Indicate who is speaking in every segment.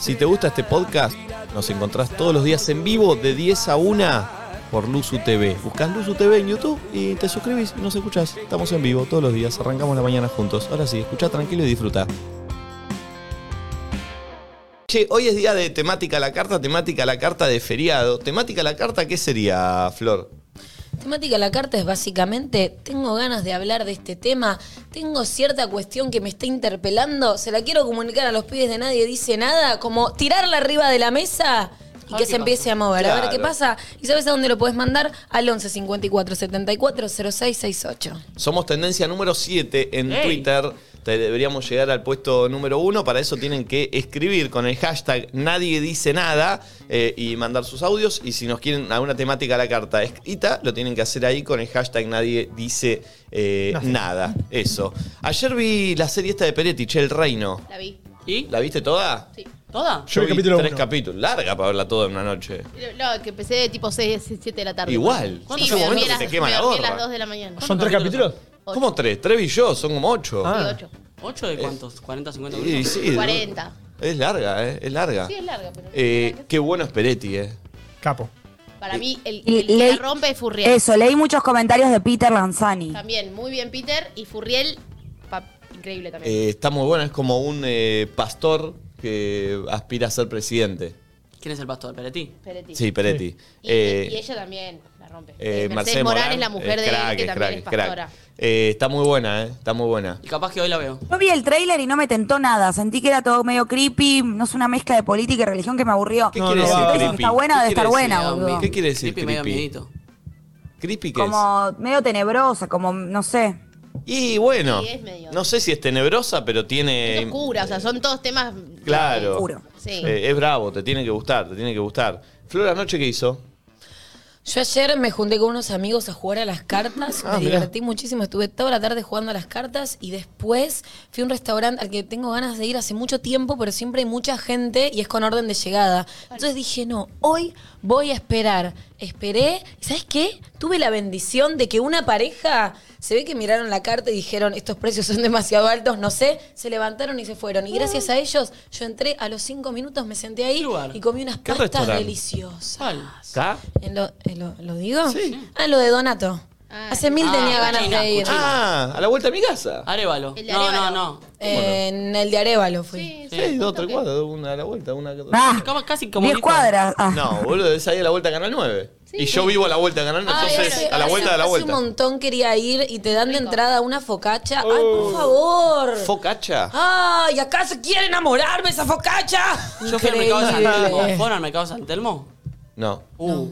Speaker 1: Si te gusta este podcast, nos encontrás todos los días en vivo de 10 a 1 por Luzu TV. Buscás Luzu TV en YouTube y te suscribís y nos escuchás. Estamos en vivo todos los días, arrancamos la mañana juntos. Ahora sí, escuchá tranquilo y disfruta. Che, hoy es día de temática a la carta, temática a la carta de feriado. Temática a la carta, ¿qué sería, Flor?
Speaker 2: Temática de la carta es básicamente, tengo ganas de hablar de este tema, tengo cierta cuestión que me está interpelando, se la quiero comunicar a los pibes de nadie dice nada, como tirarla arriba de la
Speaker 3: A ver
Speaker 2: mesa y que
Speaker 3: qué
Speaker 2: se
Speaker 3: pasa.
Speaker 2: empiece a mover, a ver qué
Speaker 1: Claro.
Speaker 2: pasa. ¿Y sabes a dónde lo puedes mandar? Al 11 54 74 06 68.
Speaker 1: Somos tendencia número 7 en
Speaker 3: Ey.
Speaker 1: Twitter. Te- deberíamos llegar al puesto número 1. Para eso tienen que escribir con el hashtag Nadie Dice Nada eh, y mandar sus audios. Y si nos quieren alguna temática a la carta escrita, lo tienen que hacer ahí con el hashtag Nadie Dice eh, Nada. Eso. Ayer vi la serie esta de Peretti, Che, El Reino.
Speaker 4: La vi.
Speaker 3: ¿Y?
Speaker 1: ¿La viste toda?
Speaker 4: Sí.
Speaker 3: ¿Toda?
Speaker 5: Yo vi capítulo
Speaker 1: tres
Speaker 5: uno.
Speaker 1: capítulos. Larga para verla toda en una noche.
Speaker 4: No, que empecé de tipo 6, 7 de la tarde.
Speaker 1: Igual.
Speaker 4: Sí,
Speaker 1: ¿Cuántos
Speaker 4: me
Speaker 1: momentos
Speaker 4: dormí
Speaker 1: que
Speaker 4: a las,
Speaker 1: se quema
Speaker 4: me
Speaker 1: la
Speaker 4: dormí a
Speaker 1: gorra?
Speaker 4: las 2 de la mañana.
Speaker 5: ¿Son tres capítulos?
Speaker 4: Ocho.
Speaker 1: ¿Cómo tres? Tres vi yo, son como ocho.
Speaker 5: Ah.
Speaker 4: Sí, ocho.
Speaker 3: ¿Ocho
Speaker 1: Eh.
Speaker 3: de cuántos? ¿40, 50
Speaker 1: Y
Speaker 3: minutos?
Speaker 1: sí,
Speaker 4: 40.
Speaker 1: Es larga, ¿eh? Es larga.
Speaker 4: Sí, es larga, pero.
Speaker 1: Eh, qué bueno es Peretti, ¿eh?
Speaker 5: Capo.
Speaker 4: Para mí, el,
Speaker 6: Y
Speaker 4: el que
Speaker 6: leí-
Speaker 4: la rompe es Furriel.
Speaker 6: Eso, leí muchos comentarios de Peter Lanzani.
Speaker 4: También, muy bien, Peter. Y Furriel, pa- increíble también.
Speaker 1: Eh, está muy bueno, es como un eh, pastor que aspira a ser presidente.
Speaker 3: ¿Quién es el pastor? ¿Peretti?
Speaker 4: Peretti.
Speaker 1: Eh, Sí, Peretti.
Speaker 4: Y,
Speaker 1: Eh,
Speaker 4: y ella también la rompe.
Speaker 1: eh,
Speaker 4: Eh, Mercedes,
Speaker 1: Mercedes
Speaker 4: Morán,
Speaker 1: Morán,
Speaker 4: es la mujer
Speaker 1: eh,
Speaker 4: de él,
Speaker 1: crack,
Speaker 4: que
Speaker 1: es
Speaker 4: también
Speaker 1: crack,
Speaker 4: es
Speaker 1: es crack.
Speaker 4: pastora.
Speaker 1: Eh, está muy buena, ¿eh? Está muy buena.
Speaker 3: Y capaz que hoy la veo.
Speaker 6: Yo vi el tráiler y no me tentó nada. Sentí que era todo medio creepy, no es una mezcla de política y religión que me aburrió.
Speaker 1: ¿Qué
Speaker 5: No,
Speaker 1: quiere
Speaker 5: no,
Speaker 1: decir
Speaker 5: va.
Speaker 1: creepy?
Speaker 6: Está buena,
Speaker 1: ¿Qué
Speaker 6: debe estar
Speaker 1: quiere decir?
Speaker 6: buena, boludo.
Speaker 1: ¿Qué quiere decir
Speaker 3: Creepy, medio
Speaker 1: creepy?
Speaker 3: miedito.
Speaker 1: ¿Creepy qué es?
Speaker 6: Como medio tenebrosa, como no sé.
Speaker 1: Y bueno,
Speaker 4: Sí, es medio-
Speaker 1: no sé si es tenebrosa, pero tiene...
Speaker 4: Es oscura, o sea, son todos temas.
Speaker 1: Claro.
Speaker 6: Oscuro.
Speaker 4: Sí.
Speaker 1: Eh, es bravo, te tiene que gustar, te tiene que gustar. Flor, ¿anoche qué hizo?
Speaker 2: Yo ayer me junté con unos amigos a jugar a las cartas,
Speaker 1: Ah,
Speaker 2: me
Speaker 1: mirá.
Speaker 2: divertí muchísimo, estuve toda la tarde jugando a las cartas y después fui a un restaurante al que tengo ganas de ir hace mucho tiempo, pero siempre hay mucha gente y es con orden de llegada. Entonces dije, no, hoy voy a esperar. Esperé, ¿y ¿sabes qué? Tuve la bendición de que una pareja se ve que miraron la carta y dijeron, estos precios son demasiado altos, no sé, se levantaron y se fueron. Y gracias a ellos, yo entré a los cinco minutos, me senté ahí
Speaker 3: ¿Qué lugar?
Speaker 2: y comí unas
Speaker 1: ¿Qué
Speaker 2: pastas
Speaker 1: restaurante?
Speaker 2: deliciosas.
Speaker 3: Sal.
Speaker 1: ¿Está?
Speaker 2: ¿En lo, en lo, lo digo? Ah, lo de Donato.
Speaker 4: Ah,
Speaker 2: Hace mil
Speaker 3: ah,
Speaker 2: tenía ganas
Speaker 3: Cuchina,
Speaker 2: de ir.
Speaker 3: Cuchina.
Speaker 1: Ah, a la vuelta de mi casa.
Speaker 3: Arévalo.
Speaker 4: El de
Speaker 3: No, no,
Speaker 4: Arévalo.
Speaker 3: no.
Speaker 2: Eh, En el de Arevalo
Speaker 1: Sí,
Speaker 2: fui.
Speaker 1: dos,
Speaker 4: justo
Speaker 1: tres
Speaker 4: que-
Speaker 1: cuadras, una a la vuelta, una... que-
Speaker 6: Ah,
Speaker 3: Acaba casi como.
Speaker 6: 10
Speaker 3: dijo.
Speaker 6: cuadras. Ah.
Speaker 1: No, boludo, es ahí a la vuelta de Canal 9. y yo vivo a la vuelta de Canal 9,
Speaker 2: Ay,
Speaker 1: entonces
Speaker 2: Ah, hace-
Speaker 1: a la vuelta de la
Speaker 2: hace
Speaker 1: vuelta. Oh.
Speaker 2: un montón quería ir y te dan de entrada una focacha. ¡Ay, por favor!
Speaker 1: ¿Focacha?
Speaker 2: ¡Ay, acaso quiere enamorarme esa focacha!
Speaker 3: Yo fui al mercado de San Telmo.
Speaker 2: Increíble.
Speaker 3: ¿Fueron al mercado de San Telmo?
Speaker 1: No.
Speaker 3: Uh.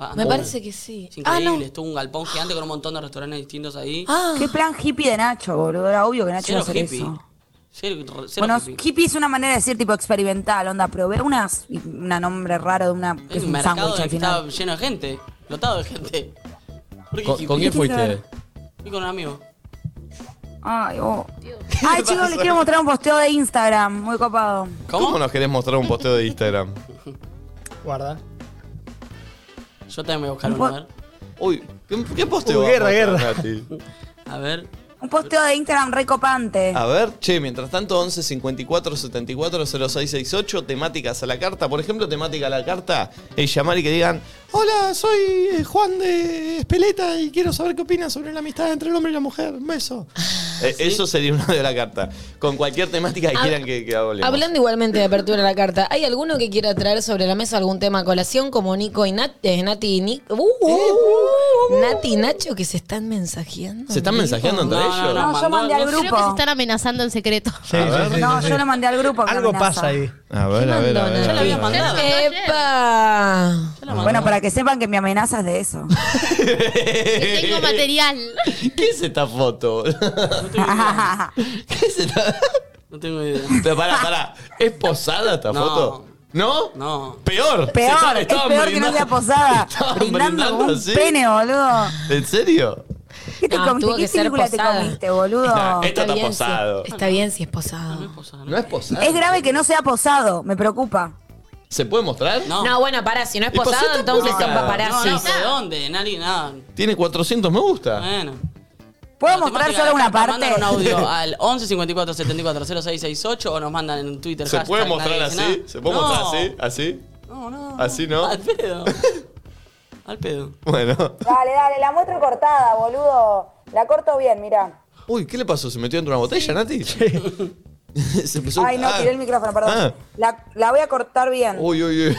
Speaker 3: va,
Speaker 2: Me
Speaker 3: no.
Speaker 2: parece que sí.
Speaker 3: Es
Speaker 2: Ah,
Speaker 3: increíble.
Speaker 2: no.
Speaker 3: Estuvo un galpón gigante con un montón de restaurantes distintos ahí.
Speaker 2: Ah,
Speaker 6: Qué plan hippie de Nacho, boludo. Era obvio que Nacho iba a
Speaker 3: Cero
Speaker 6: hacer
Speaker 3: hippie.
Speaker 6: eso.
Speaker 3: Cero, cero
Speaker 6: Bueno,
Speaker 3: hippie.
Speaker 6: hippie es una manera de decir tipo experimental, onda, probé unas, una nombre raro de una, que
Speaker 3: Es
Speaker 6: es
Speaker 3: un
Speaker 6: un
Speaker 3: mercado
Speaker 6: sándwich al
Speaker 3: que estaba
Speaker 6: final.
Speaker 3: lleno de gente. Lotado de gente. ¿Por qué
Speaker 1: ¿Con,
Speaker 3: hippie?
Speaker 1: con quién fuiste?
Speaker 3: Fui con un amigo.
Speaker 6: Ay, oh. Ay, chicos, les quiero mostrar un posteo de Instagram, muy copado.
Speaker 1: ¿Cómo? nos querés mostrar un posteo de Instagram?
Speaker 5: Guarda.
Speaker 3: Yo también voy a buscar uno. A ver.
Speaker 1: Uy, ¿qué, qué posteo?
Speaker 5: Uy, guerra,
Speaker 1: vamos a
Speaker 5: guerra.
Speaker 1: mostrar, Nati?
Speaker 3: A ver.
Speaker 6: Un posteo de Instagram recopante.
Speaker 1: A ver, che, mientras tanto, 11 54 74 0668, temáticas a la carta. Por ejemplo, temática a la carta es llamar y que digan: Hola, soy eh, Juan de Espeleta y quiero saber qué opinas sobre la amistad entre el hombre y la mujer. Un beso. Eh, Eso sería uno de la carta. Con cualquier temática que
Speaker 2: Hab-
Speaker 1: quieran que, que hablemos.
Speaker 2: Hablando igualmente de apertura a la carta, ¿hay alguno que quiera traer sobre la mesa algún tema a colación como Nico y Nat- eh, Nati y Nico? Uh, uh, uh, uh, Nati y Nacho que se están mensajeando.
Speaker 1: ¿Se están
Speaker 2: en vivo?
Speaker 1: mensajeando entre
Speaker 3: No,
Speaker 1: ellos?
Speaker 3: no,
Speaker 6: No, yo
Speaker 3: mandó
Speaker 6: mandé al
Speaker 3: algo.
Speaker 4: Creo que se
Speaker 6: grupo.
Speaker 4: están amenazando en secreto.
Speaker 5: Sí,
Speaker 1: A ver.
Speaker 5: sí, sí,
Speaker 6: No,
Speaker 5: sí,
Speaker 6: yo
Speaker 5: sí.
Speaker 6: lo mandé al grupo. que
Speaker 5: Algo
Speaker 6: amenaza.
Speaker 5: pasa ahí.
Speaker 1: A ver, a ver, a ver.
Speaker 2: Yo
Speaker 3: la había
Speaker 1: a ver.
Speaker 3: mandado.
Speaker 2: ¡Epa!
Speaker 3: Yo la mandé.
Speaker 6: Bueno, para que sepan que mi amenaza es de eso.
Speaker 4: Que tengo material.
Speaker 1: ¿Qué es esta foto?
Speaker 3: No tengo idea.
Speaker 1: ¿Qué es esta?
Speaker 3: No tengo idea.
Speaker 1: Pero pará, pará. ¿Es posada esta
Speaker 3: No.
Speaker 1: foto? ¿No?
Speaker 3: No.
Speaker 1: Peor. Se
Speaker 6: Peor,
Speaker 1: estaban-
Speaker 6: es
Speaker 1: estaban
Speaker 6: peor que no
Speaker 1: brindando-
Speaker 6: sea posada.
Speaker 1: Estaban
Speaker 6: Brindando como un
Speaker 1: brindando, ¿sí?
Speaker 6: pene, boludo.
Speaker 1: ¿En serio?
Speaker 6: ¿Qué te
Speaker 2: No,
Speaker 6: comiste?
Speaker 2: Ah, tuvo
Speaker 6: ¿Qué
Speaker 2: que ser
Speaker 6: película te
Speaker 2: posada.
Speaker 6: comiste, boludo?
Speaker 1: Esto está
Speaker 2: bien
Speaker 1: posado.
Speaker 2: Si, está bien si es posado.
Speaker 3: Posada,
Speaker 1: No es posada.
Speaker 6: Es grave que no sea posado, me preocupa.
Speaker 1: ¿Se puede mostrar?
Speaker 3: No.
Speaker 2: No, bueno, para, si no es
Speaker 1: ¿Y pues por qué
Speaker 2: posado,
Speaker 1: está
Speaker 2: entonces son
Speaker 1: publicado?
Speaker 3: No, no,
Speaker 2: paparazzis.
Speaker 3: ¿De dónde? Nadie, nada.
Speaker 1: Tiene 400 me gusta.
Speaker 3: Bueno.
Speaker 6: ¿Puedo
Speaker 3: Bueno,
Speaker 6: mostrar
Speaker 3: temática
Speaker 6: solo
Speaker 3: de la
Speaker 6: una
Speaker 3: carta,
Speaker 6: parte?
Speaker 3: Mandan un audio al 11 54 74 0668 o nos mandan en Twitter.
Speaker 1: ¿Se
Speaker 3: hashtag
Speaker 1: puede
Speaker 3: nadie
Speaker 1: mostrar
Speaker 3: dice
Speaker 1: así?
Speaker 3: nada.
Speaker 1: ¿Se puede
Speaker 3: No.
Speaker 1: mostrar así? ¿Así?
Speaker 3: No, no.
Speaker 1: ¿Así no?
Speaker 3: Al pedo. al pedo.
Speaker 1: Bueno.
Speaker 6: Dale, dale, la muestro cortada, boludo. La corto bien, mirá.
Speaker 1: Uy, ¿qué le pasó? ¿Se metió dentro de una botella, Nati? Se empezó
Speaker 6: Ay, no,
Speaker 1: ah.
Speaker 6: tiré el micrófono, perdón.
Speaker 1: Ah.
Speaker 6: La, la voy a cortar bien.
Speaker 1: Uy, uy, uy.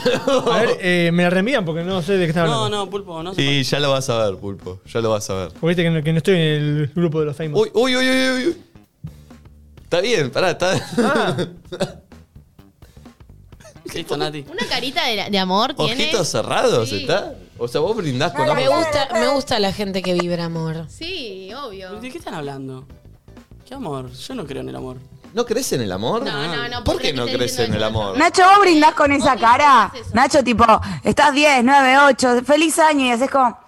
Speaker 5: A ver, eh, me la reenvían porque no sé de qué están
Speaker 3: No,
Speaker 5: hablando.
Speaker 3: no, pulpo, no se
Speaker 1: Y ya lo vas a ver, Pulpo. Ya lo vas a ver.
Speaker 5: Porque viste que no, que no estoy en el grupo de los famous.
Speaker 1: Uy, uy, uy, uy, uy, uy. Está bien, pará, está.
Speaker 5: Ah.
Speaker 3: puede. Listo, Nati.
Speaker 4: Una carita de, de amor tiene.
Speaker 1: Ojitos cerrados,
Speaker 4: Sí. Ah,
Speaker 1: ¿está? O sea, vos brindás con
Speaker 2: Me
Speaker 1: amor.
Speaker 2: gusta, me gusta la gente que vibra amor.
Speaker 4: Sí, obvio.
Speaker 3: ¿De qué están hablando? ¿Qué amor? Yo no creo en el amor.
Speaker 1: ¿No crees en el amor?
Speaker 4: No, no, no.
Speaker 1: ¿Por qué
Speaker 4: creer
Speaker 1: no
Speaker 4: que estés
Speaker 1: crees en
Speaker 4: diciendo
Speaker 1: el
Speaker 4: eso?
Speaker 1: amor?
Speaker 6: Nacho, vos brindás con esa
Speaker 4: ¿qué
Speaker 6: cara.
Speaker 4: haces eso?
Speaker 6: Nacho, tipo, estás 10, 9, 8, feliz año y haces como.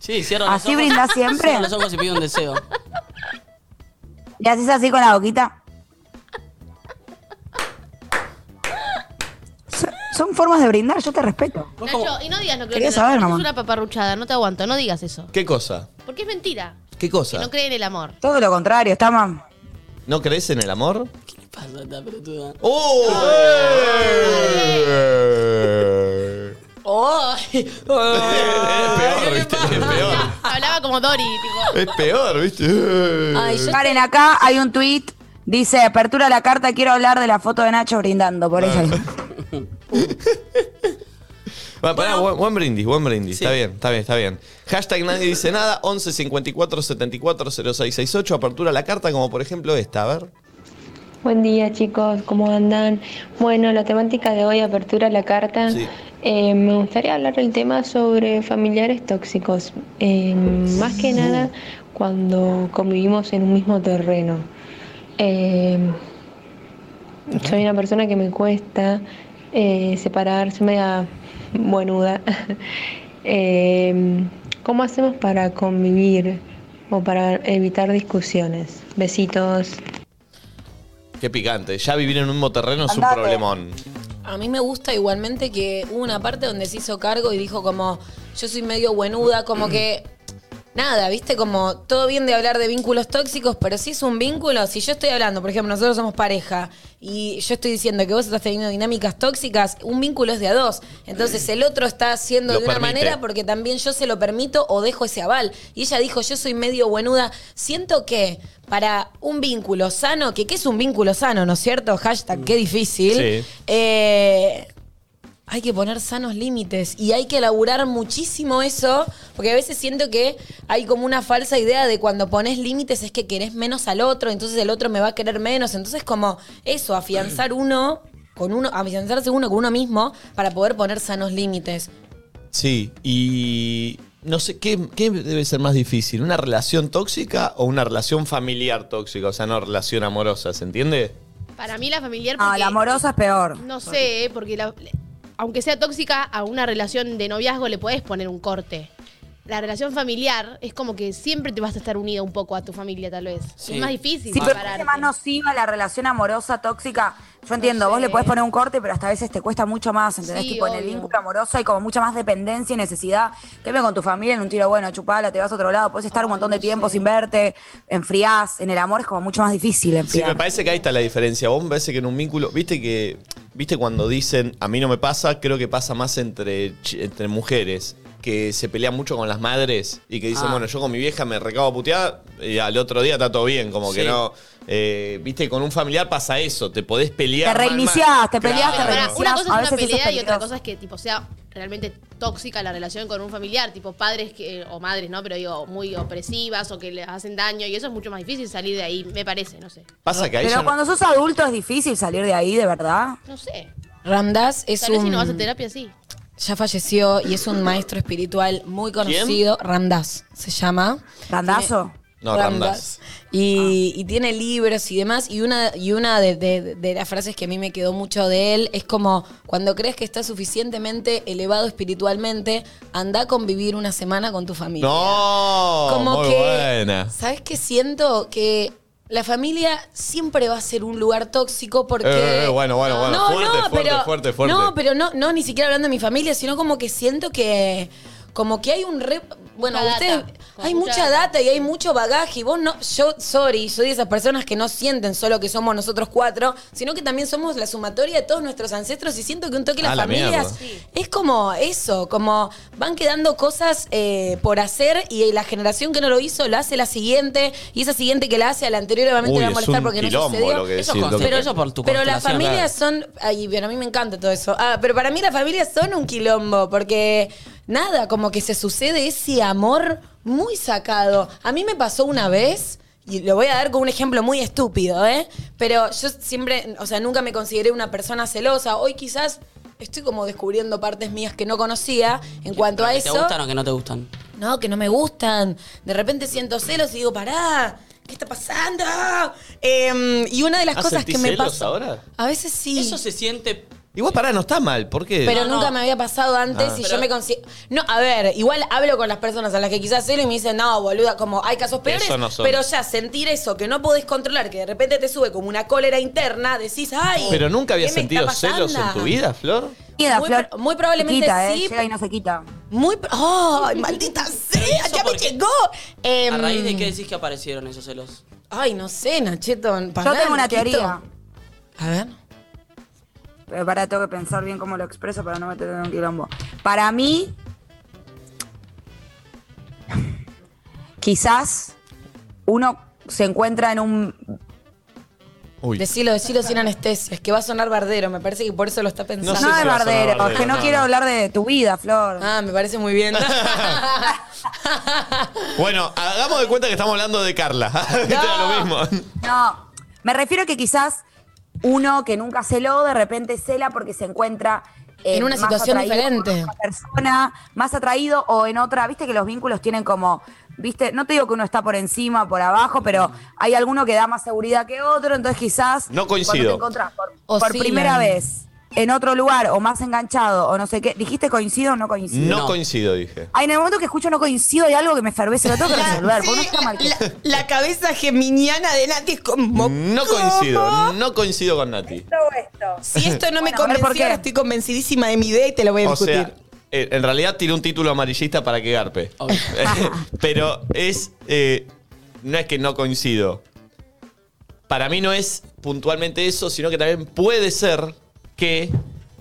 Speaker 3: Sí, cierro los
Speaker 6: ¿Así
Speaker 3: ojos.
Speaker 6: brindás siempre?
Speaker 3: Cierro los ojos y pido un deseo.
Speaker 6: Y haces así con la boquita. So- Son formas de brindar, yo te respeto.
Speaker 3: Vos como-
Speaker 4: Nacho, y no digas no creo
Speaker 6: Quería
Speaker 4: en el
Speaker 6: saber,
Speaker 4: amor,
Speaker 6: mamá.
Speaker 4: Es una paparruchada, no te aguanto, no digas eso.
Speaker 1: ¿Qué cosa?
Speaker 4: Porque es mentira.
Speaker 1: ¿Qué
Speaker 4: Que
Speaker 1: cosa?
Speaker 4: no
Speaker 1: no,
Speaker 4: cree en el amor.
Speaker 6: Todo lo contrario, está mal.
Speaker 1: crees en el amor?
Speaker 3: ¿Qué le pasa a esta pelotuda?
Speaker 1: ¡Oh! ¡Eh!
Speaker 4: Oh,
Speaker 2: ¡Ay!
Speaker 4: ¡Eh!
Speaker 1: Es peor, ¿viste? Es peor.
Speaker 4: Hablaba como Dory, tipo.
Speaker 1: Es peor, ¿viste?
Speaker 2: Ay, yo
Speaker 6: Paren, acá hay un tweet. Dice, apertura la carta, quiero hablar de la foto de Nacho brindando por ella.
Speaker 1: Va, pará, buen, buen brindis, buen brindis.
Speaker 3: Sí.
Speaker 1: Está bien, está bien, está bien. Hashtag nadie dice nada, 11 54 74 0668, apertura la carta, como por ejemplo esta, a ver.
Speaker 7: Buen día chicos, ¿cómo andan? Bueno, la temática de hoy, apertura a la carta.
Speaker 1: Sí.
Speaker 7: Eh, me gustaría hablar del tema sobre familiares tóxicos. Eh, más que nada cuando convivimos en un mismo terreno. Eh, soy una persona que me cuesta eh, separar, soy media buenuda. Eh, ¿Cómo hacemos para convivir o para evitar discusiones? Besitos.
Speaker 1: Qué picante. Ya vivir en un mismo terreno es un
Speaker 6: Andate.
Speaker 1: problemón.
Speaker 2: A mí me gusta igualmente que hubo una parte donde se hizo cargo y dijo como, yo soy medio buenuda, como que... Nada, viste, como todo bien de hablar de vínculos tóxicos, pero si es un vínculo, si yo estoy hablando, por ejemplo, nosotros somos pareja y yo estoy diciendo que vos estás teniendo dinámicas tóxicas, un vínculo es de a dos. Entonces el otro está haciendo
Speaker 1: Lo
Speaker 2: de una
Speaker 1: permite.
Speaker 2: manera porque también yo se lo permito o dejo ese aval. Y ella dijo, yo soy medio buenuda. Siento que para un vínculo sano, que qué es un vínculo sano, ¿no es cierto? Hashtag, qué difícil.
Speaker 1: Sí.
Speaker 2: Eh, hay que poner sanos límites y hay que elaborar muchísimo eso, porque a veces siento que hay como una falsa idea de cuando pones límites es que querés menos al otro, entonces el otro me va a querer menos. Entonces, como eso, afianzar uno con uno, afianzarse uno con uno mismo para poder poner sanos límites.
Speaker 1: Sí, y no sé, ¿qué, qué debe ser más difícil? ¿Una relación tóxica o una relación familiar tóxica? O sea, no relación amorosa, ¿se entiende?
Speaker 4: Para mí la familiar.
Speaker 6: No,
Speaker 4: porque-
Speaker 6: la amorosa es peor.
Speaker 4: No sé, eh, porque la- le- aunque sea tóxica, a una relación de noviazgo le podés poner un corte. La relación familiar es como que siempre te vas a estar unida un poco a tu familia, tal vez.
Speaker 3: Sí.
Speaker 4: Es más difícil
Speaker 6: Sí, pero
Speaker 4: separarte.
Speaker 6: es más nociva la relación amorosa tóxica. Yo entiendo, vos le podés poner un corte, pero hasta a veces te cuesta mucho más, ¿entendés?
Speaker 4: Sí,
Speaker 6: tipo, en el
Speaker 4: obvio.
Speaker 6: vínculo amoroso hay como mucha más dependencia y necesidad. Que ve con tu familia en un tiro bueno, chupala, te vas a otro lado, podés estar un montón de tiempo sin verte, enfriás. En el amor es como mucho más difícil
Speaker 1: Sí,
Speaker 6: enfriar.
Speaker 1: me parece que ahí está la diferencia. Vos me parece que en un vínculo, viste que, viste cuando dicen, a mí no me pasa, creo que pasa más entre, ch- entre mujeres, que se pelean mucho con las madres y que dicen,
Speaker 3: Ah.
Speaker 1: bueno, yo con mi vieja me recabo a putear y al otro día está todo bien, como que
Speaker 3: Sí.
Speaker 1: no. eh, viste, con un familiar pasa eso, te podés pelear.
Speaker 6: Te
Speaker 1: mal,
Speaker 6: reiniciás,
Speaker 1: mal.
Speaker 6: te peleás, te
Speaker 4: Pero pará,
Speaker 6: reiniciás.
Speaker 4: una
Speaker 6: a
Speaker 4: cosa es
Speaker 6: veces
Speaker 4: una
Speaker 6: eso es
Speaker 4: pelea y otra
Speaker 6: peligroso.
Speaker 4: cosa es que tipo sea realmente tóxica la relación con un familiar, tipo padres que- o madres, ¿no? Pero digo, muy opresivas o que les hacen daño y eso es mucho más difícil salir de ahí, me parece, no sé.
Speaker 1: Pasa que ahí ya
Speaker 6: Pero
Speaker 1: no-
Speaker 6: cuando sos adulto es difícil salir de ahí, de verdad.
Speaker 4: No sé.
Speaker 2: Ramdas es
Speaker 4: Tal vez
Speaker 2: un...
Speaker 4: si no vas a terapia, sí.
Speaker 2: ya falleció y es un maestro espiritual muy conocido, Ramdas se llama.
Speaker 6: Randazo.
Speaker 1: No, Ramdas.
Speaker 2: Y, y tiene libros y demás. Y una, y una de, de- de las frases que a mí me quedó mucho de él es como, cuando crees que estás suficientemente elevado espiritualmente, anda a convivir una semana con tu familia.
Speaker 1: No,
Speaker 2: como
Speaker 1: muy
Speaker 2: que,
Speaker 1: buena.
Speaker 2: ¿sabes qué siento? Que la familia siempre va a ser un lugar tóxico porque...
Speaker 1: Eh, eh, bueno, bueno, bueno. Fuerte, fuerte, fuerte, fuerte.
Speaker 2: No, pero no, no, ni siquiera hablando de mi familia, sino como que siento que... Como que hay un... Re, bueno,
Speaker 4: Una
Speaker 2: ustedes...
Speaker 4: data.
Speaker 2: Hay mucha data y hay mucho bagaje. Y vos no, yo, sorry, soy de esas personas que no sienten solo que somos nosotros cuatro, sino que también somos la sumatoria de todos nuestros ancestros y siento que un toque
Speaker 1: Ah,
Speaker 2: las
Speaker 1: la
Speaker 2: familias
Speaker 1: mierda. Sí.
Speaker 2: es como eso, como van quedando cosas eh, por hacer y la generación que no lo hizo la hace la siguiente y esa siguiente que la hace a la anterior obviamente
Speaker 1: Uy,
Speaker 2: le va a
Speaker 1: es
Speaker 2: molestar
Speaker 1: un
Speaker 2: porque no
Speaker 1: quilombo
Speaker 2: sucedió.
Speaker 1: lo que
Speaker 3: Eso
Speaker 1: decís,
Speaker 3: es
Speaker 1: lo que-
Speaker 3: pero eso por tu
Speaker 2: Pero las
Speaker 3: constelación,
Speaker 2: familias son. Ay, bueno, a mí me encanta todo eso. Ah, pero para mí las familias son un quilombo, porque nada, como que se sucede ese amor muy sacado. A mí me pasó una vez. Y lo voy a dar con un ejemplo muy estúpido, ¿eh? Pero yo siempre, o sea, nunca me consideré una persona celosa. Hoy quizás estoy como descubriendo partes mías que no conocía en cuanto a
Speaker 3: ¿Que
Speaker 2: eso.
Speaker 3: ¿Te gustan o que no te gustan?
Speaker 2: No, que no me gustan. De repente siento celos y digo, pará, ¿qué está pasando? Ah, Em, y una de las
Speaker 1: ¿Ah,
Speaker 2: cosas
Speaker 1: sentís
Speaker 2: que me
Speaker 1: celos
Speaker 2: pasa.
Speaker 1: ahora?
Speaker 2: A veces sí.
Speaker 3: Eso se siente.
Speaker 1: Igual pará, no está mal, ¿por qué?
Speaker 2: Pero
Speaker 3: No,
Speaker 2: nunca
Speaker 3: no.
Speaker 2: me había pasado antes
Speaker 1: Ah.
Speaker 2: y yo
Speaker 3: Pero-
Speaker 2: me considero. No, a ver, igual hablo con las personas a las que quizás celo y me dicen, no, boluda, como hay casos peores.
Speaker 1: Eso no son.
Speaker 2: Pero ya sentir eso que no podés controlar, que de repente te sube como una cólera interna, decís, ay.
Speaker 1: ¿Pero nunca habías
Speaker 2: ¿qué me
Speaker 1: sentido
Speaker 2: está
Speaker 1: celos en
Speaker 2: pasando?"
Speaker 1: tu vida, Flor.
Speaker 6: Queda,
Speaker 2: Muy
Speaker 6: Flor.
Speaker 2: pro- muy probablemente
Speaker 6: Quita,
Speaker 2: sí,
Speaker 6: ¿eh? Llega y no se quita.
Speaker 2: Muy. pro- ¡Ay, maldita sea!
Speaker 3: eso
Speaker 2: ¡Ya me
Speaker 3: por qué?
Speaker 2: llegó! Em,
Speaker 3: ¿A raíz de qué decís que aparecieron esos celos?
Speaker 2: Ay, no sé, Nachetón.
Speaker 6: Yo tengo una teoría.
Speaker 2: A ver.
Speaker 6: Pero para, tengo que pensar bien cómo lo expreso para no meterme en un quilombo. Para mí, quizás uno se encuentra en un...
Speaker 1: Uy.
Speaker 2: Decilo, decilo sin anestesia. Es que va a sonar bardero. Me parece que por eso lo está pensando.
Speaker 1: sé
Speaker 6: no
Speaker 1: si
Speaker 6: de
Speaker 1: va a sonar
Speaker 6: bardero,
Speaker 1: bardero,
Speaker 6: que no,
Speaker 1: no.
Speaker 6: quiero hablar de tu vida, Flor.
Speaker 2: Ah, me parece muy bien.
Speaker 1: Bueno, hagamos de cuenta que estamos hablando de Carla. Era lo mismo.
Speaker 6: No, me refiero a que quizás uno que nunca celó, de repente cela porque se encuentra... eh,
Speaker 2: En una
Speaker 6: más
Speaker 2: situación
Speaker 6: atraído por
Speaker 2: diferente.
Speaker 6: otra persona, más atraído o en otra, viste que los vínculos tienen como, viste, no te digo que uno está por encima, por abajo, pero hay alguno que da más seguridad que otro, entonces quizás
Speaker 1: No coincido.
Speaker 6: cuando te encontrás por, por
Speaker 2: Oscilan.
Speaker 6: primera vez en otro lugar o más enganchado o no sé qué, dijiste coincido o no coincido.
Speaker 1: No,
Speaker 3: No.
Speaker 1: coincido, dije.
Speaker 6: Ay, en el momento que escucho no coincido hay algo que me fervece, lo tengo que resolver, porque no está mal que-
Speaker 2: la cabeza geminiana de Nati es como.
Speaker 1: No coincido, no coincido con Nati.
Speaker 2: Si esto no me
Speaker 6: Bueno, a ver, ¿por
Speaker 2: convenció,
Speaker 6: qué?
Speaker 2: ahora estoy convencidísima de mi idea y te lo voy a
Speaker 1: O
Speaker 2: discutir.
Speaker 1: sea, eh, en realidad tiró un título amarillista para que garpe.
Speaker 3: Obvio.
Speaker 1: Pero es. eh, no es que no coincido. Para mí no es puntualmente eso, sino que también puede ser que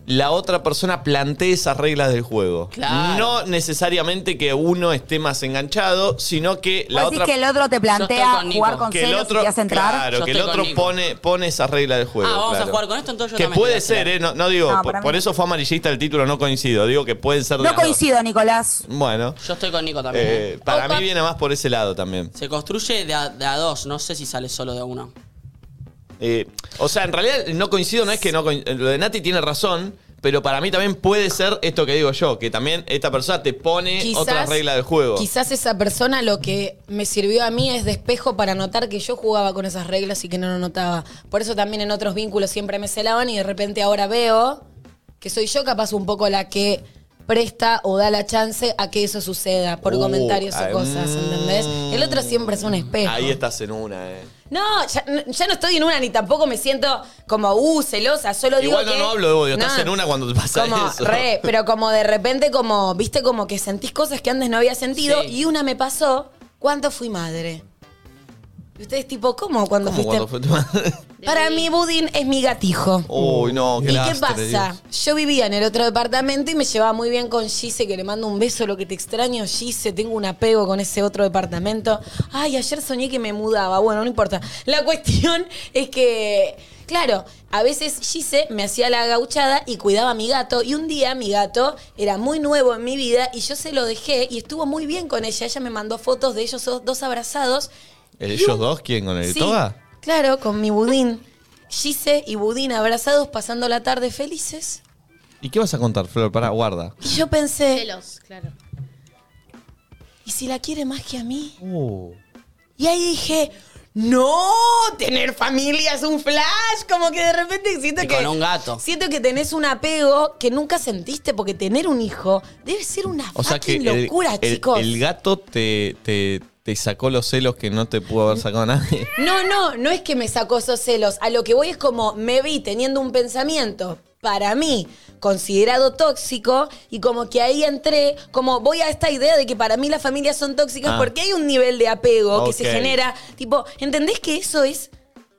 Speaker 1: la otra persona plantee esas reglas del juego.
Speaker 3: Claro.
Speaker 1: No necesariamente que uno esté más enganchado, sino que la
Speaker 6: Vos decís
Speaker 1: otra.
Speaker 6: que el otro te
Speaker 3: estoy
Speaker 6: plantea
Speaker 3: con Nico.
Speaker 6: jugar con
Speaker 1: que el
Speaker 6: celos y
Speaker 1: otro,
Speaker 6: te hace entrar.
Speaker 1: Claro,
Speaker 3: Yo
Speaker 1: que el
Speaker 3: estoy
Speaker 1: otro
Speaker 3: con Nico.
Speaker 1: pone, pone esas reglas del juego.
Speaker 3: Ah, vamos
Speaker 1: claro.
Speaker 3: a jugar con esto, entonces yo
Speaker 1: Que
Speaker 3: también te
Speaker 1: puede
Speaker 3: voy a
Speaker 1: ser,
Speaker 3: tirar.
Speaker 1: ¿eh? No, no digo,
Speaker 6: No,
Speaker 1: por,
Speaker 6: para mí
Speaker 1: por
Speaker 6: no.
Speaker 1: eso fue amarillista el título, no coincido. Digo que pueden ser las
Speaker 6: No
Speaker 1: dos.
Speaker 6: coincido, Nicolás.
Speaker 1: Bueno,
Speaker 3: Yo estoy con Nico también. ¿eh?
Speaker 1: eh, para mí viene más por ese lado también.
Speaker 3: Se construye de a, de a dos, no sé si sale solo de a uno.
Speaker 1: Eh, o sea, en realidad no coincido, no es que no coin- Lo de Nati tiene razón, pero para mí también puede ser esto que digo yo, que también esta persona te pone otra regla del juego.
Speaker 2: Quizás esa persona lo que me sirvió a mí es de espejo para notar que yo jugaba con esas reglas y que no lo notaba. Por eso también en otros vínculos siempre me celaban y de repente ahora veo que soy yo capaz un poco la que presta o da la chance a que eso suceda por
Speaker 1: Uh,
Speaker 2: comentarios
Speaker 1: ay,
Speaker 2: o cosas, ¿entendés?
Speaker 1: mm.
Speaker 2: El otro siempre es un espejo.
Speaker 1: Ahí estás en una, eh.
Speaker 2: No, ya, ya no estoy en una ni tampoco me siento como, uh, celosa, solo digo
Speaker 1: Igual no,
Speaker 2: que-
Speaker 1: no hablo de odio, estás
Speaker 2: Nah.
Speaker 1: en una cuando te pasa
Speaker 2: Como,
Speaker 1: eso.
Speaker 2: re, pero como de repente, como, viste, como que sentís cosas que antes no había sentido
Speaker 3: Sí.
Speaker 2: y una me pasó, ¿cuándo fui madre? Y ustedes tipo, ¿cómo cuando
Speaker 1: ¿Cómo
Speaker 2: fuiste?
Speaker 1: cuando fue tu madre?
Speaker 2: Para mí, budín es mi gatijo.
Speaker 1: Uy, no, qué
Speaker 2: ¿Y qué
Speaker 1: lastre,
Speaker 2: pasa?
Speaker 1: Dios.
Speaker 2: Yo vivía en el otro departamento y me llevaba muy bien con Gise, que le mando un beso, lo que te extraño, Gise, tengo un apego con ese otro departamento. Ay, ayer soñé que me mudaba, bueno, no importa. La cuestión es que, claro, a veces Gise me hacía la gauchada y cuidaba a mi gato, y un día mi gato era muy nuevo en mi vida y yo se lo dejé y estuvo muy bien con ella. Ella me mandó fotos de ellos dos abrazados
Speaker 1: ¿Ellos dos quién con el
Speaker 2: Sí,
Speaker 1: toga?
Speaker 2: Claro, con mi budín. Gise y Budín abrazados, pasando la tarde felices.
Speaker 1: ¿Y qué vas a contar, Flor? Para, guarda.
Speaker 2: Y yo pensé,
Speaker 4: Celos, claro.
Speaker 2: ¿y si la quiere más que a mí?
Speaker 1: Uh.
Speaker 2: Y ahí dije, no, tener familia es un flash. Como que de repente siento
Speaker 3: Y
Speaker 2: que...
Speaker 3: con un gato.
Speaker 2: Siento que tenés un apego que nunca sentiste porque tener un hijo debe ser una
Speaker 1: O sea que el,
Speaker 2: fucking Ah, locura,
Speaker 1: el-
Speaker 2: chicos.
Speaker 1: el gato te, te, te sacó los celos que no te pudo haber sacado nadie.
Speaker 2: No, no, no es que me sacó esos celos. A lo que voy es como me vi teniendo un pensamiento para mí considerado tóxico y como que ahí entré, como voy a esta idea de que para mí las familias son tóxicas
Speaker 1: Ah.
Speaker 2: porque hay un nivel de apego que
Speaker 1: Ok.
Speaker 2: se genera. Tipo, ¿entendés que eso es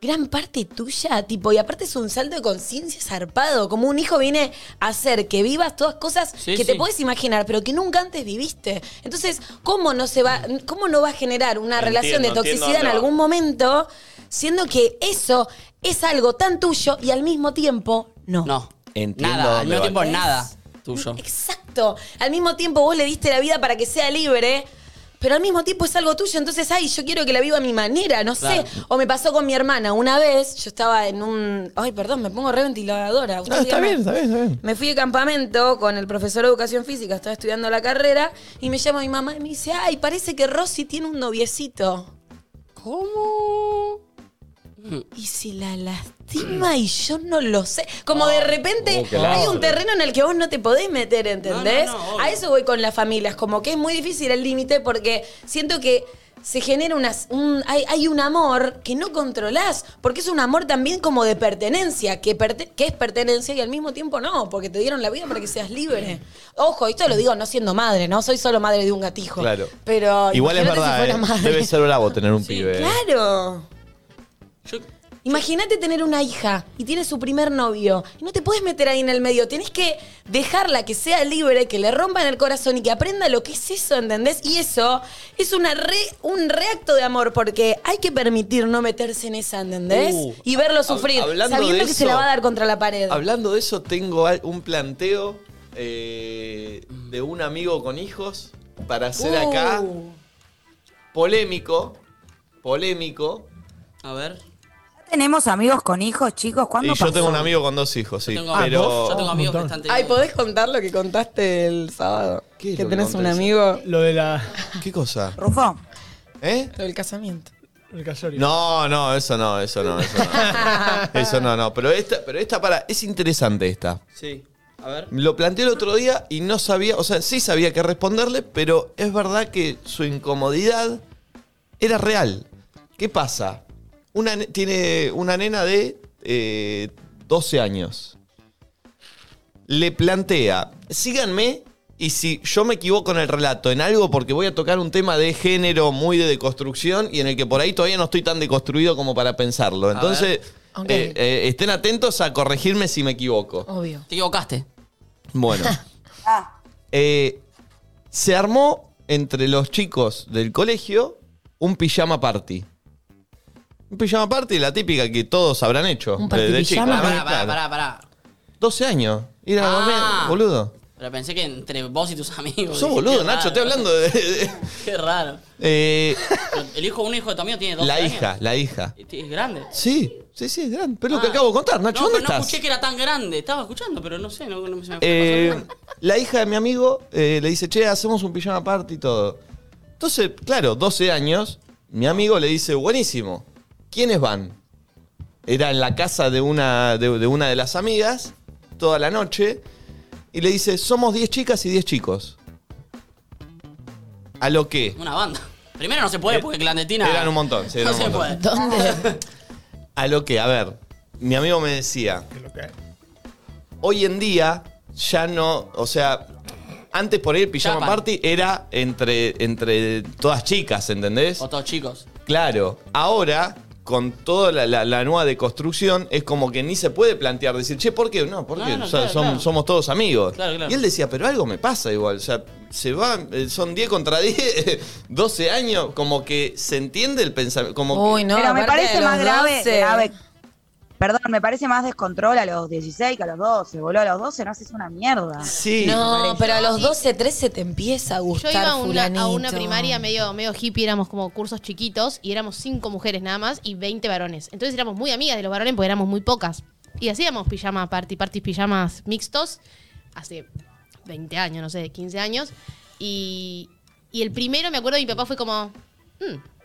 Speaker 2: gran parte tuya? Tipo, y aparte es un salto de conciencia zarpado, como un hijo viene a hacer que vivas todas cosas
Speaker 3: Sí,
Speaker 2: que te
Speaker 3: sí.
Speaker 2: puedes imaginar, pero que nunca antes viviste. Entonces, ¿cómo no se va, cómo no va a generar una
Speaker 1: Entiendo,
Speaker 2: relación de
Speaker 1: entiendo
Speaker 2: toxicidad en
Speaker 1: dónde va.
Speaker 2: algún momento, siendo que eso es algo tan tuyo y al mismo tiempo no.
Speaker 3: No.
Speaker 1: Entiendo
Speaker 3: Nada, al
Speaker 1: dónde
Speaker 3: mismo
Speaker 1: va.
Speaker 3: tiempo nada tuyo.
Speaker 2: Exacto. Al mismo tiempo vos le diste la vida para que sea libre. Pero al mismo tiempo es algo tuyo, entonces, ay, yo quiero que la viva a mi manera, no sé.
Speaker 3: Claro.
Speaker 2: O me pasó con mi hermana una vez, yo estaba en un. Ay, perdón, me pongo reventiladora.
Speaker 1: No, Ah, está bien, está bien, está bien.
Speaker 2: Me fui de campamento con el profesor de educación física, estaba estudiando la carrera, y me llama mi mamá y me dice, ay, parece que Rosy tiene un noviecito.
Speaker 3: ¿Cómo?
Speaker 2: Y si la lastima y yo no lo sé. Como de repente
Speaker 1: Oh, qué
Speaker 2: hay
Speaker 1: lastre.
Speaker 2: un terreno en el que vos no te podés meter, ¿entendés?
Speaker 3: No, no, no, obvio.
Speaker 2: A eso voy con las familias, como que es muy difícil el límite porque siento que se genera unas, un, hay, hay un amor que no controlás, porque es un amor también como de pertenencia, que, perte- que es pertenencia y al mismo tiempo no, porque te dieron la vida para que seas libre. Ojo, esto lo digo no siendo madre, ¿no? Soy solo madre de un gatijo.
Speaker 1: Claro.
Speaker 2: Pero
Speaker 1: Igual es
Speaker 2: imagínate si
Speaker 1: verdad,
Speaker 2: fuera
Speaker 1: eh.
Speaker 2: madre.
Speaker 1: debe ser bravo tener un pibe. eh.
Speaker 2: Claro.
Speaker 3: Yo,
Speaker 2: Imagínate tener una hija y tiene su primer novio. Y no te puedes meter ahí en el medio. Tienes que dejarla que sea libre, que le rompan el corazón y que aprenda lo que es eso, ¿entendés? Y eso es una re, un reacto de amor porque hay que permitir no meterse en esa, ¿entendés?
Speaker 1: Uh,
Speaker 2: y verlo
Speaker 1: hab-
Speaker 2: sufrir,
Speaker 1: hablando
Speaker 2: sabiendo
Speaker 1: de
Speaker 2: que se la
Speaker 1: eso-
Speaker 2: va a dar contra la pared.
Speaker 1: Hablando de eso, tengo al- un planteo eh, de un amigo con hijos para hacer
Speaker 2: Uh,
Speaker 1: acá.
Speaker 6: Ah.
Speaker 1: Polémico. Polémico.
Speaker 3: a ver.
Speaker 6: Tenemos amigos con hijos, chicos.
Speaker 1: Y
Speaker 6: ¿Cuándo
Speaker 1: yo
Speaker 6: pasó?
Speaker 1: tengo un amigo con dos hijos, sí.
Speaker 3: Yo tengo,
Speaker 1: pero.
Speaker 3: yo tengo amigos que
Speaker 5: Un
Speaker 3: están
Speaker 2: Ay,
Speaker 3: teniendo-
Speaker 2: ¿podés contar lo que contaste el sábado?
Speaker 1: ¿Qué es
Speaker 2: que
Speaker 1: lo que
Speaker 2: tenés un
Speaker 1: conté eso?
Speaker 2: amigo
Speaker 5: Lo de la.
Speaker 1: ¿Qué cosa?
Speaker 6: Rufo,
Speaker 1: ¿Eh?
Speaker 2: lo del casamiento.
Speaker 5: El casorio.
Speaker 1: No, no, eso no, eso no, eso no. Eso no, no. Pero esta, pero esta para, es interesante esta.
Speaker 3: Sí. A ver.
Speaker 1: Lo planteé el otro día y no sabía, o sea, sí sabía qué responderle, pero es verdad que su incomodidad era real. ¿Qué pasa? Una, ne- tiene una nena de eh, 12 años. Le plantea, síganme y si yo me equivoco en el relato, en algo, porque voy a tocar un tema de género muy de deconstrucción y en el que por ahí todavía no estoy tan deconstruido como para pensarlo. Entonces,
Speaker 2: Ok.
Speaker 1: eh, eh, estén atentos a corregirme si me equivoco.
Speaker 2: Obvio.
Speaker 3: Te equivocaste.
Speaker 1: Bueno.
Speaker 6: Ah.
Speaker 1: Eh, se armó entre los chicos del colegio un pijama party. Un pijama party, la típica que todos habrán hecho.
Speaker 2: ¿Un party pijama?
Speaker 1: chicos.
Speaker 3: Pará, pará,
Speaker 1: Ah, claro.
Speaker 3: pará, pará, pará.
Speaker 1: 12 años. Ir a dormir,
Speaker 3: Ah.
Speaker 1: boludo.
Speaker 3: Pero pensé que entre vos y tus amigos.
Speaker 1: Sos
Speaker 3: Dije,
Speaker 1: boludo,
Speaker 3: qué raro.
Speaker 1: Nacho, estoy hablando de. de-
Speaker 3: Qué raro.
Speaker 1: Eh,
Speaker 3: Pero El hijo, un hijo de tu amigo tiene dos
Speaker 1: la hija, la hija.
Speaker 3: Es grande.
Speaker 1: Sí, sí, sí, es grande. Pero lo
Speaker 3: Ah.
Speaker 1: que acabo de contar, Nacho,
Speaker 3: no,
Speaker 1: ¿dónde
Speaker 3: pero no
Speaker 1: estás?
Speaker 3: escuché que era tan grande. Estaba escuchando, pero no sé, no, no se me fue
Speaker 1: Eh,
Speaker 3: pasando.
Speaker 1: la hija de mi amigo eh, le dice, che, hacemos un pijama party y todo. Entonces, claro, 12 años, mi amigo le dice, buenísimo, ¿quiénes van? Era en la casa de una de, de una de las amigas, toda la noche, y le dice, somos 10 chicas y 10 chicos. A lo que
Speaker 3: Una banda. Primero no se
Speaker 1: eh,
Speaker 3: puede porque clandestina.
Speaker 1: eran un montón, sí,
Speaker 3: no
Speaker 1: eran un
Speaker 3: se
Speaker 1: montón.
Speaker 3: puede.
Speaker 2: ¿Dónde?
Speaker 1: A lo que, a ver, mi amigo me decía,
Speaker 5: Que lo que-
Speaker 1: hoy en día ya no, o sea, antes por ahí el pijama
Speaker 3: Chapan.
Speaker 1: party era entre, entre todas chicas, ¿entendés?
Speaker 3: O todos chicos.
Speaker 1: Claro, ahora con toda la, la- la nueva deconstrucción es como que ni se puede plantear decir, che, ¿por qué? No, porque
Speaker 3: Claro,
Speaker 1: o sea,
Speaker 3: claro,
Speaker 1: som-
Speaker 3: claro.
Speaker 1: somos todos amigos.
Speaker 3: Claro, claro.
Speaker 1: Y él decía, pero algo me pasa igual, o sea, se va, eh, son 10 contra 10, 12 años, como que se entiende el pensamiento, como
Speaker 2: Uy,
Speaker 1: que-
Speaker 2: no,
Speaker 6: pero me
Speaker 2: aparte de
Speaker 6: parece
Speaker 2: los
Speaker 6: más grave,
Speaker 2: 12.
Speaker 6: grave- Perdón, me parece más descontrol a los 16 que a los 12. Boludo, a los 12 no haces una mierda.
Speaker 1: Sí,
Speaker 2: No,
Speaker 6: parece.
Speaker 2: pero a los 12, 13 te empieza a
Speaker 4: Yo
Speaker 2: gustar
Speaker 4: iba a una, a una
Speaker 2: fulanito.
Speaker 4: primaria medio, medio hippie, éramos como cursos chiquitos y éramos cinco mujeres nada más y 20 varones. Entonces éramos muy amigas de los varones porque éramos muy pocas. Y hacíamos pijama party, parties pijamas mixtos hace 20 años, no sé, 15 años. Y, y el primero, me acuerdo, mi papá fue como,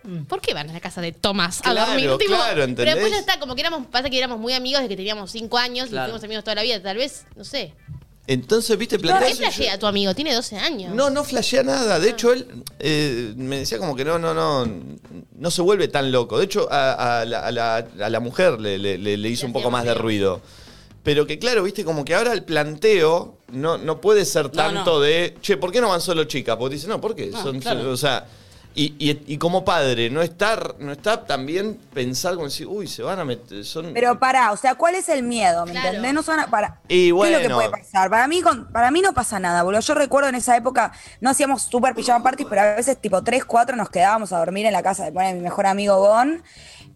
Speaker 4: "Mm, ¿por qué van a la casa de Tomás a
Speaker 1: Claro,
Speaker 4: dormir? Tipo,
Speaker 1: claro,
Speaker 4: pero
Speaker 1: ¿entendés?
Speaker 4: después ya está, como que éramos, pasa que éramos muy amigos desde que teníamos 5 años
Speaker 3: Claro.
Speaker 4: y fuimos amigos toda la vida. Tal vez, no sé,
Speaker 1: Entonces, viste,
Speaker 4: ¿Por
Speaker 1: planteás y
Speaker 4: qué
Speaker 1: yo-
Speaker 4: flashea tu amigo? Tiene 12 años. Ah.
Speaker 1: No, no flashea nada. De hecho, él eh, me decía como que no, no, no, no se vuelve tan loco. De hecho, a, a la, a la- a la mujer le, le- le- le hizo un poco más de ruido. Pero que claro, viste, como que ahora el planteo no, no Ah, puede ser tanto
Speaker 3: no.
Speaker 1: de, che, ¿por qué no van solo chicas? Porque dice, no, ¿por qué?
Speaker 3: No,
Speaker 1: Son-
Speaker 3: claro.
Speaker 1: O sea, y, y- y como padre, no estar, no está también pensar como decir, uy, se van a meter, son...
Speaker 6: Pero pará, o sea, ¿cuál es el miedo? ¿Me
Speaker 4: Claro.
Speaker 6: entendés? No suena, para,
Speaker 1: Y
Speaker 6: ¿Qué es lo que
Speaker 1: bueno.
Speaker 6: puede pasar? Para mí, con- para mí no pasa nada, boludo. Yo recuerdo en esa época, no hacíamos super pijama parties, pero a veces tipo 3, 4 nos quedábamos a dormir en la casa de, bueno, de mi mejor amigo Gon.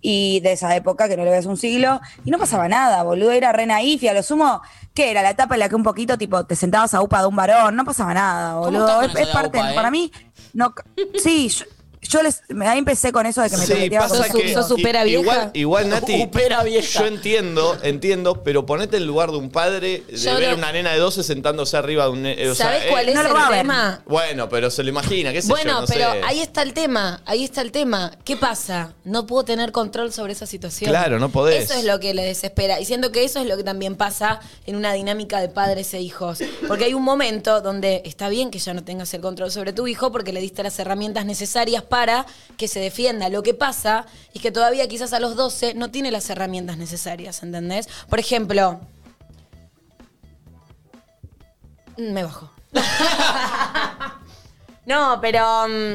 Speaker 6: Y de esa época, que no le ves un siglo, y no pasaba nada, boludo. Era re naif y a lo sumo, ¿qué era? La etapa en la que un poquito, tipo, te sentabas a upa de un varón, no pasaba nada,
Speaker 3: estás
Speaker 6: boludo.
Speaker 3: con
Speaker 6: Es,
Speaker 3: eso
Speaker 6: es
Speaker 3: de
Speaker 6: parte,
Speaker 3: upa, eh?
Speaker 6: para mí, no. Sí, yo, yo les, me- ahí empecé con eso de que me
Speaker 1: Sí,
Speaker 6: toqueteaba con
Speaker 1: pasa
Speaker 6: los
Speaker 1: que
Speaker 2: sos
Speaker 6: amigos.
Speaker 2: supera vieja.
Speaker 1: Igual, igual Nati,
Speaker 3: Supera vieja.
Speaker 1: yo entiendo, entiendo, pero ponete en el lugar de un padre de
Speaker 2: Yo
Speaker 1: ver
Speaker 2: lo-
Speaker 1: a una nena de 12 sentándose arriba de un... ne- eh, o sea,
Speaker 2: ¿Sabes
Speaker 1: eh,
Speaker 2: cuál es
Speaker 6: no lo
Speaker 2: el
Speaker 6: va a ver.
Speaker 2: tema?
Speaker 1: Bueno, pero se lo imagina, qué sé
Speaker 2: Bueno,
Speaker 1: yo, no
Speaker 2: pero
Speaker 1: sé.
Speaker 2: ahí está el tema, ahí está el tema. ¿Qué pasa? No puedo tener control sobre esa situación.
Speaker 1: Claro, no podés.
Speaker 2: Eso es lo que le desespera. Y siento que eso es lo que también pasa en una dinámica de padres e hijos. Porque hay un momento donde está bien que ya no tengas el control sobre tu hijo porque le diste las herramientas necesarias para que se defienda. Lo que pasa es que todavía quizás a los 12 no tiene las herramientas necesarias, ¿entendés? Por ejemplo, Mm, Me bajo. no, pero. mm,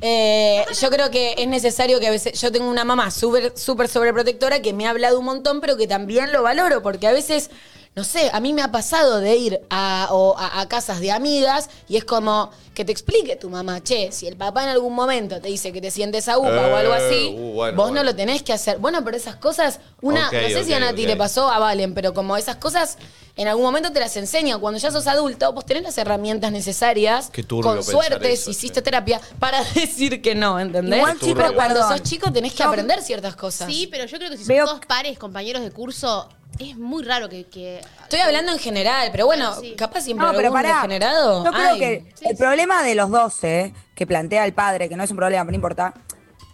Speaker 2: eh, yo creo que es necesario que a veces. Yo tengo una mamá súper super sobreprotectora que me ha hablado un montón, pero que también lo valoro, porque a veces. No sé, a mí me ha pasado de ir a, o a- a casas de amigas y es como que te explique tu mamá, che, si el papá en algún momento te dice que te sientes a upa o algo
Speaker 1: Eh,
Speaker 2: así,
Speaker 1: uh, bueno,
Speaker 2: vos no
Speaker 1: bueno.
Speaker 2: lo tenés que hacer. Bueno, pero esas cosas, una,
Speaker 1: Ok,
Speaker 2: no sé si a
Speaker 1: ok,
Speaker 2: Nati
Speaker 1: ok.
Speaker 2: le pasó pasó a Valen, pero como esas cosas en algún momento te las enseña. Cuando ya sos adulto, pues tenés las herramientas necesarias.
Speaker 1: Qué turbio
Speaker 2: con
Speaker 1: pensar
Speaker 2: suerte,
Speaker 1: eso,
Speaker 2: si
Speaker 1: che.
Speaker 2: hiciste terapia, para decir que no, ¿entendés?
Speaker 6: Igual, Qué
Speaker 1: turbio.
Speaker 2: pero cuando
Speaker 6: perdón.
Speaker 2: sos chico tenés que
Speaker 6: Yo-
Speaker 2: aprender ciertas cosas.
Speaker 4: Sí, pero yo creo que si son
Speaker 6: Veo-
Speaker 4: dos pares compañeros de curso, es muy raro que. que-
Speaker 2: Estoy hablando en general, pero bueno,
Speaker 4: Claro, sí.
Speaker 2: capaz siempre
Speaker 6: No, pero
Speaker 2: algún
Speaker 6: pará.
Speaker 2: degenerado.
Speaker 6: Yo creo
Speaker 2: hay.
Speaker 6: que el problema de los 12 que plantea el padre, que no es un problema, pero no importa,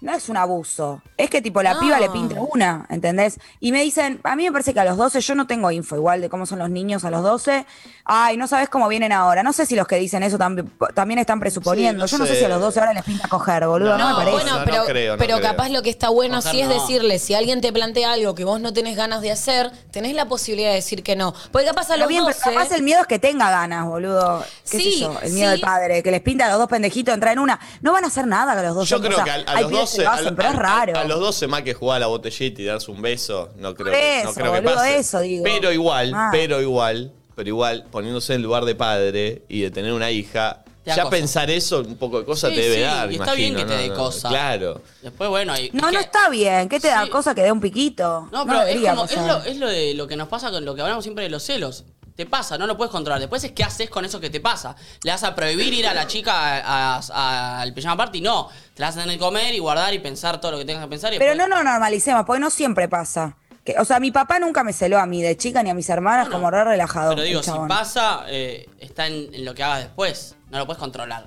Speaker 6: no es un abuso. Es que tipo la
Speaker 2: No.
Speaker 6: piba le pinta una, ¿entendés? Y me dicen, a mí me parece que a los 12 yo no tengo info igual de cómo son los niños a los 12. Ay, no sabes cómo vienen ahora. No sé si los que dicen eso también, también están presuponiendo.
Speaker 1: Sí,
Speaker 6: yo no sé si a los 12 ahora les pinta coger, boludo. No,
Speaker 2: No,
Speaker 6: me parece.
Speaker 2: bueno,
Speaker 1: No, no
Speaker 2: pero,
Speaker 1: creo, no
Speaker 2: pero
Speaker 1: creo.
Speaker 2: capaz lo que está bueno
Speaker 3: Ojalá
Speaker 2: sí es
Speaker 3: no.
Speaker 2: decirle, si alguien te plantea algo que vos no tenés ganas de hacer, tenés la posibilidad de decir que no. Porque capaz a
Speaker 6: Está
Speaker 2: los
Speaker 6: bien, pero
Speaker 2: 12,
Speaker 6: capaz el miedo es que tenga ganas, boludo. ¿Qué
Speaker 2: Sí,
Speaker 6: sé yo? El miedo
Speaker 2: sí.
Speaker 6: del padre, que les pinta a los dos pendejitos entrar en una. No van a hacer nada a los dos.
Speaker 1: Yo creo que a, a los 12, a,
Speaker 6: pero es
Speaker 1: a-
Speaker 6: raro.
Speaker 1: a los 12 más que jugar a la botellita y darse un beso, no creo,
Speaker 6: Por
Speaker 1: que- no
Speaker 6: eso,
Speaker 1: creo que
Speaker 6: boludo,
Speaker 1: pase.
Speaker 6: eso digo.
Speaker 1: Pero igual,
Speaker 6: Ah.
Speaker 1: pero igual, pero igual, poniéndose en el lugar de padre y de tener una hija,
Speaker 3: Te da
Speaker 1: ya
Speaker 3: cosa.
Speaker 1: pensar eso un poco de cosa
Speaker 3: Sí,
Speaker 1: te debe
Speaker 3: sí,
Speaker 1: dar,
Speaker 3: y está bien
Speaker 1: imagino,
Speaker 3: que te dé
Speaker 1: ¿no?
Speaker 3: cosa.
Speaker 1: Claro.
Speaker 3: Después, bueno, hay.
Speaker 6: No,
Speaker 3: es
Speaker 6: no
Speaker 3: que-
Speaker 6: está bien. ¿Qué te da
Speaker 3: Sí.
Speaker 6: cosa que dé un piquito?
Speaker 3: No, pero es,
Speaker 6: debería
Speaker 3: como, es,
Speaker 6: pasar.
Speaker 3: lo, es lo de lo que nos pasa con lo que hablamos siempre de los celos. Te pasa, no lo puedes controlar. Después es qué haces con eso que te pasa. ¿Le vas a prohibir ir a la chica a- a- a- al pijama party? No. Te la vas a tener que comer y guardar y pensar todo lo que tengas que pensar. Y
Speaker 6: Pero no
Speaker 3: después-
Speaker 6: lo normalicemos, porque no siempre pasa. Que, o sea, mi papá nunca me celó a mí de chica ni a mis hermanas, como re relajado.
Speaker 3: Pero digo,
Speaker 6: el
Speaker 3: si
Speaker 6: chabón.
Speaker 3: pasa, eh, está en, en lo que hagas después. No lo puedes controlar.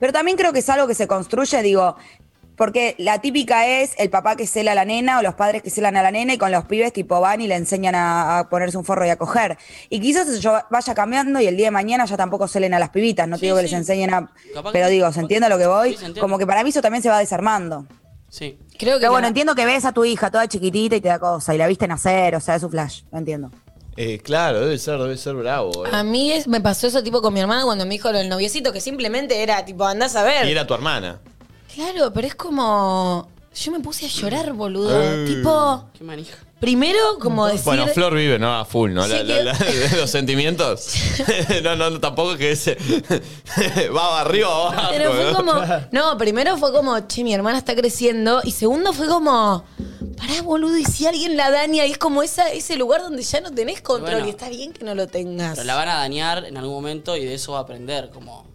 Speaker 6: Pero también creo que es algo que se construye, digo, porque la típica es el papá que cela a la nena o los padres que celan a la nena y con los pibes tipo van y le enseñan a, a ponerse un forro y a coger. Y quizás eso yo vaya cambiando y el día de mañana ya tampoco celen a las pibitas, no
Speaker 3: Sí,
Speaker 6: te digo que
Speaker 3: sí.
Speaker 6: les enseñen a...
Speaker 3: Capaz
Speaker 6: pero
Speaker 3: que-
Speaker 6: digo, ¿se entiende a lo que voy?
Speaker 3: Sí, se entiende.
Speaker 6: Como que para mí eso también se va desarmando.
Speaker 3: Sí.
Speaker 2: creo que
Speaker 6: Pero bueno,
Speaker 2: la-
Speaker 6: entiendo que ves a tu hija toda chiquitita y te da cosa y la viste nacer, o sea, es un flash, lo entiendo.
Speaker 1: Eh, claro, debe ser, debe ser bravo. eh.
Speaker 2: A mí es- me pasó eso tipo con mi hermana cuando me dijo lo del noviecito, que simplemente era tipo, andás a ver.
Speaker 1: Y era tu hermana.
Speaker 2: Claro, pero es como. Yo me puse a llorar, boludo.
Speaker 1: Eh.
Speaker 2: Tipo,
Speaker 3: Qué manija.
Speaker 2: primero como decir.
Speaker 1: Bueno, Flor vive, ¿no? A full, ¿no? La-
Speaker 2: Sí,
Speaker 1: la- la- los sentimientos. no, no, no, tampoco es que ese. va arriba o abajo.
Speaker 2: Pero fue
Speaker 1: ¿no?
Speaker 2: como. No, primero fue como, che, mi hermana está creciendo. Y segundo fue como. Pará, boludo, y si alguien la daña, y es como esa, ese lugar donde ya no tenés control.
Speaker 3: Bueno.
Speaker 2: y está bien que no lo tengas.
Speaker 3: Pero la van a dañar en algún momento y de eso va a aprender, como.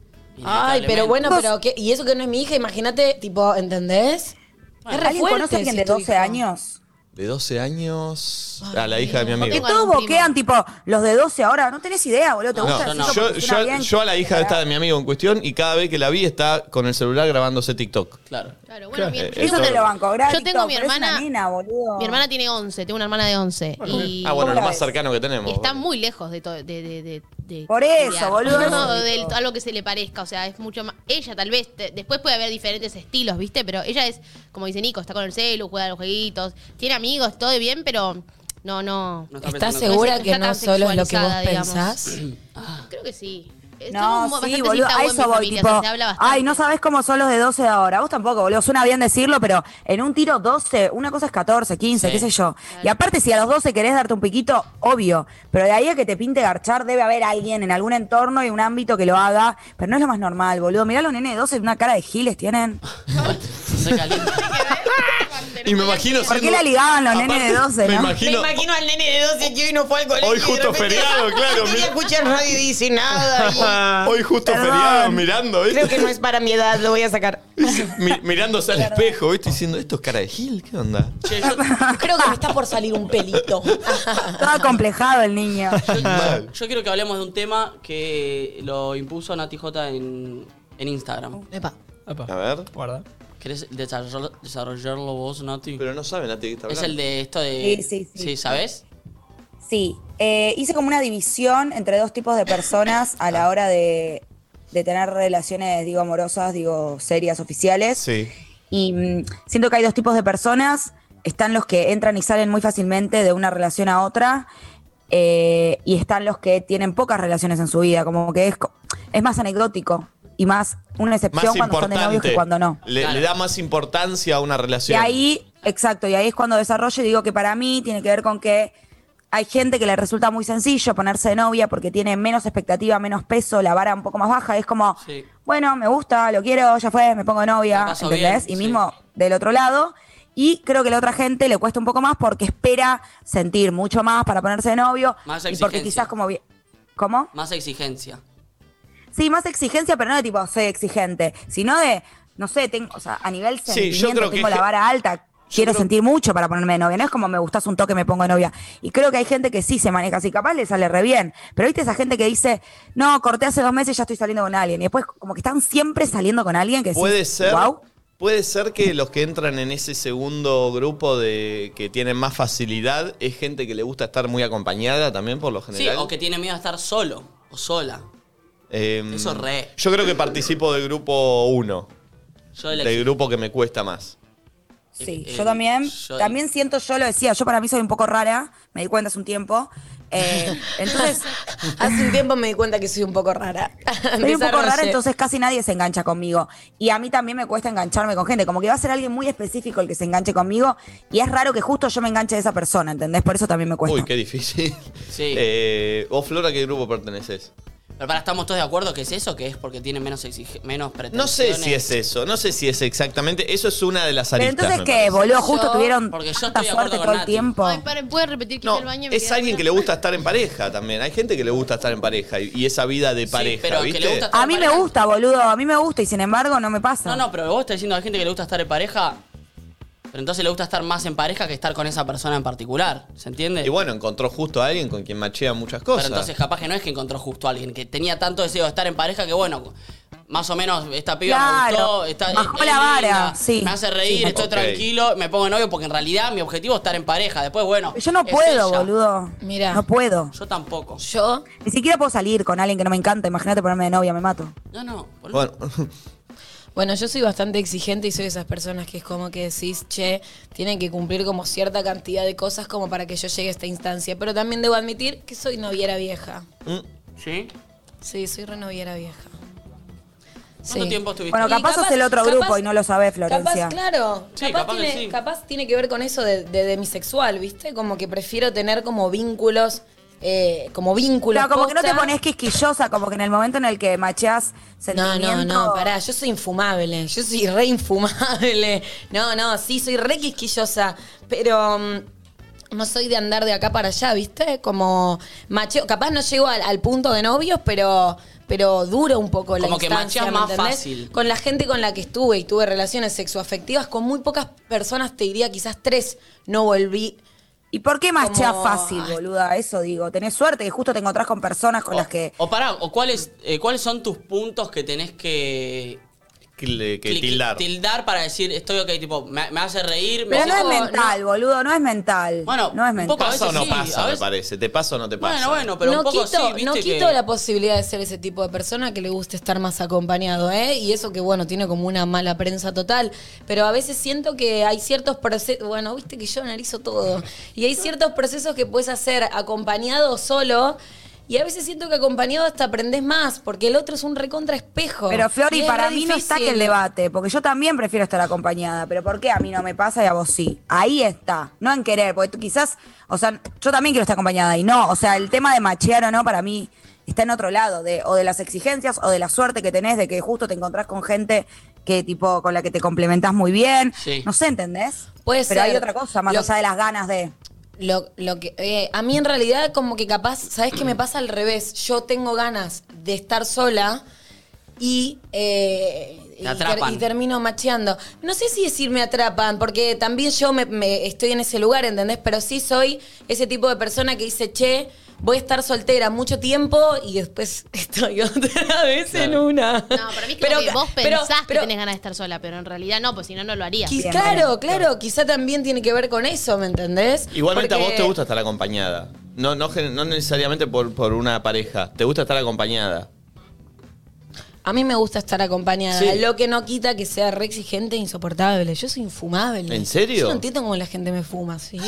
Speaker 2: Ay, pero
Speaker 3: inevitablemente.
Speaker 2: bueno,
Speaker 6: Vos-
Speaker 2: pero ¿qué? y eso que no es mi hija, imagínate, tipo, ¿entendés? Es re
Speaker 6: ¿Alguien
Speaker 2: fuerte
Speaker 6: conoce a alguien
Speaker 2: si
Speaker 6: de
Speaker 2: es tu
Speaker 6: 12
Speaker 2: hija.
Speaker 6: años?
Speaker 1: De 12 años. a la
Speaker 4: Ay,
Speaker 1: hija de mi
Speaker 4: no.
Speaker 1: amigo.
Speaker 6: Que
Speaker 4: Tengo
Speaker 6: todos
Speaker 4: algún primo.
Speaker 6: boquean, tipo, los de 12 ahora. No tenés idea, boludo. ¿Te
Speaker 3: No,
Speaker 6: gusta
Speaker 3: yo
Speaker 6: el
Speaker 3: no.
Speaker 6: chico
Speaker 1: Yo,
Speaker 6: porque suena
Speaker 1: yo-
Speaker 6: bien?
Speaker 1: yo a la hija de esta de mi amigo en cuestión y cada vez que la vi está con el celular grabándose TikTok.
Speaker 3: Claro.
Speaker 4: Claro, bueno, mi,
Speaker 1: Claro, Eh,
Speaker 4: yo
Speaker 6: Eso
Speaker 1: Esto-
Speaker 6: te lo banco, gratis,
Speaker 4: Yo tengo mi
Speaker 6: pero es una
Speaker 4: hermana-
Speaker 6: nena, boludo.
Speaker 4: mi hermana tiene 11, tengo una hermana de 11. y,
Speaker 1: Ah, bueno,
Speaker 6: ¿Cómo
Speaker 1: lo
Speaker 6: la
Speaker 1: más
Speaker 6: ves?
Speaker 1: cercano que tenemos.
Speaker 4: y está muy lejos de todo. De, de- de- de-
Speaker 6: Por
Speaker 4: de-
Speaker 6: eso, boludo,
Speaker 4: No,
Speaker 6: no.
Speaker 4: de algo que se le parezca. O sea, es mucho más. Ella tal vez. te- después puede haber diferentes estilos, ¿viste? Pero ella es, como dice Nico, está con el celu, juega a los jueguitos, tiene amigos, todo bien, pero no, no.
Speaker 3: No está
Speaker 2: ¿Estás
Speaker 3: pensando-
Speaker 2: segura
Speaker 4: Está
Speaker 2: que no
Speaker 4: tan
Speaker 2: solo es lo que vos
Speaker 4: sexualizada, digamos.
Speaker 2: pensás?
Speaker 4: Creo que sí. Eh,
Speaker 6: No,
Speaker 4: somos mu-
Speaker 6: sí,
Speaker 4: bastante
Speaker 6: boludo,
Speaker 4: sin
Speaker 6: a
Speaker 4: tabú en
Speaker 6: eso
Speaker 4: mi
Speaker 6: voy,
Speaker 4: familia,
Speaker 6: tipo,
Speaker 4: se habla bastante.
Speaker 6: ay, no sabés cómo son los de 12 de ahora, vos tampoco, boludo, suena bien decirlo, pero en un tiro 12, una cosa es 14, 15,
Speaker 3: Sí.
Speaker 6: qué sé yo. Y aparte, si a los 12 querés darte un piquito, obvio, pero de ahí a que te pinte garchar, debe haber alguien en algún entorno y un ámbito que lo haga, pero no es lo más normal, boludo. Mirá los nenes de 12, una cara de giles tienen.
Speaker 3: Se calienta.
Speaker 1: y me imagino
Speaker 6: ¿Por qué
Speaker 1: siendo-
Speaker 6: la ligaban los nenes de
Speaker 1: Aparte,
Speaker 6: 12,
Speaker 1: me
Speaker 6: no?
Speaker 1: imagino,
Speaker 8: Me imagino al nene de 12 que hoy no fue al colegio.
Speaker 1: Hoy
Speaker 8: y de
Speaker 1: justo
Speaker 8: repente
Speaker 1: feriado, claro,
Speaker 8: No quería
Speaker 1: mira.
Speaker 8: escuchar radio y dice nada.
Speaker 1: hoy justo
Speaker 6: Perdón.
Speaker 1: feriado mirando,
Speaker 8: y creo
Speaker 1: ¿viste?
Speaker 8: que no es para mi edad, lo voy a sacar.
Speaker 1: Mi- mirándose al espejo, ¿viste? Diciendo, esto es cara de Gil, ¿qué onda?
Speaker 3: Che, yo,
Speaker 2: Creo que me está por salir un pelito.
Speaker 6: Todo acomplejado el niño.
Speaker 1: Mal.
Speaker 3: yo quiero que hablemos de un tema que lo impuso Nati J en, en
Speaker 6: Uh,
Speaker 3: Instagram.
Speaker 4: Epa.
Speaker 1: A ver.
Speaker 5: Guarda.
Speaker 3: ¿Querés desarrollar- desarrollarlo vos, Nati?
Speaker 1: Pero no saben a ti que está
Speaker 3: Es
Speaker 1: hablando.
Speaker 3: el de esto de.
Speaker 6: Sí, sí, sí.
Speaker 3: ¿sabes?
Speaker 6: Sí, eh, hice como una división entre dos tipos de personas a la hora de, de tener relaciones, digo, amorosas, digo, serias, oficiales.
Speaker 1: Sí.
Speaker 6: Y mm, siento que hay dos tipos de personas. Están los que entran y salen muy fácilmente de una relación a otra. eh, y están los que tienen pocas relaciones en su vida. Como que es, co- es más anecdótico y más una
Speaker 1: Más
Speaker 6: excepción cuando están de novios
Speaker 1: importante.
Speaker 6: que cuando no.
Speaker 1: Le,
Speaker 3: Claro.
Speaker 1: le da más importancia a una
Speaker 6: Y
Speaker 1: relación.
Speaker 6: ahí, exacto, y ahí es cuando desarrollo y digo que para mí tiene que ver con que hay gente que le resulta muy sencillo ponerse de novia porque tiene menos expectativa, menos peso, la vara un poco más baja. Es como,
Speaker 3: Sí.
Speaker 6: bueno, me gusta, lo quiero, ya fue, me pongo de
Speaker 3: La
Speaker 6: novia,
Speaker 3: paso
Speaker 6: ¿entendés?
Speaker 3: bien,
Speaker 6: y
Speaker 3: sí.
Speaker 6: mismo del otro lado. Y creo que a la otra gente le cuesta un poco más porque espera sentir mucho más para ponerse de novio.
Speaker 3: Más
Speaker 6: y porque
Speaker 3: exigencia.
Speaker 6: quizás como... vi- ¿Cómo?
Speaker 3: Más exigencia.
Speaker 6: Sí, más exigencia, pero no de tipo, soy exigente, sino de, no sé, tengo, o sea, a nivel
Speaker 1: Sí, yo
Speaker 6: sentimiento
Speaker 1: creo que
Speaker 6: tengo
Speaker 1: es
Speaker 6: la
Speaker 1: que-
Speaker 6: vara alta. Quiero
Speaker 1: creo-
Speaker 6: sentir mucho para ponerme de novia. No es como me gustas un toque, me pongo de novia. Y creo que hay gente que sí se maneja así, capaz le sale re bien. Pero viste esa gente que dice, no, corté hace dos meses y ya estoy saliendo con alguien. Y después, como que están siempre saliendo con alguien que
Speaker 1: Puede
Speaker 6: decís,
Speaker 1: ser.
Speaker 6: "Guau".
Speaker 1: Puede ser que los que entran en ese segundo grupo de que tienen más facilidad es gente que le gusta estar muy acompañada también por lo
Speaker 3: Sí,
Speaker 1: general.
Speaker 3: o que tiene miedo a estar solo o sola.
Speaker 1: Eh,
Speaker 3: Eso re.
Speaker 1: Yo creo que participo del grupo 1,
Speaker 3: Yo de la
Speaker 1: del grupo que me cuesta más.
Speaker 6: Sí,
Speaker 3: Eh,
Speaker 6: yo también.
Speaker 3: yo-
Speaker 6: También siento, yo lo decía, yo para mí soy un poco rara, me di cuenta hace un tiempo. Eh, entonces,
Speaker 2: Hace un tiempo me di cuenta que soy un poco rara.
Speaker 6: Soy un poco rara,
Speaker 2: Desarrolle.
Speaker 6: entonces casi nadie se engancha conmigo. Y a mí también me cuesta engancharme con gente. Como que va a ser alguien muy específico el que se enganche conmigo. Y es raro que justo yo me enganche de esa persona, ¿entendés? Por eso también me cuesta.
Speaker 1: Uy, qué difícil.
Speaker 3: Sí.
Speaker 1: Eh, ¿Vos, Flora, qué grupo perteneces?
Speaker 3: Pero para, ¿estamos todos de acuerdo que es eso? Que es porque tiene menos, exige- menos
Speaker 1: No
Speaker 3: pretensiones.
Speaker 1: sé si es eso, no sé si es exactamente. Eso es una de las
Speaker 6: Pero
Speaker 1: aristas.
Speaker 6: entonces,
Speaker 1: me parece.
Speaker 6: ¿qué, boludo? Justo
Speaker 4: Yo-
Speaker 6: tuvieron
Speaker 3: porque yo
Speaker 6: tanta
Speaker 3: estoy de acuerdo
Speaker 6: suerte
Speaker 3: con
Speaker 6: todo el
Speaker 3: Nati.
Speaker 6: tiempo.
Speaker 4: Ay, paren, ¿puedes repetir que
Speaker 1: No,
Speaker 4: hice el baño? y me
Speaker 1: es
Speaker 4: quedé
Speaker 1: alguien que
Speaker 4: afuera?
Speaker 1: le gusta estar en pareja también. Hay gente que le gusta estar en pareja y, y esa vida de
Speaker 3: Sí,
Speaker 1: pareja,
Speaker 3: pero que
Speaker 1: ¿viste?
Speaker 3: le gusta-
Speaker 6: A mí me gusta, boludo. A mí me gusta y sin embargo no me pasa.
Speaker 3: No, no, pero vos estás diciendo a la gente que le gusta estar en pareja. Pero entonces le gusta estar más en pareja que estar con esa persona en particular. ¿Se entiende?
Speaker 1: Y bueno, encontró justo a alguien con quien machea muchas
Speaker 3: pero
Speaker 1: cosas.
Speaker 3: entonces capaz que no es que encontró justo a alguien, que tenía tanto deseo de estar en pareja que bueno, más o menos esta piba me
Speaker 6: Claro,
Speaker 3: gustó, está,
Speaker 6: bajó
Speaker 3: es- es
Speaker 6: la vara,
Speaker 3: linda,
Speaker 6: sí.
Speaker 3: me hace reír,
Speaker 6: Sí, me-
Speaker 3: estoy
Speaker 1: Ok.
Speaker 3: tranquilo, me pongo de novio porque en realidad mi objetivo es estar en pareja. Después, bueno.
Speaker 6: Yo no
Speaker 3: es
Speaker 6: puedo,
Speaker 3: ella.
Speaker 6: boludo.
Speaker 2: Mirá.
Speaker 6: No puedo.
Speaker 3: Yo tampoco.
Speaker 2: Yo,
Speaker 6: Ni siquiera puedo salir con alguien que no me encanta. Imagínate ponerme de novia, me mato.
Speaker 3: No, no, boludo.
Speaker 1: Bueno,
Speaker 2: bueno, yo soy bastante exigente y soy de esas personas que es como que decís, che, tienen que cumplir como cierta cantidad de cosas como para que yo llegue a esta instancia. Pero también debo admitir que soy noviera vieja.
Speaker 3: ¿Sí?
Speaker 2: Sí, soy renoviera vieja.
Speaker 3: ¿Cuánto
Speaker 2: Sí.
Speaker 3: tiempo estuviste?
Speaker 6: Bueno,
Speaker 2: Y
Speaker 6: capaz, sos el otro
Speaker 2: capaz-
Speaker 6: grupo y no lo sabés, Florencia.
Speaker 2: Capaz, claro.
Speaker 3: Sí,
Speaker 2: capaz,
Speaker 3: capaz que
Speaker 2: tiene,
Speaker 3: sí.
Speaker 2: capaz tiene que ver con eso de, de demisexual, ¿viste? Como que prefiero tener como vínculos, eh, como vínculos.
Speaker 6: Claro, como que no te
Speaker 2: posta.
Speaker 6: pones quisquillosa, como que en el momento en el que macheás
Speaker 2: No,
Speaker 6: sentimiento...
Speaker 2: no, no, pará, yo soy infumable, yo soy re infumable. No, no, sí, soy re quisquillosa, pero mm, no soy de andar de acá para allá, ¿viste? Como macheo. Capaz no llego al, al punto de novios, pero, pero duro un poco la
Speaker 3: Como que
Speaker 2: instancia,
Speaker 3: macheas
Speaker 2: ¿me
Speaker 3: más
Speaker 2: entendés?
Speaker 3: fácil.
Speaker 2: Con la gente con la que estuve y tuve relaciones sexoafectivas, con muy pocas personas, te diría quizás tres, no volví.
Speaker 6: ¿Y por qué machea
Speaker 2: Como-
Speaker 6: fácil, boluda? Eso digo. Tenés suerte que justo te encontrás con personas
Speaker 2: Oh,
Speaker 6: con
Speaker 3: O,
Speaker 6: las que.
Speaker 3: o pará, o cuáles, eh, cuáles son tus puntos que tenés que,
Speaker 1: Que, que
Speaker 3: cli-
Speaker 1: tildar.
Speaker 3: tildar para decir estoy ok, tipo, me, me hace reír, me
Speaker 6: Pero no
Speaker 3: hace-
Speaker 6: es mental, boludo, no es mental.
Speaker 3: Bueno,
Speaker 6: no es
Speaker 3: un
Speaker 6: mental.
Speaker 3: poco-
Speaker 1: Pasa o
Speaker 3: veces
Speaker 1: no
Speaker 3: sí,
Speaker 1: pasa,
Speaker 3: a
Speaker 1: me
Speaker 3: veces-
Speaker 1: parece. Te pasa o no te pasa.
Speaker 3: Bueno, bueno, pero
Speaker 2: no
Speaker 3: un poco
Speaker 2: quito,
Speaker 3: sí, viste
Speaker 2: no
Speaker 3: que-
Speaker 2: quito la posibilidad de ser ese tipo de persona que le guste estar más acompañado, ¿eh? Y eso que, bueno, tiene como una mala prensa total. Pero a veces siento que hay ciertos procesos. Bueno, viste que yo analizo todo. Y hay ciertos procesos que puedes hacer acompañado o solo. Y a veces siento que acompañado hasta aprendes más, porque el otro es un recontra espejo.
Speaker 6: Pero
Speaker 2: Y
Speaker 6: Flori,
Speaker 2: es
Speaker 6: para
Speaker 2: re
Speaker 6: mí no está
Speaker 2: difícil.
Speaker 6: que el debate, porque yo también prefiero estar acompañada, pero ¿por qué a mí no me pasa y a vos sí? Ahí está, no en querer, porque tú quizás, o sea, yo también quiero estar acompañada y no, o sea, el tema de machear o no para mí está en otro lado, de, o de las exigencias o de la suerte que tenés de que justo te encontrás con gente que tipo con la que te complementás muy bien,
Speaker 3: Sí.
Speaker 6: no sé, ¿entendés?
Speaker 2: Puede
Speaker 6: pero hay
Speaker 2: ser.
Speaker 6: otra cosa, más
Speaker 2: Lo-
Speaker 6: allá de las ganas de...
Speaker 2: Lo, lo que eh, a mí en realidad como que capaz, ¿sabes
Speaker 6: Mm.
Speaker 2: qué me pasa al revés? Yo tengo ganas de estar sola y, eh, y,
Speaker 3: atrapan.
Speaker 2: ter- y termino macheando. No sé si decir me atrapan, porque también yo me, me- estoy en ese lugar, ¿entendés? Pero sí soy ese tipo de persona que dice, che, voy a estar soltera mucho tiempo y después estoy otra vez en una. No,
Speaker 4: No, para mí es como que vos pensás que tenés ganas de estar sola, pero en realidad no, pues si no, no lo harías.
Speaker 2: Quiz-
Speaker 6: Bien,
Speaker 2: claro,
Speaker 6: bien.
Speaker 2: claro, quizá también tiene que ver con eso, ¿me entendés?
Speaker 1: Igualmente a vos
Speaker 2: Porque-
Speaker 1: te gusta estar acompañada. No, no, gen- no necesariamente por, por una pareja. Te gusta estar acompañada.
Speaker 2: A mí me gusta estar acompañada,
Speaker 1: Sí.
Speaker 2: lo que no quita que sea re exigente e insoportable. Yo soy infumable.
Speaker 1: ¿En serio?
Speaker 2: Yo no entiendo cómo la gente me fuma, sí.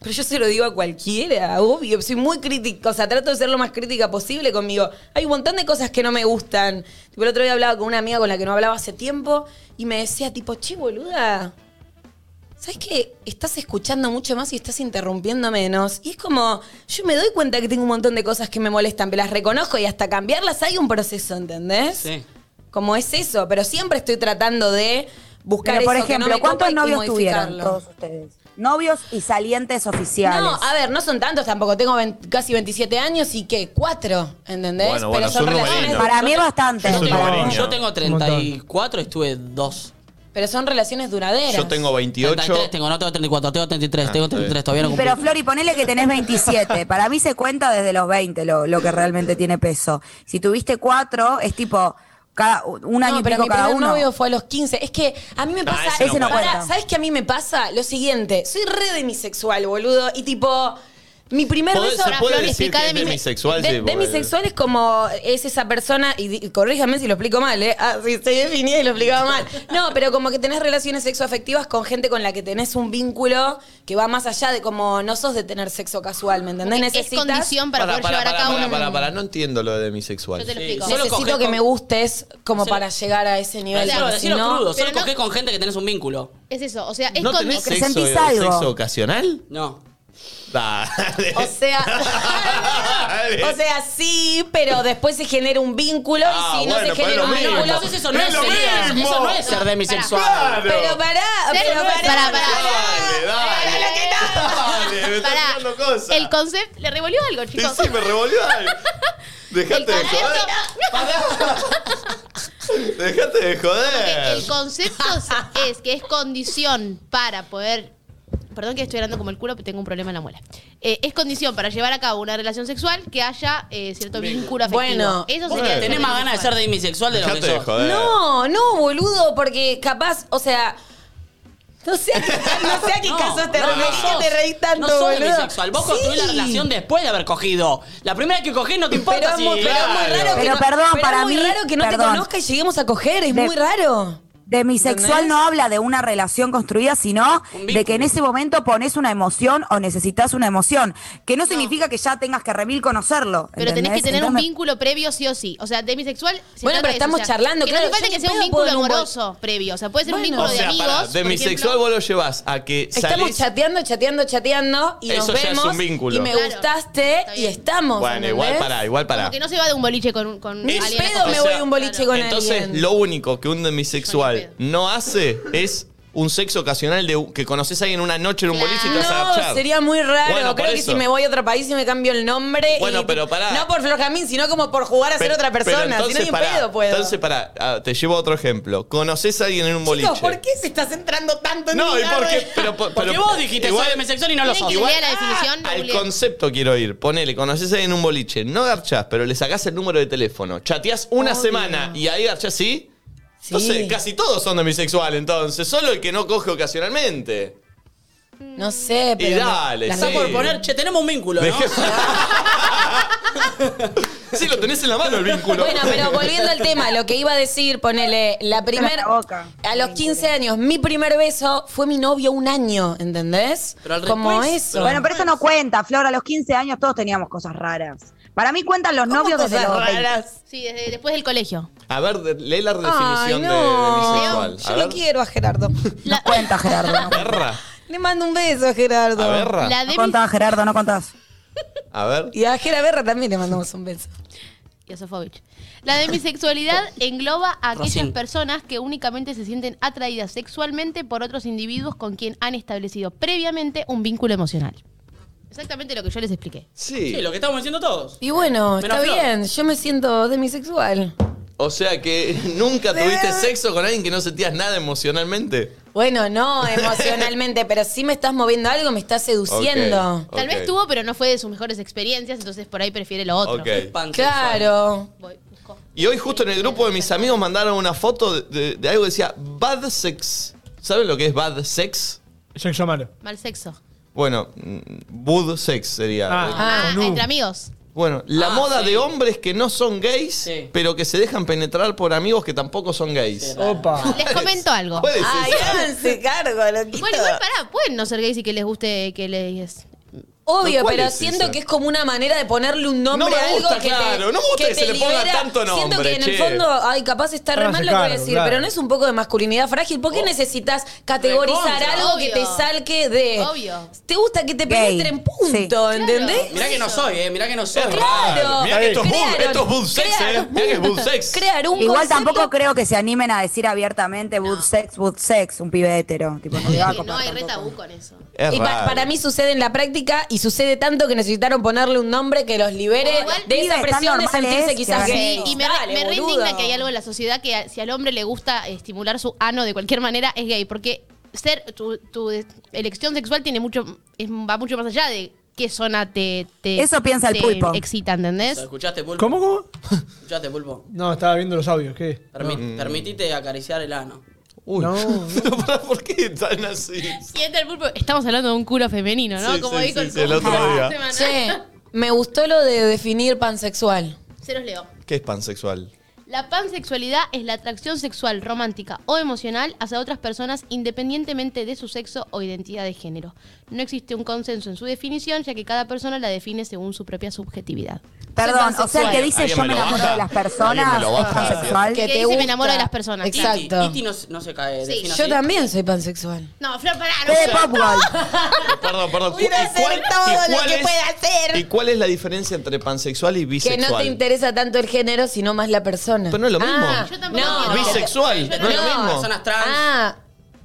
Speaker 2: Pero yo se lo digo a cualquiera, ah, obvio. Soy muy crítica, o sea, trato de ser lo más crítica posible conmigo. Hay un montón de cosas que no me gustan. Tipo, el otro día hablaba con una amiga con la que no hablaba hace tiempo y me decía, tipo, che, boluda, ¿Sabes que Estás escuchando mucho más y estás interrumpiendo menos. Y es como, yo me doy cuenta que tengo un montón de cosas que me molestan, pero las reconozco y hasta cambiarlas hay un proceso, ¿entendés?
Speaker 3: Sí.
Speaker 2: Como es eso, pero siempre estoy tratando de buscar
Speaker 6: Pero, por
Speaker 2: eso que no
Speaker 6: ejemplo,
Speaker 2: me
Speaker 6: ¿cuántos
Speaker 2: copa y
Speaker 6: novios tuvieron
Speaker 2: modificarlo.
Speaker 6: todos ustedes? Novios y salientes oficiales.
Speaker 2: No, a ver, no son tantos tampoco. Tengo 20 casi 27 años y ¿qué? Cuatro,
Speaker 6: ¿eh?
Speaker 2: ¿entendés?
Speaker 1: Bueno, bueno, es un numerito.
Speaker 6: Para mí es bastante.
Speaker 3: Yo
Speaker 1: Yo soy
Speaker 6: para
Speaker 1: Mourinho.
Speaker 3: tengo,
Speaker 6: mí.
Speaker 3: yo tengo
Speaker 5: Un
Speaker 3: 34, estuve 2.
Speaker 2: Pero son relaciones duraderas.
Speaker 1: Yo tengo 28.
Speaker 3: 33 tengo, no tengo 34, tengo 33,
Speaker 1: Ah,
Speaker 3: tengo
Speaker 1: está
Speaker 3: 33,
Speaker 1: bien.
Speaker 3: todavía no
Speaker 6: Y
Speaker 3: cumplí.
Speaker 6: Pero Flori, ponele que tenés 27. Para mí se cuenta desde los 20 lo, lo que realmente tiene peso. Si tuviste cuatro, es tipo cada, un año
Speaker 2: no,
Speaker 6: y
Speaker 2: pero
Speaker 6: pico
Speaker 2: mi
Speaker 6: cada
Speaker 2: primer
Speaker 6: uno.
Speaker 2: novio fue a los 15. Es que a mí me
Speaker 1: No,
Speaker 2: pasa.
Speaker 1: ese no
Speaker 6: Ese no cuenta.
Speaker 2: Pará, ¿Sabes qué a mí me pasa? Lo siguiente. Soy re demisexual, boludo. Y tipo. Mi primer
Speaker 1: ¿Podés-
Speaker 2: beso.
Speaker 1: ¿Se
Speaker 4: ahora,
Speaker 1: puede
Speaker 4: Flor,
Speaker 1: decir
Speaker 4: explica
Speaker 1: que es
Speaker 4: de mi-
Speaker 1: demisexual?
Speaker 2: De-
Speaker 1: Sí, porque-
Speaker 2: demisexual es como es esa persona, y, di- corríjame si lo explico mal, ¿eh? Ah, sí, se definía y lo explicaba mal. No, pero como que tenés relaciones sexoafectivas con gente con la que tenés un vínculo que va más allá de como no sos de tener sexo casual, ¿me entendés?
Speaker 4: es
Speaker 2: Necesitas-
Speaker 4: condición para, poder llevar a cabo
Speaker 1: para,
Speaker 4: una-
Speaker 1: para, para, no entiendo lo de demisexual.
Speaker 4: Yo te lo
Speaker 1: Sí.
Speaker 4: explico.
Speaker 3: Solo
Speaker 2: Necesito
Speaker 3: cogés
Speaker 2: que
Speaker 3: con-
Speaker 2: me gustes como
Speaker 3: Sí.
Speaker 2: para llegar a ese nivel.
Speaker 3: Decilo,
Speaker 2: porque si
Speaker 3: decilo
Speaker 2: no-
Speaker 3: crudo,
Speaker 4: pero
Speaker 3: solo
Speaker 4: no-
Speaker 3: cogés con gente que tenés un vínculo.
Speaker 4: Es eso, o sea, es
Speaker 1: ¿No
Speaker 4: con...
Speaker 1: tenés
Speaker 6: que
Speaker 1: sexo,
Speaker 6: sentís algo.
Speaker 1: sexo ocasional?
Speaker 3: No.
Speaker 1: Dale.
Speaker 2: O sea,
Speaker 1: Dale.
Speaker 2: o sea, sí, pero después se genera un vínculo
Speaker 1: Ah,
Speaker 2: y si no
Speaker 1: bueno, pero
Speaker 2: se genera
Speaker 1: es
Speaker 2: un
Speaker 1: lo mismo.
Speaker 2: vínculo,
Speaker 3: No, entonces eso no
Speaker 1: ¡Es
Speaker 3: es,
Speaker 1: lo
Speaker 3: ser-
Speaker 1: mismo!
Speaker 3: eso no es ser
Speaker 4: No,
Speaker 3: demisexual.
Speaker 1: pará.
Speaker 2: Pero pará,
Speaker 4: Ser-
Speaker 2: pero pará.
Speaker 4: pará, pará.
Speaker 1: Dale, dale. Dale, me estás
Speaker 4: Pará,
Speaker 1: tirando cosas.
Speaker 4: el concepto... ¿Le revolvió algo,
Speaker 1: Sí,
Speaker 4: chicos?
Speaker 1: sí, me revolvió algo.
Speaker 4: el
Speaker 1: Dejate de joder. Dejate de
Speaker 4: Porque
Speaker 1: joder.
Speaker 4: el concepto es que es condición para poder. Perdón que estoy hablando como el culo, pero tengo un problema en la muela. Eh, es condición para llevar a cabo una relación sexual que haya eh, cierto vínculo afectivo.
Speaker 2: Bueno,
Speaker 4: eso
Speaker 1: vos
Speaker 4: sería
Speaker 1: tenés
Speaker 3: Tenés
Speaker 4: ser
Speaker 3: más ganas de ser demisexual
Speaker 4: bisexual.
Speaker 3: de lo que
Speaker 1: Dejate de
Speaker 3: sos.
Speaker 1: joder.
Speaker 2: No, no, boludo, porque capaz, o sea. No sé a qué, no sé a qué
Speaker 3: No,
Speaker 2: casos te
Speaker 3: no,
Speaker 2: referís,
Speaker 3: no sos-
Speaker 2: que te reí tanto,
Speaker 3: No sos
Speaker 2: boludo.
Speaker 3: demisexual. Vos construís la
Speaker 2: Sí.
Speaker 3: relación después de haber cogido. La primera vez que cogés no te
Speaker 2: Pero
Speaker 3: importa
Speaker 2: es
Speaker 3: si...
Speaker 2: muy, pero es muy
Speaker 1: claro.
Speaker 2: raro que
Speaker 6: Pero
Speaker 2: no,
Speaker 6: perdón,
Speaker 2: pero
Speaker 6: para
Speaker 2: es muy
Speaker 6: mí-
Speaker 2: raro que no
Speaker 6: perdón.
Speaker 2: te conozca y lleguemos a coger, es
Speaker 6: De-
Speaker 2: muy raro.
Speaker 6: Demisexual
Speaker 2: ¿Entendés?
Speaker 6: no habla de una relación construida, sino
Speaker 3: Un vínculo.
Speaker 6: de que en ese momento pones una emoción o necesitas una emoción. Que no significa que ya tengas que remil conocerlo.
Speaker 4: Pero tenés que
Speaker 6: ¿entendés?
Speaker 4: tener un
Speaker 6: Entonces me-
Speaker 4: vínculo previo sí o sí. O sea, demisexual. se
Speaker 2: Bueno,
Speaker 4: trata
Speaker 2: pero
Speaker 4: de eso,
Speaker 2: estamos
Speaker 4: o sea,
Speaker 2: charlando,
Speaker 4: que
Speaker 2: claro,
Speaker 4: No hace falta
Speaker 2: yo
Speaker 4: que
Speaker 2: ni
Speaker 4: sea un
Speaker 2: pedo
Speaker 4: vínculo
Speaker 2: puedo en un
Speaker 4: amoroso previo. O sea, puede ser un
Speaker 2: Bueno.
Speaker 4: vínculo
Speaker 1: O
Speaker 4: de
Speaker 1: sea,
Speaker 4: amigos.
Speaker 1: pará,
Speaker 4: por
Speaker 1: demisexual
Speaker 4: ejemplo.
Speaker 1: vos lo llevas a que
Speaker 2: Estamos
Speaker 1: salís...
Speaker 2: chateando, chateando, chateando y
Speaker 1: Eso
Speaker 2: nos
Speaker 1: ya es
Speaker 2: vemos.
Speaker 1: un vínculo.
Speaker 2: Y me
Speaker 4: Claro.
Speaker 2: gustaste
Speaker 4: Está
Speaker 2: y
Speaker 4: bien.
Speaker 2: estamos.
Speaker 1: Bueno, igual
Speaker 2: ¿entendés?
Speaker 1: pará, igual pará.
Speaker 4: Como que no se va de un boliche con, un- con
Speaker 2: Ni
Speaker 4: alguien.
Speaker 2: pedo me
Speaker 4: acompañado.
Speaker 2: voy a un boliche con
Speaker 1: Entonces,
Speaker 2: alguien.
Speaker 1: lo único que un
Speaker 4: Yo
Speaker 1: demisexual
Speaker 4: ni pedo.
Speaker 1: no hace es un sexo ocasional de que conoces a alguien una noche en un boliche y te vas a
Speaker 2: No,
Speaker 1: agachar.
Speaker 2: sería muy raro.
Speaker 1: Bueno, por
Speaker 2: Creo que
Speaker 1: eso.
Speaker 2: si me voy a otro país y me cambio el nombre.
Speaker 1: Bueno,
Speaker 2: y-
Speaker 1: pero pará.
Speaker 2: No por Flor Jamín, sino como por jugar a ser
Speaker 1: Pe-
Speaker 2: otra
Speaker 1: pero
Speaker 2: persona. si no,
Speaker 1: entonces
Speaker 2: ni en
Speaker 1: pará,
Speaker 2: pedo puedo.
Speaker 1: Entonces, pará, ah, te llevo a otro ejemplo. Conoces a alguien en un boliche.
Speaker 8: Chicos, ¿por qué se está centrando tanto en
Speaker 1: No,
Speaker 8: mi
Speaker 1: ¿y por qué?
Speaker 8: garra?
Speaker 1: Pero, por-
Speaker 3: Porque
Speaker 1: pero-
Speaker 3: vos dijiste
Speaker 1: igual-
Speaker 3: soy homosexual y no lo
Speaker 4: ¿Quieren
Speaker 3: sos. ah,
Speaker 4: que
Speaker 1: Igual-
Speaker 4: lea la
Speaker 2: Eh,
Speaker 4: definición? No,
Speaker 1: Al
Speaker 4: Julián.
Speaker 1: concepto quiero ir. Ponele, conoces a alguien en un boliche, no garchás, pero le sacás el número de teléfono. Chateás una
Speaker 2: Obvio.
Speaker 1: semana y ahí garchás, ¿sí?
Speaker 2: Sí.
Speaker 1: Entonces, casi todos son demisexual, entonces. Solo el que no coge ocasionalmente.
Speaker 2: No sé, pero.
Speaker 1: Y dale,
Speaker 2: no-
Speaker 1: sí.
Speaker 3: Está por poner, che, tenemos un vínculo, ¿no?
Speaker 1: Dejé- sí, lo tenés en la mano el vínculo.
Speaker 2: Bueno, pero volviendo al tema, lo que iba a decir, ponele, la primer,
Speaker 6: la boca.
Speaker 2: a los 15 años, mi primer beso fue mi novio un año, ¿entendés?
Speaker 3: Pero al
Speaker 2: Como
Speaker 3: después-
Speaker 1: Pues,
Speaker 2: eso.
Speaker 6: Bueno, pero eso no cuenta, Flor. A los 15 años todos teníamos cosas raras. Para mí cuentan los novios desde los 20.
Speaker 4: Sí, desde después del colegio.
Speaker 1: A ver, de- lee la
Speaker 2: Ay,
Speaker 1: definición de-
Speaker 2: no.
Speaker 1: de demisexual. A
Speaker 2: Yo
Speaker 1: ver.
Speaker 2: lo quiero a Gerardo.
Speaker 4: La,
Speaker 6: Cuenta, Gerardo. No.
Speaker 1: Berra.
Speaker 2: Le mando un beso a Gerardo.
Speaker 1: A Berra.
Speaker 4: la
Speaker 6: No
Speaker 4: demi-
Speaker 6: contás, Gerardo, no contás.
Speaker 1: A ver.
Speaker 2: Y a Gera Berra también le mandamos un beso.
Speaker 4: Yosefovich. La demisexualidad engloba a aquellas
Speaker 3: Racín.
Speaker 4: personas que únicamente se sienten atraídas sexualmente por otros individuos con quien han establecido previamente un vínculo emocional. Exactamente lo que yo les expliqué.
Speaker 1: Sí.
Speaker 3: Sí, lo que estamos diciendo todos.
Speaker 2: Y bueno,
Speaker 3: Menos
Speaker 2: está
Speaker 3: Flor.
Speaker 2: bien, yo me siento demisexual.
Speaker 1: O sea que nunca tuviste sexo con alguien que no sentías nada emocionalmente.
Speaker 2: Bueno, no emocionalmente, pero sí me estás moviendo algo, me estás seduciendo.
Speaker 1: Ok.
Speaker 4: Tal vez tuvo, pero no fue de sus mejores experiencias, entonces por ahí prefiere lo otro.
Speaker 1: Ok.
Speaker 3: Pansexual.
Speaker 2: Claro.
Speaker 4: Voy, busco.
Speaker 1: Y hoy justo en el grupo de mis amigos mandaron una foto de, de- de algo que decía bad sex. ¿Saben lo que es bad sex?
Speaker 5: Sexo malo.
Speaker 4: Mal sexo.
Speaker 1: Bueno, mm, bud sex sería.
Speaker 5: Ah.
Speaker 4: Ah,
Speaker 5: no.
Speaker 4: entre amigos.
Speaker 1: Bueno, la
Speaker 3: Ah,
Speaker 1: moda
Speaker 3: sí.
Speaker 1: de hombres que no son gays,
Speaker 3: Sí.
Speaker 1: pero que se dejan penetrar por amigos que tampoco son gays.
Speaker 2: Ah,
Speaker 5: Opa.
Speaker 4: Les comento algo.
Speaker 1: ¿Cuál es esa?
Speaker 2: háganse cargo,
Speaker 4: Bueno, igual pará, pueden no ser gays y que les guste que les...
Speaker 2: Obvio,
Speaker 1: ¿Pero cuál
Speaker 2: pero
Speaker 1: es
Speaker 2: siento
Speaker 1: esa?
Speaker 2: que es como una manera de ponerle un nombre
Speaker 1: No me
Speaker 2: a algo
Speaker 1: gusta,
Speaker 2: que
Speaker 1: claro,
Speaker 2: te,
Speaker 1: no me gusta que
Speaker 2: te
Speaker 1: se le ponga
Speaker 2: libera.
Speaker 1: tanto
Speaker 2: Siento
Speaker 1: nombre,
Speaker 2: que en
Speaker 1: che.
Speaker 2: el fondo, ay, capaz está re
Speaker 5: Hágase
Speaker 2: mal lo que voy a
Speaker 5: cargo,
Speaker 2: decir,
Speaker 5: claro.
Speaker 2: pero no es un poco de masculinidad frágil.
Speaker 1: Oh.
Speaker 2: ¿Por qué necesitas categorizar
Speaker 3: Recontra,
Speaker 2: algo que te
Speaker 4: obvio.
Speaker 2: salque de
Speaker 4: Obvio.
Speaker 2: te gusta que te
Speaker 6: Gay.
Speaker 2: penetren punto, ¿entendés?
Speaker 3: Mirá que no soy, eh, mirá que no soy.
Speaker 1: Es
Speaker 2: Claro.
Speaker 1: Mirá que esto es bull-
Speaker 2: Crearon-
Speaker 1: esto es bull sex,
Speaker 2: crearon-
Speaker 1: eh. Mirá que es bull sex.
Speaker 2: Crear un
Speaker 6: Igual
Speaker 2: concepto-
Speaker 6: tampoco creo que se animen a decir abiertamente boot sex, boot sex, un pibe hetero. Tipo, no le va a
Speaker 4: Que no
Speaker 6: copar
Speaker 4: hay re
Speaker 6: tampoco.
Speaker 4: tabú con eso.
Speaker 1: Es
Speaker 2: Y pa-
Speaker 1: raro.
Speaker 2: para mí sucede en la práctica y sucede tanto que necesitaron ponerle un nombre que los libere
Speaker 4: Bueno, igual,
Speaker 2: de esa
Speaker 6: pibe,
Speaker 2: presión
Speaker 6: tan
Speaker 2: de
Speaker 6: normal
Speaker 2: sentirse
Speaker 6: es
Speaker 2: quizás
Speaker 6: que
Speaker 2: gay.
Speaker 4: ¿eh? Sí, y me, re-
Speaker 2: Dale,
Speaker 4: me re
Speaker 2: boludo.
Speaker 4: indigna que hay algo en la sociedad que a- si al hombre le gusta estimular su ano de cualquier manera es gay, porque ser tu, tu de- elección sexual tiene mucho es- va mucho más allá de qué zona te, te-
Speaker 6: Eso piensa el
Speaker 4: te
Speaker 6: pulpo.
Speaker 4: excita, ¿entendés?
Speaker 3: ¿Escuchaste, Pulpo?
Speaker 5: ¿Cómo, cómo?
Speaker 3: ¿Escuchaste, Pulpo?
Speaker 5: No, estaba viendo los audios, ¿qué?
Speaker 1: Mm.
Speaker 3: Permi- Permitite acariciar el ano.
Speaker 1: Uy.
Speaker 5: No.
Speaker 1: Pero pará, ¿Por qué tan así?
Speaker 4: Siente el pulpo. Estamos hablando de un culo femenino, ¿no?
Speaker 1: Sí,
Speaker 4: Como
Speaker 1: sí,
Speaker 4: dijo
Speaker 1: sí,
Speaker 4: el,
Speaker 1: sí, el otro día.
Speaker 4: semanal.
Speaker 2: Che, me gustó lo de definir pansexual.
Speaker 4: Se los leo.
Speaker 1: ¿Qué es pansexual?
Speaker 4: La pansexualidad es la atracción sexual, romántica o emocional hacia otras personas independientemente de su sexo o identidad de género. No existe un consenso en su definición, ya que cada persona la define según su propia subjetividad.
Speaker 6: Perdón,
Speaker 2: Soy
Speaker 6: o sea, el que dice
Speaker 1: ¿Alguien
Speaker 6: yo
Speaker 1: me
Speaker 6: me
Speaker 1: lo
Speaker 6: enamoro
Speaker 1: baja?
Speaker 6: de las
Speaker 1: ¿Alguien
Speaker 6: personas
Speaker 1: me lo
Speaker 6: es
Speaker 1: baja?
Speaker 6: transexual.
Speaker 2: Que
Speaker 4: Que
Speaker 2: te
Speaker 4: dice, "Me
Speaker 2: gusta".
Speaker 4: enamoro de las personas.
Speaker 2: Exacto.
Speaker 3: Iti, Iti no, no se cae.
Speaker 4: Sí.
Speaker 3: defina
Speaker 2: Yo
Speaker 3: así.
Speaker 2: también soy pansexual.
Speaker 4: No, Flor, pará, no
Speaker 6: Fede
Speaker 4: sé.
Speaker 6: Popwell.
Speaker 1: Perdón, perdón. ¿cu-
Speaker 8: Quiero
Speaker 1: y
Speaker 8: hacer
Speaker 1: cuál-
Speaker 8: todo
Speaker 1: y
Speaker 8: lo
Speaker 1: cuál
Speaker 8: que
Speaker 1: es-
Speaker 8: pueda hacer.
Speaker 1: ¿Y cuál es la diferencia entre pansexual y
Speaker 2: Que
Speaker 1: bisexual?
Speaker 2: no te interesa tanto el género, sino más la persona. Ah,
Speaker 1: Pero no es lo mismo.
Speaker 4: Yo tampoco
Speaker 2: no,
Speaker 4: entiendo.
Speaker 1: Bisexual, no es lo mismo.
Speaker 3: Personas trans.
Speaker 2: Ah,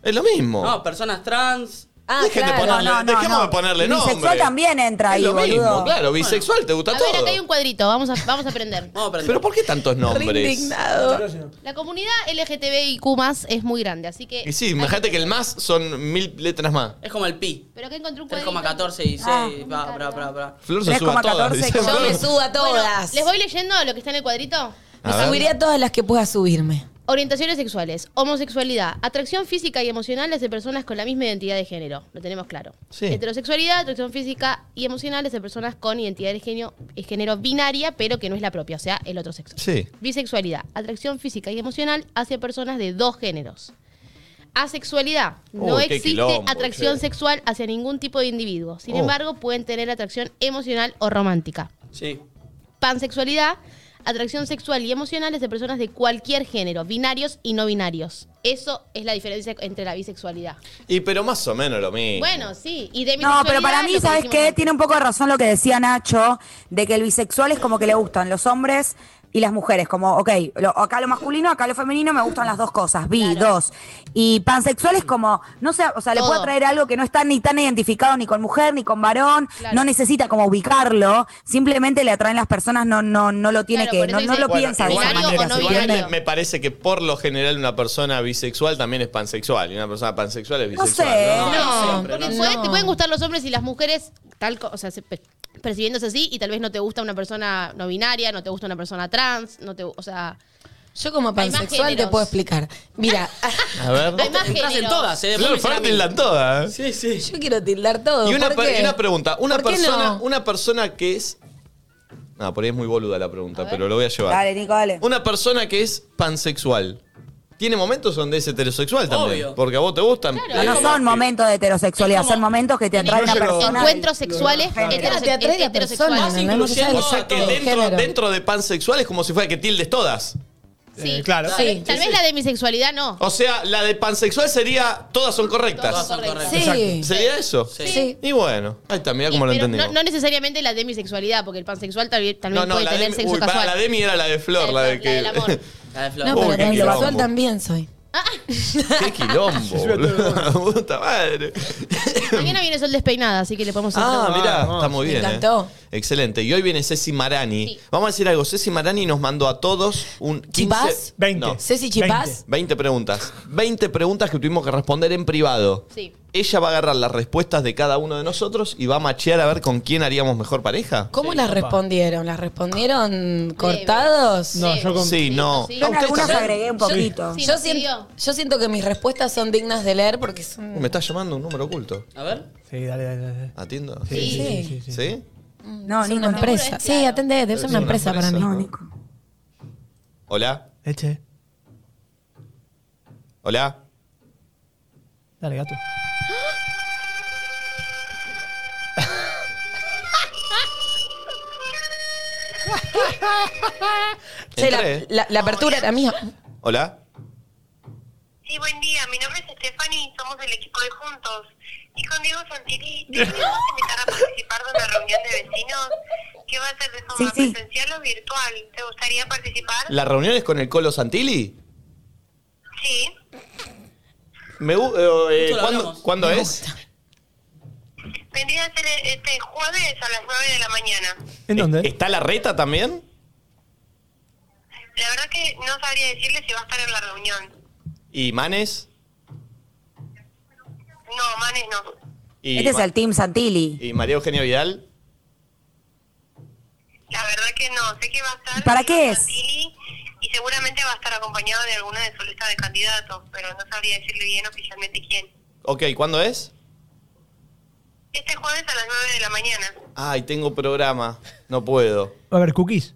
Speaker 1: Es lo mismo.
Speaker 3: No, personas trans.
Speaker 2: ah,
Speaker 1: Dejen de
Speaker 2: claro.
Speaker 1: ponerle,
Speaker 6: No, no, no,
Speaker 1: dejemos de
Speaker 6: no.
Speaker 1: ponerle nombre.
Speaker 6: Bisexual también entra
Speaker 1: Es
Speaker 6: ahí,
Speaker 1: lo mismo,
Speaker 6: boludo.
Speaker 1: claro. Bisexual te gusta
Speaker 4: A ver,
Speaker 1: todo.
Speaker 4: acá hay un cuadrito, vamos a, vamos a aprender.
Speaker 3: Vamos a aprender.
Speaker 1: Pero ¿por qué tantos
Speaker 2: Re
Speaker 1: nombres?
Speaker 2: indignado.
Speaker 4: La comunidad LGTBIQ es muy grande, así que...
Speaker 1: Y sí, imagínate que el más son mil letras más.
Speaker 3: Es como el pi.
Speaker 4: Pero acá encontré un cuadrito.
Speaker 3: 3,14 y 6.
Speaker 6: Ah.
Speaker 3: Va, bra, bra, bra.
Speaker 1: Flor se suba a todas.
Speaker 6: 3,14
Speaker 1: dice.
Speaker 2: Yo me subo a
Speaker 4: Bueno,
Speaker 2: todas.
Speaker 4: les voy leyendo lo que está en el cuadrito.
Speaker 1: A
Speaker 2: Me
Speaker 1: ver.
Speaker 2: subiré a todas las que pueda subirme.
Speaker 4: Orientaciones sexuales, homosexualidad, atracción física y emocional hacia personas con la misma identidad de género, lo tenemos claro.
Speaker 1: Sí.
Speaker 4: Heterosexualidad, atracción física y emocional hacia personas con identidad de género, de género binaria, pero que no es la propia, o sea, el otro sexo.
Speaker 1: Sí.
Speaker 4: Bisexualidad, atracción física y emocional hacia personas de dos géneros. Asexualidad, no
Speaker 1: Uy, qué
Speaker 4: existe
Speaker 1: quilombo,
Speaker 4: atracción
Speaker 1: che.
Speaker 4: sexual hacia ningún tipo de individuo, sin
Speaker 1: Oh.
Speaker 4: embargo pueden tener atracción emocional o romántica
Speaker 3: Sí.
Speaker 4: pansexualidad, atracción sexual y emocional es de personas de cualquier género, binarios y no binarios. Eso es la diferencia entre la bisexualidad.
Speaker 1: Y pero más o menos lo mismo.
Speaker 4: Bueno, sí, y de
Speaker 6: No, pero para mí, ¿sabes qué?
Speaker 4: que
Speaker 6: Tiene un poco de razón lo que decía Nacho, de que el bisexual es como que le gustan los hombres y las mujeres, como, ok, lo- acá lo masculino, acá lo femenino, me gustan las dos cosas, vi, dos. Y pansexual es como, no sé, o sea, le
Speaker 4: Todo.
Speaker 6: puedo traer algo que no está ni tan identificado ni con mujer, ni con varón,
Speaker 4: Claro.
Speaker 6: no necesita como ubicarlo, simplemente le atraen las personas, no, no, no lo tiene
Speaker 4: Claro, por
Speaker 6: que, no,
Speaker 4: eso
Speaker 6: no
Speaker 4: dice-
Speaker 6: lo
Speaker 4: Bueno,
Speaker 6: piensa de
Speaker 4: igual-
Speaker 6: esa
Speaker 4: binario o
Speaker 6: manera,
Speaker 4: no
Speaker 6: ¿se
Speaker 1: igual
Speaker 6: entiende?
Speaker 1: me, me parece que por lo general una persona bisexual también es pansexual y una persona pansexual es
Speaker 6: No sé,
Speaker 1: bisexual.
Speaker 6: no.
Speaker 1: siempre,
Speaker 4: Porque
Speaker 1: no.
Speaker 4: puede- te
Speaker 2: No.
Speaker 4: pueden gustar los hombres y las mujeres, tal, co- o sea, se pe- percibiéndose así, y tal vez no te gusta una persona no binaria, no te gusta una persona trans, no te, gu- o sea,
Speaker 2: Yo como
Speaker 4: Hay más
Speaker 2: pansexual te
Speaker 4: géneros.
Speaker 2: puedo explicar. Mira,
Speaker 1: A ver.
Speaker 4: hay más
Speaker 3: Estás en
Speaker 4: géneros.
Speaker 3: todas, ¿eh? Después
Speaker 1: Flor
Speaker 3: me dicen a mí.
Speaker 1: Fátil la toda. ¿eh?
Speaker 3: Sí, sí.
Speaker 2: yo quiero tildar todo.
Speaker 1: Y una,
Speaker 2: ¿por
Speaker 1: per-
Speaker 2: qué?
Speaker 1: y una pregunta, una
Speaker 2: ¿Por qué
Speaker 1: persona,
Speaker 2: no?
Speaker 1: una persona que es. No, por ahí es muy boluda la pregunta, pero lo voy a llevar.
Speaker 6: Dale, Nico, dale.
Speaker 1: Una persona que es pansexual. Tiene momentos donde es heterosexual también.
Speaker 3: Obvio.
Speaker 1: Porque a vos te gustan.
Speaker 6: No, no
Speaker 1: eh,
Speaker 6: son momentos de heterosexualidad, son momentos que te atrae una
Speaker 5: Yo llego-
Speaker 6: persona.
Speaker 4: encuentros sexuales
Speaker 6: Claro, te
Speaker 4: heterose-
Speaker 2: atrae la persona,
Speaker 4: heterosexuales.
Speaker 2: ¿no? No
Speaker 3: incluyendo
Speaker 2: sabes
Speaker 3: a
Speaker 2: exacto
Speaker 1: que
Speaker 2: el
Speaker 1: dentro,
Speaker 2: género.
Speaker 1: dentro de pansexual es como si fuera que tildes todas.
Speaker 4: Sí.
Speaker 5: Eh, claro.
Speaker 2: Sí.
Speaker 4: Tal vez la de mi sexualidad no.
Speaker 1: O sea, la de pansexual sería todas son correctas.
Speaker 3: Todas son correctas.
Speaker 2: Sí.
Speaker 1: ¿Sería eso?
Speaker 2: Sí.
Speaker 1: Y bueno, ahí está, mirá
Speaker 4: Y-
Speaker 1: cómo lo
Speaker 4: pero
Speaker 1: entendimos.
Speaker 4: no, no necesariamente la de mi sexualidad, porque el pansexual también, también
Speaker 1: No, no,
Speaker 4: puede
Speaker 1: la
Speaker 4: tener
Speaker 1: Demi-
Speaker 4: sexo
Speaker 1: uy, pará,
Speaker 4: casual.
Speaker 1: la Demi era la de Flor, la de
Speaker 4: Flor, la
Speaker 1: que.
Speaker 4: del amor.
Speaker 3: La de Flor.
Speaker 2: No,
Speaker 1: Uy,
Speaker 2: pero
Speaker 1: qué
Speaker 2: pansexual
Speaker 1: quilombo.
Speaker 2: también soy.
Speaker 1: Qué quilombo, boludo. Puta madre.
Speaker 4: Mañana viene sol despeinada, así que le podemos hacer
Speaker 1: Ah,
Speaker 4: un-
Speaker 1: mirá, está muy
Speaker 2: me
Speaker 1: bien. eh.
Speaker 2: encantó.
Speaker 1: Excelente. Y hoy viene Ceci Marani.
Speaker 4: Sí.
Speaker 1: Vamos a decir algo. Ceci Marani nos mandó a todos un 15.
Speaker 2: ¿Chipás?
Speaker 5: 20.
Speaker 1: No,
Speaker 2: Ceci Chipás.
Speaker 1: 20 preguntas. 20 preguntas que tuvimos que responder en privado.
Speaker 4: Sí.
Speaker 1: Ella va a agarrar las respuestas de cada uno de nosotros y va a machear a ver con quién haríamos mejor pareja.
Speaker 2: ¿Cómo las respondieron? ¿Las respondieron cortados?
Speaker 5: No, yo con.
Speaker 1: Sí, no.
Speaker 4: sí.
Speaker 6: Yo en
Speaker 1: Ah, ustedes
Speaker 6: algunas
Speaker 1: saben-
Speaker 6: agregué un poquito.
Speaker 4: Sí,
Speaker 2: yo,
Speaker 4: nos
Speaker 2: siento,
Speaker 4: pidió.
Speaker 2: yo siento que mis respuestas son dignas de leer porque son...
Speaker 1: Me está llamando un número oculto.
Speaker 3: A ver.
Speaker 5: Sí, dale, dale, dale.
Speaker 1: ¿Atiendo?
Speaker 5: Sí, sí, sí. sí, sí.
Speaker 1: ¿Sí?
Speaker 6: No,
Speaker 2: son
Speaker 6: Nico,
Speaker 2: Mm, una
Speaker 6: no.
Speaker 2: empresa.
Speaker 4: Seguro es
Speaker 2: Sí,
Speaker 4: claro.
Speaker 2: atende, debe ser una empresa, para mí.
Speaker 6: No, Nico.
Speaker 1: Hola,
Speaker 5: Eche.
Speaker 1: hola.
Speaker 5: Dale, gato.
Speaker 2: Che, la,
Speaker 1: Entré.
Speaker 2: la- la apertura era mía.
Speaker 1: Hola.
Speaker 9: Sí, buen día. Mi nombre es Estefani y Este, somos del equipo de Juntos. Y con Diego Santilli te queremos invitar a participar de una reunión de vecinos que va a ser de
Speaker 6: Sí,
Speaker 9: forma
Speaker 6: sí.
Speaker 9: presencial o virtual. ¿Te gustaría participar?
Speaker 1: ¿La reunión es con el Colo Santilli?
Speaker 9: Sí.
Speaker 1: Me, gu- eh,
Speaker 3: Justo lo
Speaker 1: ¿Cuándo,
Speaker 3: hablamos.
Speaker 1: cuándo es?
Speaker 9: Vendría a ser este jueves a las 9 de la mañana.
Speaker 5: ¿En dónde?
Speaker 1: Eh, ¿Está la reta también?
Speaker 9: La verdad que no sabría decirle si va a estar en la reunión.
Speaker 1: ¿Y Manes?
Speaker 9: No, Manes no.
Speaker 1: ¿Y,
Speaker 6: Este es
Speaker 1: Ma-
Speaker 6: el Team Santilli.
Speaker 1: y María Eugenia Vidal?
Speaker 9: La verdad que no. Sé que va a estar
Speaker 6: ¿Para qué
Speaker 9: Diego
Speaker 6: es?
Speaker 9: Santilli y seguramente va a estar acompañado de alguna de su lista de candidatos, pero no sabría decirle bien oficialmente quién.
Speaker 1: Ok, ¿cuándo es?
Speaker 9: Este jueves a las 9 de la mañana.
Speaker 1: Ay, tengo programa. No puedo.
Speaker 5: Va a haber cookies.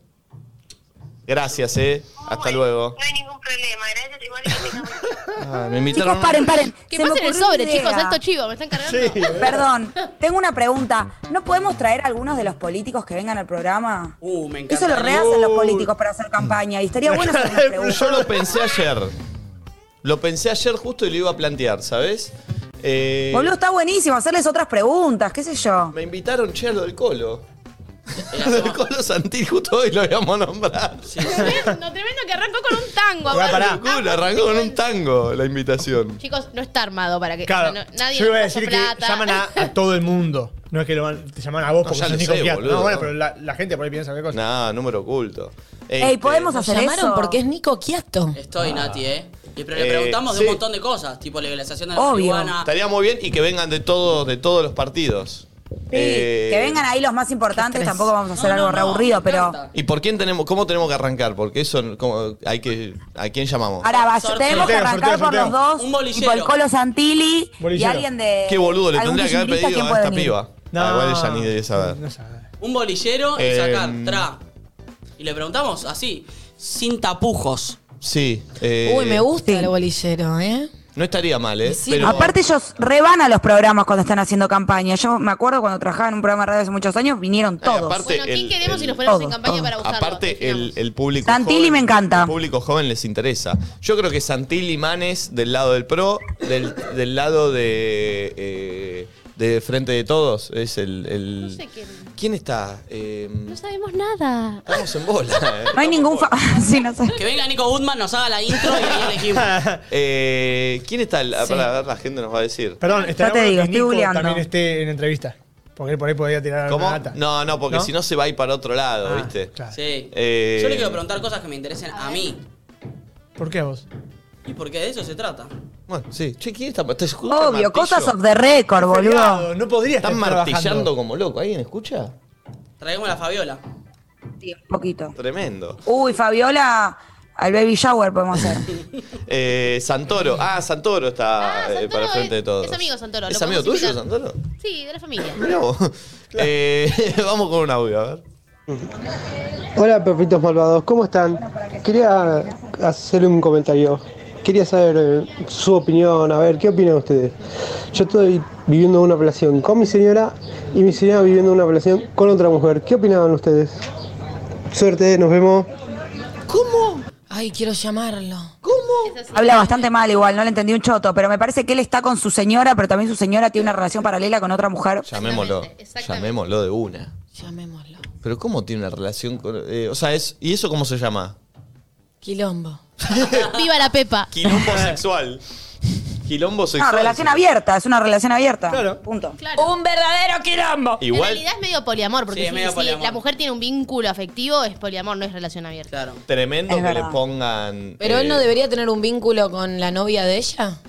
Speaker 1: Gracias, eh. Hasta
Speaker 9: Bueno,
Speaker 1: luego.
Speaker 9: No hay ningún problema, gracias. Igual que tengan buen día.
Speaker 1: Ah, me
Speaker 6: Chicos,
Speaker 1: invitaron.
Speaker 6: paren, paren.
Speaker 4: Que
Speaker 6: Se me
Speaker 4: pasen el
Speaker 6: ocurrió una
Speaker 4: sobre,
Speaker 6: idea.
Speaker 4: chicos, alto chivo, me están cargando.
Speaker 6: Perdón, tengo una pregunta. ¿No podemos traer a algunos de los políticos que vengan al programa?
Speaker 3: Uh, me encanta.
Speaker 6: Eso lo rehacen los políticos para hacer campaña y estaría bueno hacer una pregunta.
Speaker 1: Yo lo pensé ayer. Lo pensé ayer justo y lo iba a plantear, ¿sabes? Eh,
Speaker 6: Boludo, está buenísimo hacerles otras preguntas, qué sé yo.
Speaker 1: me invitaron, che, a lo del Colo.
Speaker 3: El
Speaker 1: Lo del
Speaker 3: hacemos-
Speaker 1: Colo Santilli, justo hoy lo habíamos nombrado. eh.
Speaker 4: Tremendo, tremendo que arrancó con un tango.
Speaker 5: Pará,
Speaker 4: aparte.
Speaker 5: pará.
Speaker 1: Locura, arrancó con un tango la invitación.
Speaker 4: Chicos, no está armado para que
Speaker 5: Claro.
Speaker 4: o sea, no- nadie
Speaker 5: Yo iba a
Speaker 4: puso
Speaker 5: decir que
Speaker 4: plata.
Speaker 5: llaman a, a todo el mundo. No es que lo van- te llaman a vos
Speaker 1: No,
Speaker 5: porque
Speaker 1: ya
Speaker 5: sos
Speaker 1: lo
Speaker 5: Nico
Speaker 1: sé,
Speaker 5: Fiat.
Speaker 1: boludo.
Speaker 5: No, bueno, pero la, la gente por ahí piensa qué cosa.
Speaker 1: Nada, número oculto. Este,
Speaker 6: Ey, ¿podemos
Speaker 2: Nos
Speaker 6: hacer
Speaker 2: llamaron
Speaker 6: eso?
Speaker 2: porque es Nico Quiato.
Speaker 3: Estoy, Nati, ¿eh? Y- Pero le
Speaker 1: Eh,
Speaker 3: preguntamos de
Speaker 1: sí.
Speaker 3: un montón de cosas, tipo legalización de la
Speaker 6: Obvio.
Speaker 3: marihuana.
Speaker 1: Estaría muy bien y que vengan de todo, de todos los partidos.
Speaker 6: Sí,
Speaker 1: Eh,
Speaker 6: que vengan ahí los más importantes,
Speaker 2: estrés.
Speaker 6: tampoco vamos a hacer
Speaker 3: No, no,
Speaker 6: algo
Speaker 3: no,
Speaker 6: reaburrido,
Speaker 3: me
Speaker 6: pero.
Speaker 3: encanta.
Speaker 1: ¿Y por quién tenemos, cómo tenemos que arrancar? Porque eso cómo- hay que. ¿A quién llamamos?
Speaker 6: Ahora va-
Speaker 3: Sorteo.
Speaker 6: tenemos que
Speaker 5: Sorteo,
Speaker 6: arrancar
Speaker 5: sorteo,
Speaker 6: por los
Speaker 3: Un
Speaker 6: dos.
Speaker 3: bolillero.
Speaker 6: Y por el Colo Santilli y
Speaker 5: Bolillero.
Speaker 6: alguien de.
Speaker 1: Qué boludo le
Speaker 6: algún
Speaker 1: tendría que haber
Speaker 6: kirchnerista,
Speaker 1: pedido
Speaker 6: ¿quién
Speaker 1: a
Speaker 6: puede
Speaker 1: esta
Speaker 6: venir?
Speaker 1: piba. Ah, igual ella ni debe saber.
Speaker 5: No sabe.
Speaker 3: Un bolillero y
Speaker 1: Eh,
Speaker 3: sacar, tra. Y le preguntamos así, sin tapujos.
Speaker 1: Sí. eh,
Speaker 2: Uy, me gusta
Speaker 6: sí.
Speaker 2: el bolillero, ¿eh?
Speaker 1: No estaría mal, ¿eh?
Speaker 2: Sí.
Speaker 1: Pero-
Speaker 6: Aparte ellos reban a los programas cuando están haciendo campaña. Yo me acuerdo cuando trabajaba en un programa de radio hace muchos años, vinieron todos.
Speaker 1: aparte- eh,
Speaker 4: Bueno, ¿quién
Speaker 1: el-
Speaker 4: queremos
Speaker 1: el-
Speaker 4: y nos ponemos en
Speaker 6: Todo,
Speaker 4: campaña
Speaker 6: todo.
Speaker 4: para buscarlo?
Speaker 1: Aparte, el,
Speaker 4: Definamos.
Speaker 1: el público.
Speaker 6: Santilli
Speaker 1: joven-
Speaker 6: me encanta.
Speaker 1: El público joven les interesa. Yo creo que Santilli Manes del lado del pro, del, del lado de. eh, de Frente de Todos. Es el. el-
Speaker 4: No sé quién.
Speaker 1: ¿Quién está? Eh,
Speaker 4: No sabemos nada.
Speaker 1: estamos en bola. eh.
Speaker 6: No hay ningún. fa- sí, no sé.
Speaker 3: Que venga Nico Goodman, nos haga la intro y ahí elegimos.
Speaker 1: Eh, ¿Quién está? La, para ver, la gente nos va a decir.
Speaker 5: Perdón, estaría bueno
Speaker 6: Ya te digo,
Speaker 5: que
Speaker 6: estoy
Speaker 5: Nico
Speaker 6: googleando.
Speaker 5: también esté en entrevista. Porque él por ahí podría tirar
Speaker 1: ¿Cómo?
Speaker 5: una data.
Speaker 1: No, no, porque
Speaker 5: ¿No?
Speaker 1: si no se va a ir para otro lado,
Speaker 5: Ah,
Speaker 1: ¿viste?
Speaker 5: claro.
Speaker 3: Sí.
Speaker 1: Eh,
Speaker 3: Yo le quiero preguntar cosas que me interesen a mí.
Speaker 5: ¿Por qué a vos?
Speaker 3: Y porque de eso se trata.
Speaker 1: Bueno, sí. Che, ¿quién está? ¿Te escucha el
Speaker 6: Obvio,
Speaker 1: martillo?
Speaker 6: cosas of the record, boludo.
Speaker 5: Feriado, No podría estar
Speaker 1: Están martillando
Speaker 5: trabajando.
Speaker 1: como loco. ¿Alguien escucha?
Speaker 3: Traigamos la Fabiola.
Speaker 6: Sí, un poquito.
Speaker 1: Tremendo.
Speaker 6: Uy, Fabiola, al baby shower podemos hacer.
Speaker 1: Eh, Santoro. Ah, Santoro está eh,
Speaker 4: Ah, Santoro
Speaker 1: para frente de
Speaker 4: es-
Speaker 1: todos.
Speaker 4: es amigo Santoro,
Speaker 1: ¿Es
Speaker 4: lo
Speaker 1: amigo
Speaker 4: podemos
Speaker 1: tuyo,
Speaker 4: invitar.
Speaker 1: Santoro?
Speaker 4: Sí, de la familia.
Speaker 1: Mirá vos. Eh, vamos con un audio, a ver.
Speaker 10: Hola, perritos malvados, ¿cómo están? Quería hacerle un comentario. Quería saber eh, su opinión, a ver, ¿qué opinan ustedes? Yo estoy viviendo una relación con mi señora y mi señora viviendo una relación con otra mujer. ¿Qué opinaban ustedes? Suerte, nos vemos.
Speaker 2: ¿Cómo? Ay, quiero llamarlo.
Speaker 6: Habla bastante mal igual, no le entendí un choto, pero me parece que él está con su señora, pero también su señora tiene una relación paralela con otra mujer.
Speaker 1: Llamémoslo.
Speaker 4: Exactamente, exactamente.
Speaker 1: Llamémoslo de una.
Speaker 2: Llamémoslo.
Speaker 1: Pero ¿cómo tiene una relación con...? eh, o sea, es, ¿y eso cómo se llama?
Speaker 2: Quilombo.
Speaker 4: Viva la Pepa.
Speaker 1: Quilombo sexual. Quilombo
Speaker 6: Ah,
Speaker 1: sexual.
Speaker 6: relación abierta, es una relación abierta.
Speaker 5: Claro.
Speaker 6: Punto.
Speaker 4: Claro.
Speaker 2: ¡Un verdadero quilombo!
Speaker 4: En
Speaker 1: Igual,
Speaker 4: realidad es medio poliamor, porque
Speaker 3: Sí, es
Speaker 4: si,
Speaker 3: medio
Speaker 4: si
Speaker 3: poliamor.
Speaker 4: la mujer tiene un vínculo afectivo, es poliamor, no es relación abierta.
Speaker 3: Claro.
Speaker 1: tremendo
Speaker 6: Es
Speaker 1: que le
Speaker 6: verdad.
Speaker 1: pongan...
Speaker 2: ¿Pero él no
Speaker 1: eh,
Speaker 2: debería tener un vínculo con la novia de ella?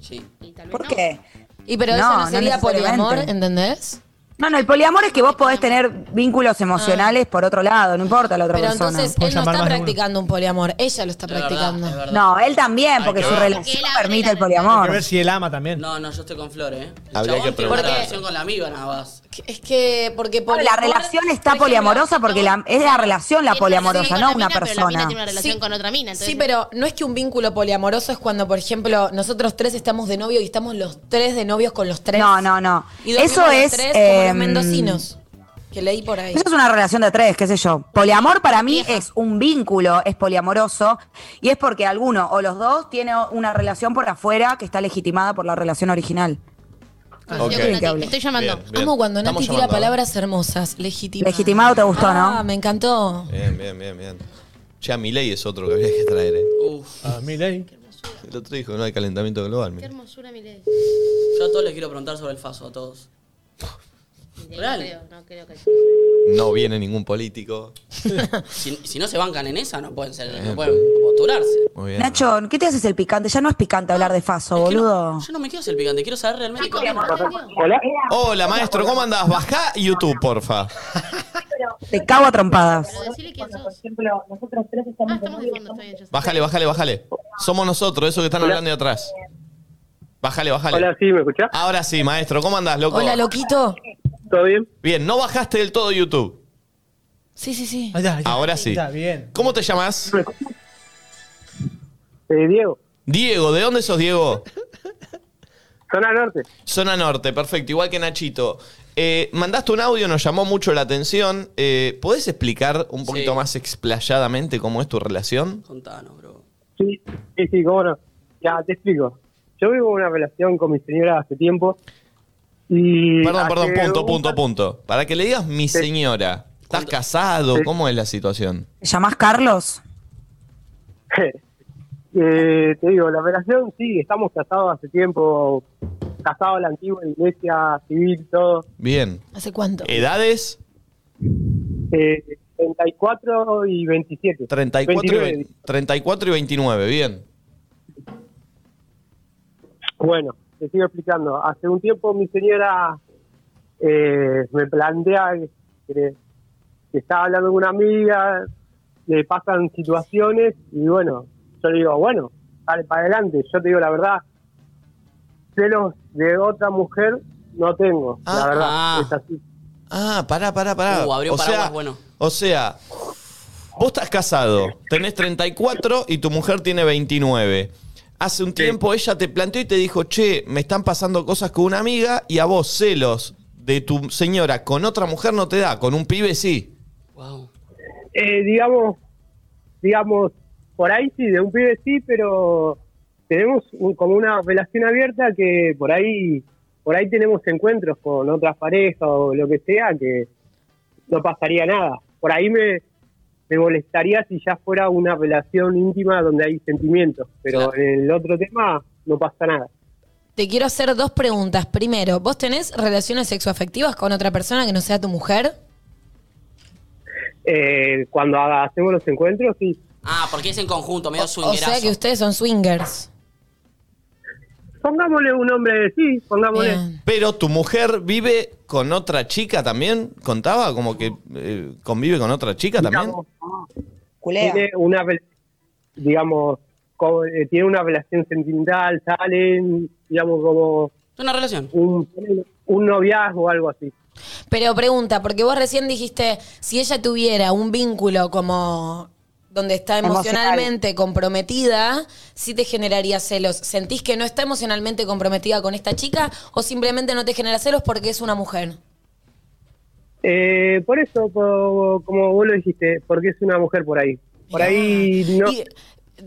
Speaker 3: Sí.
Speaker 4: Y tal vez
Speaker 6: ¿Por
Speaker 4: no.
Speaker 6: qué?
Speaker 2: Y pero
Speaker 6: No,
Speaker 2: eso no
Speaker 6: no
Speaker 2: sería poliamor,
Speaker 6: necesariamente.
Speaker 2: ¿entendés? Ah.
Speaker 6: No, no, el poliamor es que vos podés tener vínculos emocionales por otro lado, no importa la otra
Speaker 2: Pero
Speaker 6: persona.
Speaker 2: entonces
Speaker 5: Puedo
Speaker 2: él no
Speaker 5: llamar
Speaker 2: está
Speaker 5: más de uno.
Speaker 2: practicando un poliamor, ella lo está
Speaker 3: Es verdad,
Speaker 2: practicando.
Speaker 3: es verdad.
Speaker 6: no, él también, porque
Speaker 1: que
Speaker 6: su
Speaker 1: ver.
Speaker 6: relación
Speaker 4: Porque él abre
Speaker 6: permite
Speaker 4: la
Speaker 6: el
Speaker 5: Hay que
Speaker 6: poliamor.
Speaker 5: ver si él ama también.
Speaker 3: No, no, yo estoy con Flores, ¿eh? El
Speaker 1: Habría
Speaker 3: chabón
Speaker 1: que
Speaker 3: tiene una
Speaker 2: preguntar.
Speaker 3: relación con la amiga nada más.
Speaker 2: Es que, Eh, porque
Speaker 6: No, la
Speaker 2: poliamor-
Speaker 6: relación
Speaker 2: por
Speaker 6: está
Speaker 2: ejemplo,
Speaker 6: poliamorosa porque la- es la relación la
Speaker 4: Tiene una relación
Speaker 6: poliamorosa, no
Speaker 4: con la
Speaker 6: una
Speaker 4: mina, pero la mina
Speaker 6: persona.
Speaker 4: tiene una relación
Speaker 2: Sí.
Speaker 4: con otra mina. entonces-
Speaker 2: Sí, pero no es que un vínculo poliamoroso es cuando, por ejemplo, nosotros tres estamos de novio y estamos los tres de novios con los tres.
Speaker 6: No, no, no.
Speaker 2: Y dormimos
Speaker 6: Eso
Speaker 2: los
Speaker 6: es,
Speaker 2: tres como los
Speaker 6: em,
Speaker 2: mendocinos. Que leí por ahí.
Speaker 6: Eso es una relación de tres, qué sé yo. Poliamor para mí
Speaker 4: Vieja.
Speaker 6: es un vínculo, es poliamoroso, y es porque alguno o los dos tiene una relación por afuera que está legitimada por la relación original.
Speaker 4: Ah,
Speaker 1: Ok.
Speaker 4: tengo una tía.
Speaker 6: Bien.
Speaker 4: Estoy llamando.
Speaker 1: Bien, bien.
Speaker 2: Amo cuando
Speaker 1: Estamos
Speaker 2: Nati tira
Speaker 1: llamando,
Speaker 2: palabras hermosas. Legitimado.
Speaker 6: Legitimado te gustó,
Speaker 2: Ah,
Speaker 6: ¿no?
Speaker 2: me encantó.
Speaker 1: ¿eh? Bien, bien, bien, bien. Che, a Milei es otro que habría que traer, ¿eh?
Speaker 3: Uf,
Speaker 5: A mí, ley.
Speaker 1: El otro dijo que no hay calentamiento global.
Speaker 4: Qué
Speaker 1: mira.
Speaker 4: hermosura, mi ley.
Speaker 3: yo a todos les quiero preguntar sobre el Faso, a todos. Real.
Speaker 4: No creo, no creo que.
Speaker 1: No viene ningún político.
Speaker 3: Si, si no se bancan en esa, no pueden ser, no pueden postularse.
Speaker 1: Muy bien.
Speaker 6: Nacho, ¿qué te haces el picante? Ya no es picante hablar de Faso,
Speaker 3: Es que no-
Speaker 6: boludo.
Speaker 3: yo no me quiero hacer el picante, quiero saber realmente
Speaker 4: Chicos,
Speaker 3: cómo.
Speaker 4: no entendió.
Speaker 1: Hola, maestro, ¿cómo andás? Bajá YouTube, porfa.
Speaker 6: Te cago a trompadas.
Speaker 4: Pero decirle quién sos. Ah, estamos de fondo, está bien, yo sé.
Speaker 1: Bájale, bájale, bájale. Somos nosotros, esos que están hablando de atrás. Bájale, bájale.
Speaker 10: Hola, ¿sí me escuchás?
Speaker 1: Ahora sí, maestro, ¿cómo andás, loco?
Speaker 2: Hola, loquito.
Speaker 10: ¿Todo bien?
Speaker 1: Bien, no bajaste del todo YouTube.
Speaker 2: Sí, sí, sí.
Speaker 5: Ahí está, ahí está.
Speaker 1: Ahora sí.
Speaker 5: Está bien.
Speaker 1: ¿Cómo te llamas?
Speaker 10: Eh, Diego,
Speaker 1: Diego, ¿de dónde sos, Diego?
Speaker 10: zona norte.
Speaker 1: Zona Norte, perfecto, igual que Nachito. Eh, mandaste un audio, nos llamó mucho la atención. Eh, ¿Podés explicar un poquito
Speaker 3: Sí.
Speaker 1: más explayadamente cómo es tu relación?
Speaker 3: Contanos, bro.
Speaker 10: Sí, sí, sí, cómo no. Ya, te explico. Yo vivo una relación con mi señora hace tiempo y...
Speaker 1: Perdón,
Speaker 10: hace
Speaker 1: perdón, punto,
Speaker 10: un-
Speaker 1: punto, punto. Para que le digas mi señora, ¿estás casado?
Speaker 10: Sí.
Speaker 1: ¿Cómo es la situación?
Speaker 6: ¿Te llamás Carlos?
Speaker 10: Eh, te digo, la relación sí, estamos casados hace tiempo, casados a la antigua iglesia civil, todo.
Speaker 1: Bien.
Speaker 2: ¿Hace cuánto?
Speaker 1: ¿Edades?
Speaker 10: Eh, 34 y 27.
Speaker 1: 34 y,
Speaker 10: 29.
Speaker 1: ve- 34 y 29, bien.
Speaker 10: Bueno, te sigo explicando. Hace un tiempo mi señora eh, me plantea que, que estaba hablando con una amiga, le pasan situaciones y bueno, yo le digo, bueno, dale para adelante. Yo te digo la verdad, celos de otra mujer no tengo,
Speaker 1: Ah,
Speaker 10: la verdad,
Speaker 3: ah.
Speaker 10: es así.
Speaker 1: Ah, pará, pará, pará.
Speaker 3: Uh, abrió
Speaker 1: o
Speaker 3: paraguas,
Speaker 1: sea,
Speaker 3: bueno.
Speaker 1: O sea, vos estás casado, tenés 34 y tu mujer tiene 29. Hace un tiempo ella te planteó y te dijo, che, me están pasando cosas con una amiga y a vos celos de tu señora con otra mujer no te da, con un pibe sí.
Speaker 3: Wow.
Speaker 10: Eh, digamos, digamos, por ahí sí, de un pibe sí, pero tenemos un- como una relación abierta que por ahí por ahí tenemos encuentros con otras parejas o lo que sea que no pasaría nada. Por ahí me, me molestaría si ya fuera una relación íntima donde hay sentimientos, pero en el otro tema no pasa nada.
Speaker 2: Te quiero hacer dos preguntas. Primero, ¿vos tenés relaciones sexoafectivas con otra persona que no sea tu mujer?
Speaker 10: Eh, cuando haga- hacemos los encuentros, sí.
Speaker 3: Ah, porque es en conjunto, medio
Speaker 2: O sea
Speaker 3: swingerazo.
Speaker 2: que ustedes son swingers.
Speaker 10: Pongámosle un nombre, sí, pongámosle.
Speaker 1: Pero tu mujer vive con otra chica también, contaba, como que eh, convive con otra chica también.
Speaker 10: Tiene una, rel- digamos, co- eh, tiene una relación sentimental, salen, digamos, como...
Speaker 3: Una relación.
Speaker 10: Un, un noviazgo o algo así.
Speaker 2: Pero pregunta, porque vos recién dijiste, si ella tuviera un vínculo como donde está emocionalmente comprometida, sí te generaría celos. ¿Sentís que no está emocionalmente comprometida con esta chica o simplemente no te genera celos porque es una mujer?
Speaker 10: Eh, por eso, po- como vos lo dijiste, porque es una mujer por ahí. Por ahí no...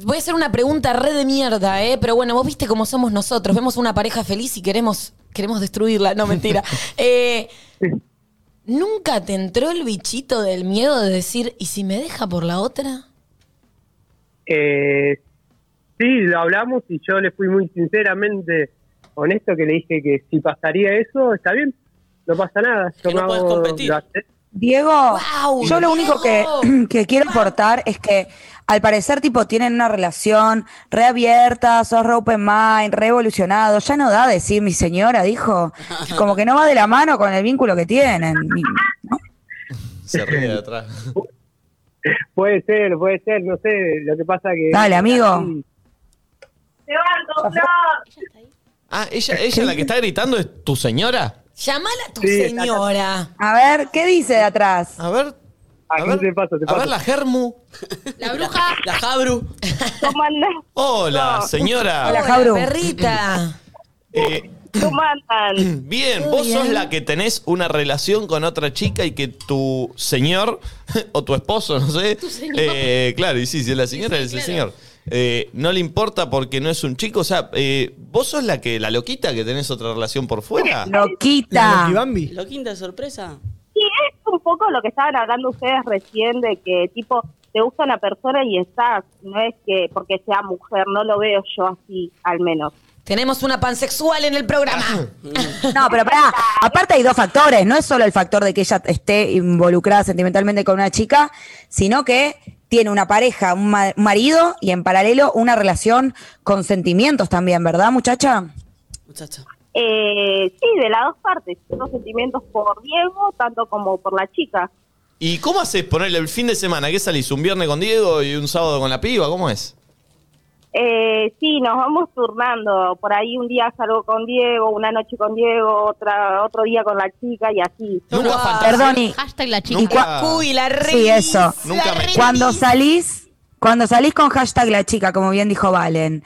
Speaker 2: Voy a hacer una pregunta re de mierda, ¿eh? Pero bueno, vos viste cómo somos nosotros. Vemos una pareja feliz y queremos, queremos destruirla. No, mentira. Eh, ¿Nunca te entró el bichito del miedo de decir, ¿y si me deja por la otra?
Speaker 10: Eh, sí, lo hablamos y yo le fui muy sinceramente honesto que le dije que si pasaría eso, está bien, no pasa nada. Yo me hago- lo acepto.
Speaker 6: Diego, yo lo único que, que quiero aportar es que al parecer tipo tienen una relación reabierta, sos re open mind, revolucionado, ya no da decir mi señora, dijo, como que no va de la mano con el vínculo que tienen. Y-
Speaker 1: Se ríe de atrás.
Speaker 10: Puede ser, puede ser, no sé, lo que pasa que...
Speaker 6: Dale, amigo.
Speaker 11: ¡Te banco, Flor!
Speaker 1: Ah, ella, ella la que está gritando es tu señora.
Speaker 2: Llamala a tu
Speaker 1: Sí, está acá.
Speaker 2: señora.
Speaker 6: A ver, ¿qué dice de atrás?
Speaker 1: A ver.
Speaker 10: A ver,
Speaker 1: A ver la Germu.
Speaker 4: La bruja.
Speaker 3: La Jabru.
Speaker 11: ¿Cómo andan?
Speaker 1: Hola, señora.
Speaker 11: Hola, Jabru.
Speaker 2: perrita.
Speaker 1: Eh,
Speaker 11: ¿Cómo andan?
Speaker 1: bien,
Speaker 11: Todo
Speaker 1: vos sos
Speaker 11: bien.
Speaker 1: la que tenés una relación con otra chica y que tu señor o tu esposo, no sé.
Speaker 11: señor.
Speaker 1: eh, claro, y sí, si es la señora, es el señor. eh, no le importa porque no es un chico. O sea, eh, vos sos la que, la loquita que tenés otra relación por fuera.
Speaker 6: Loquita.
Speaker 3: Lo quinta de sorpresa.
Speaker 11: Sí, es un poco lo que estaban hablando ustedes recién de que, tipo, te gusta una persona y estás. No es que porque sea mujer, no lo veo yo así, al menos.
Speaker 2: Tenemos una pansexual en el
Speaker 1: Ah.
Speaker 2: programa.
Speaker 6: No, pero pará, aparte hay dos factores, no es solo el factor de que ella esté involucrada sentimentalmente con una chica, sino que tiene una pareja, un ma- un marido y en paralelo una relación con sentimientos también, ¿verdad, muchacha?
Speaker 3: Muchacha.
Speaker 11: Eh, sí, de las dos partes. Tengo sentimientos por Diego, tanto como por la chica.
Speaker 1: ¿Y cómo haces ponerle el fin de semana? ¿Qué salís? ¿Un viernes con Diego y un sábado con la piba? ¿Cómo es?
Speaker 11: Eh, sí, nos vamos turnando. Por ahí un día salgo con Diego, una noche con Diego, otra otro día con la chica y así.
Speaker 6: Perdón, y,
Speaker 4: Hashtag la
Speaker 6: y
Speaker 4: chica.
Speaker 6: cua- Sí, eso. Cuando salís, cuando salís con hashtag la chica, como bien dijo Valen,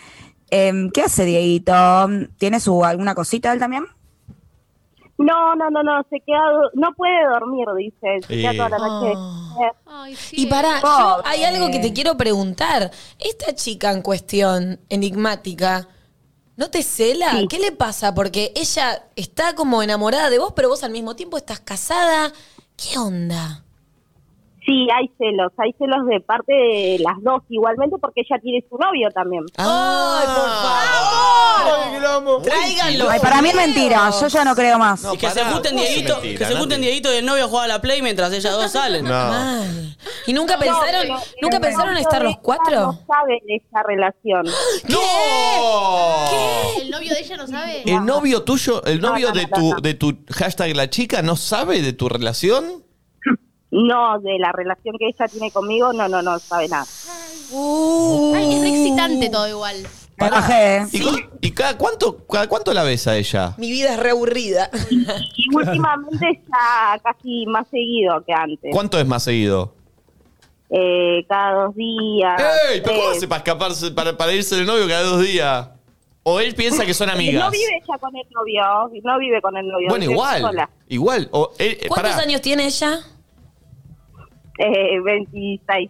Speaker 6: em, ¿qué hace Dieguito? ¿Tiene su alguna cosita él también?
Speaker 11: No, no, no, no, se queda, du- no puede dormir, dice, se queda
Speaker 6: Sí.
Speaker 11: toda la noche.
Speaker 4: Ah.
Speaker 2: Y pará, yo- hay algo que te quiero preguntar. Esta chica en cuestión, enigmática, ¿no te cela? ¿Qué le pasa? Porque ella está como enamorada de vos, pero vos al mismo tiempo estás casada. ¿Qué onda?
Speaker 11: Sí, hay celos, hay celos de parte de las dos igualmente porque ella tiene su novio también.
Speaker 1: ¡Ay,
Speaker 2: Ah,
Speaker 1: por
Speaker 3: Tráiganlo.
Speaker 6: Ay, para mí es mentira, yo ya no creo más.
Speaker 3: y que se junten Dieguito, que se junten Dieguito y el novio juega a la play mientras ellas dos salen.
Speaker 2: Mal. ¿Y nunca
Speaker 11: No,
Speaker 2: pensaron,
Speaker 11: pero-
Speaker 2: nunca
Speaker 11: pero
Speaker 2: pensaron
Speaker 11: el
Speaker 2: en estar
Speaker 11: novio
Speaker 2: los
Speaker 11: de
Speaker 2: cuatro?
Speaker 11: ella No sabe de esta relación.
Speaker 4: El novio de ella no sabe.
Speaker 1: ¿El novio tuyo, el
Speaker 11: Oh. No,
Speaker 1: novio
Speaker 11: no, no,
Speaker 1: de, tu,
Speaker 11: no.
Speaker 1: de tu hashtag la chica no sabe de tu relación?
Speaker 11: No, de la relación que ella tiene conmigo, no, no, no sabe nada.
Speaker 1: Uh.
Speaker 4: Ay, es re excitante todo igual.
Speaker 1: Pará. ¿Y, cu- y cada, cuánto, cada cuánto la ves a ella?
Speaker 2: Mi vida es reaburrida.
Speaker 11: Y últimamente está casi más seguido que antes.
Speaker 1: ¿Cuánto es más seguido?
Speaker 11: Eh, cada dos días.
Speaker 1: ¡Ey! ¿Pero cómo
Speaker 11: tres.
Speaker 1: hace para escaparse, para, para irse del novio cada dos días? ¿O él piensa que son
Speaker 11: No
Speaker 1: amigas?
Speaker 11: vive ella con el novio, no vive con el novio.
Speaker 1: Bueno,
Speaker 11: vive
Speaker 1: igual.
Speaker 11: sola.
Speaker 1: Igual. O él- eh,
Speaker 2: ¿Cuántos
Speaker 1: pará.
Speaker 2: años tiene ella?
Speaker 11: Eh, 26.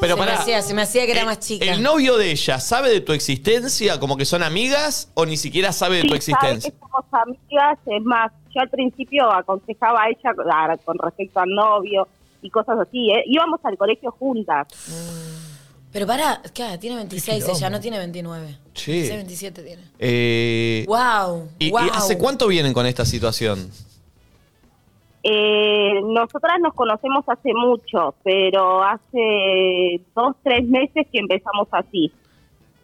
Speaker 1: Pero
Speaker 2: se,
Speaker 1: pará.
Speaker 2: me hacía, se me hacía que era más chica.
Speaker 1: ¿El novio de ella sabe de tu existencia como que son amigas o ni siquiera sabe de tu
Speaker 11: Sí, sabe
Speaker 1: existencia?
Speaker 11: que somos amigas, es más, yo al principio aconsejaba a ella a- con respecto al novio y cosas así. ¿eh? Íbamos al colegio juntas.
Speaker 2: Pero pará, claro, tiene 26 ella,
Speaker 1: quilombo.
Speaker 2: no tiene 29.
Speaker 1: Sí.
Speaker 2: 26, 27 tiene.
Speaker 1: Eh,
Speaker 2: Wow,
Speaker 1: y, y
Speaker 2: wow.
Speaker 1: hace cuánto vienen con esta situación?
Speaker 11: Eh, nosotras nos conocemos hace mucho, pero hace dos, tres meses que empezamos así.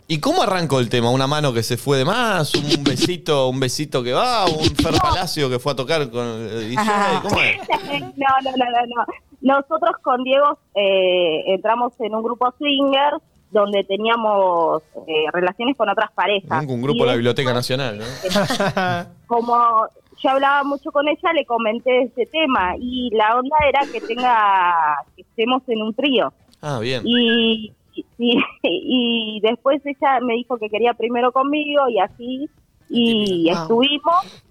Speaker 1: ¿Y cómo arrancó el tema? ¿Una mano que se fue de más? ¿Un besito, un besito que va? ¿Un Fer Palacio que fue a tocar con eh, y yo, eh, ¿Cómo es?
Speaker 11: no, no, no, no, no. Nosotros con Diego eh, entramos en un grupo swinger donde teníamos eh, relaciones con otras parejas.
Speaker 1: Nunca un
Speaker 11: Y eh,
Speaker 1: grupo de la Biblioteca Nacional, ¿no?
Speaker 11: como yo hablaba mucho con ella, le comenté este tema y la onda era que tenga que estemos en un trío.
Speaker 1: Ah, bien.
Speaker 11: Y, y, y después ella me dijo que quería primero conmigo y así, y
Speaker 1: Típica.
Speaker 11: estuvimos.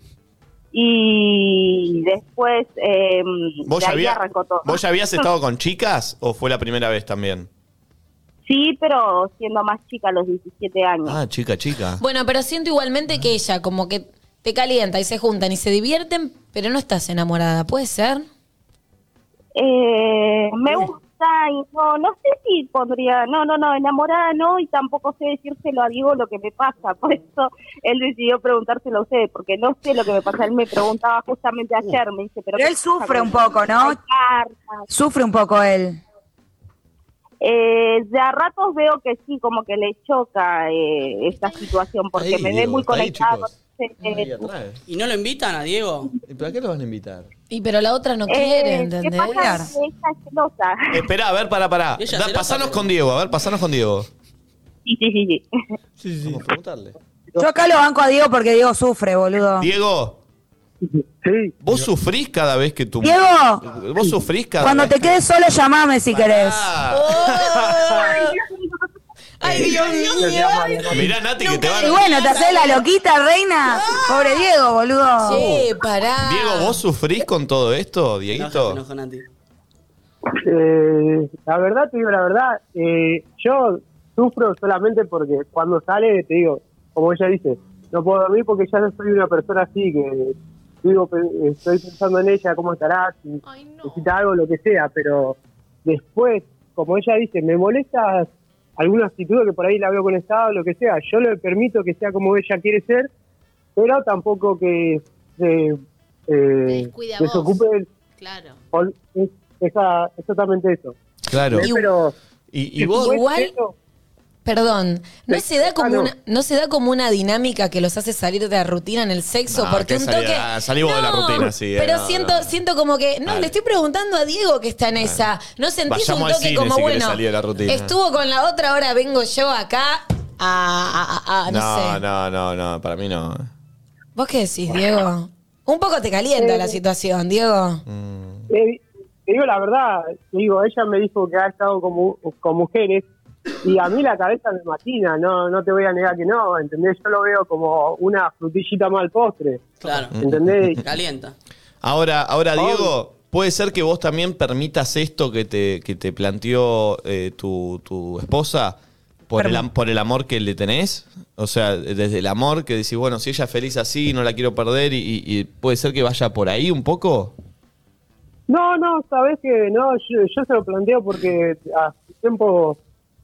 Speaker 11: Y después eh,
Speaker 1: ¿Vos
Speaker 11: de
Speaker 1: ya,
Speaker 11: ahí
Speaker 1: había-
Speaker 11: arrancó todo.
Speaker 1: ¿Vos ya habías estado con chicas o fue la primera vez también?
Speaker 11: Sí, pero siendo más chica, a los 17 años.
Speaker 1: Ah, chica, chica.
Speaker 2: Bueno, pero siento igualmente que ella, como que te calienta y se juntan y se divierten, pero no estás enamorada, ¿puede ser?
Speaker 11: Eh, me gusta y no, no sé si pondría, no, no, no, enamorada no, y tampoco sé decírselo a Diego lo que me pasa, por eso él decidió preguntárselo a ustedes, porque no sé lo que me pasa, él me preguntaba justamente ayer, me dice, pero...
Speaker 6: Pero
Speaker 11: ¿qué
Speaker 6: él
Speaker 11: pasa
Speaker 6: sufre
Speaker 11: con
Speaker 6: un poco, ¿no?
Speaker 11: las cartas?
Speaker 6: Sufre un poco él.
Speaker 11: Eh, de a ratos veo que sí, como que le choca eh, esta situación, porque
Speaker 1: ahí,
Speaker 11: me ve
Speaker 1: Diego,
Speaker 11: muy
Speaker 1: está ahí,
Speaker 11: conectada con
Speaker 1: chicos.
Speaker 11: ustedes.
Speaker 3: ¿Y no lo invitan a Diego?
Speaker 1: ¿Para qué lo van a invitar?
Speaker 2: Y pero la otra no
Speaker 11: Eh,
Speaker 2: quiere,
Speaker 11: ¿Qué
Speaker 2: ¿entendés?
Speaker 11: pasa? Que Ella es celosa.
Speaker 1: Esperá, a ver, pará, pará.
Speaker 11: Ella
Speaker 1: Da-
Speaker 11: se lo
Speaker 1: pasanos
Speaker 11: sabe.
Speaker 1: con Diego, a ver, pasanos con Diego.
Speaker 11: Sí, sí, sí, sí.
Speaker 1: Vamos a preguntarle.
Speaker 6: Yo acá lo banco a Diego porque Diego sufre, boludo.
Speaker 1: Diego.
Speaker 10: Sí.
Speaker 1: ¿Vos sufrís cada vez que tu.
Speaker 6: Diego.
Speaker 1: ¿Vos sufrís cada
Speaker 6: Cuando
Speaker 1: vez? Ah,
Speaker 6: te quedes solo, llamame si querés.
Speaker 2: Ay, Dios mío.
Speaker 1: Mirá, Nati, que te van.
Speaker 6: Y bueno, te haces la loquita, reina. Pobre Diego, boludo.
Speaker 2: Che, pará.
Speaker 1: Diego, ¿vos sufrís con todo esto, Dieguito?
Speaker 3: No, Nati.
Speaker 10: Eh, la verdad, te digo la verdad, eh, yo sufro solamente porque cuando sale, te digo, como ella dice, no puedo dormir porque ya no soy una persona así, que digo, pe- estoy pensando en ella, cómo estará, si necesita algo, lo que sea, pero después, como ella dice, me molesta alguna actitud que por ahí la veo conectada o lo que sea, yo le permito que sea como ella quiere ser, pero tampoco que se eh,
Speaker 4: descuide a vos.
Speaker 10: desocupe del-
Speaker 4: Claro.
Speaker 10: Ol- es- esa- exactamente eso.
Speaker 1: Claro.
Speaker 10: Eh, Pero
Speaker 1: Y, y vos.
Speaker 2: Igual,
Speaker 10: eso,
Speaker 2: perdón, no se da como
Speaker 10: Ah, no.
Speaker 2: una, no se da como una dinámica que los hace salir de la rutina en el sexo,
Speaker 1: No,
Speaker 2: porque
Speaker 1: que
Speaker 2: un
Speaker 1: salí-
Speaker 2: toque.
Speaker 1: ah, salimos de la rutina, sí, eh,
Speaker 2: Pero
Speaker 1: no,
Speaker 2: siento,
Speaker 1: no.
Speaker 2: siento como que. No,
Speaker 1: Dale.
Speaker 2: le estoy preguntando a Diego que está en esa. No sentís
Speaker 1: Vayamos
Speaker 2: un
Speaker 1: al
Speaker 2: toque
Speaker 1: cine
Speaker 2: como
Speaker 1: si querés
Speaker 2: bueno.
Speaker 1: salir de la rutina.
Speaker 2: Estuvo con la otra, ahora vengo yo acá a, a- a- a- ah, no,
Speaker 1: No,
Speaker 2: sé.
Speaker 1: no, no, no, para mí no.
Speaker 2: ¿Vos qué decís, Diego? Un poco te calienta la situación, Diego.
Speaker 10: eh, te digo la verdad, te digo, ella me dijo que ha estado con, mu- con mujeres y a mí la cabeza me matina, no no te voy a negar que no, ¿entendés? Yo lo veo como una frutillita mal postre,
Speaker 3: Claro.
Speaker 10: ¿entendés?
Speaker 3: Calienta.
Speaker 1: Ahora, ahora Diego, puede ser que vos también permitas esto que te, que te planteó eh, tu, tu esposa por el, am- por el amor que le tenés. O sea, desde el amor que decís, bueno, si ella es feliz así, no la quiero perder, y, y- y puede ser que vaya por ahí un poco.
Speaker 10: No, no, sabes que no, yo, yo se lo planteo porque hace tiempo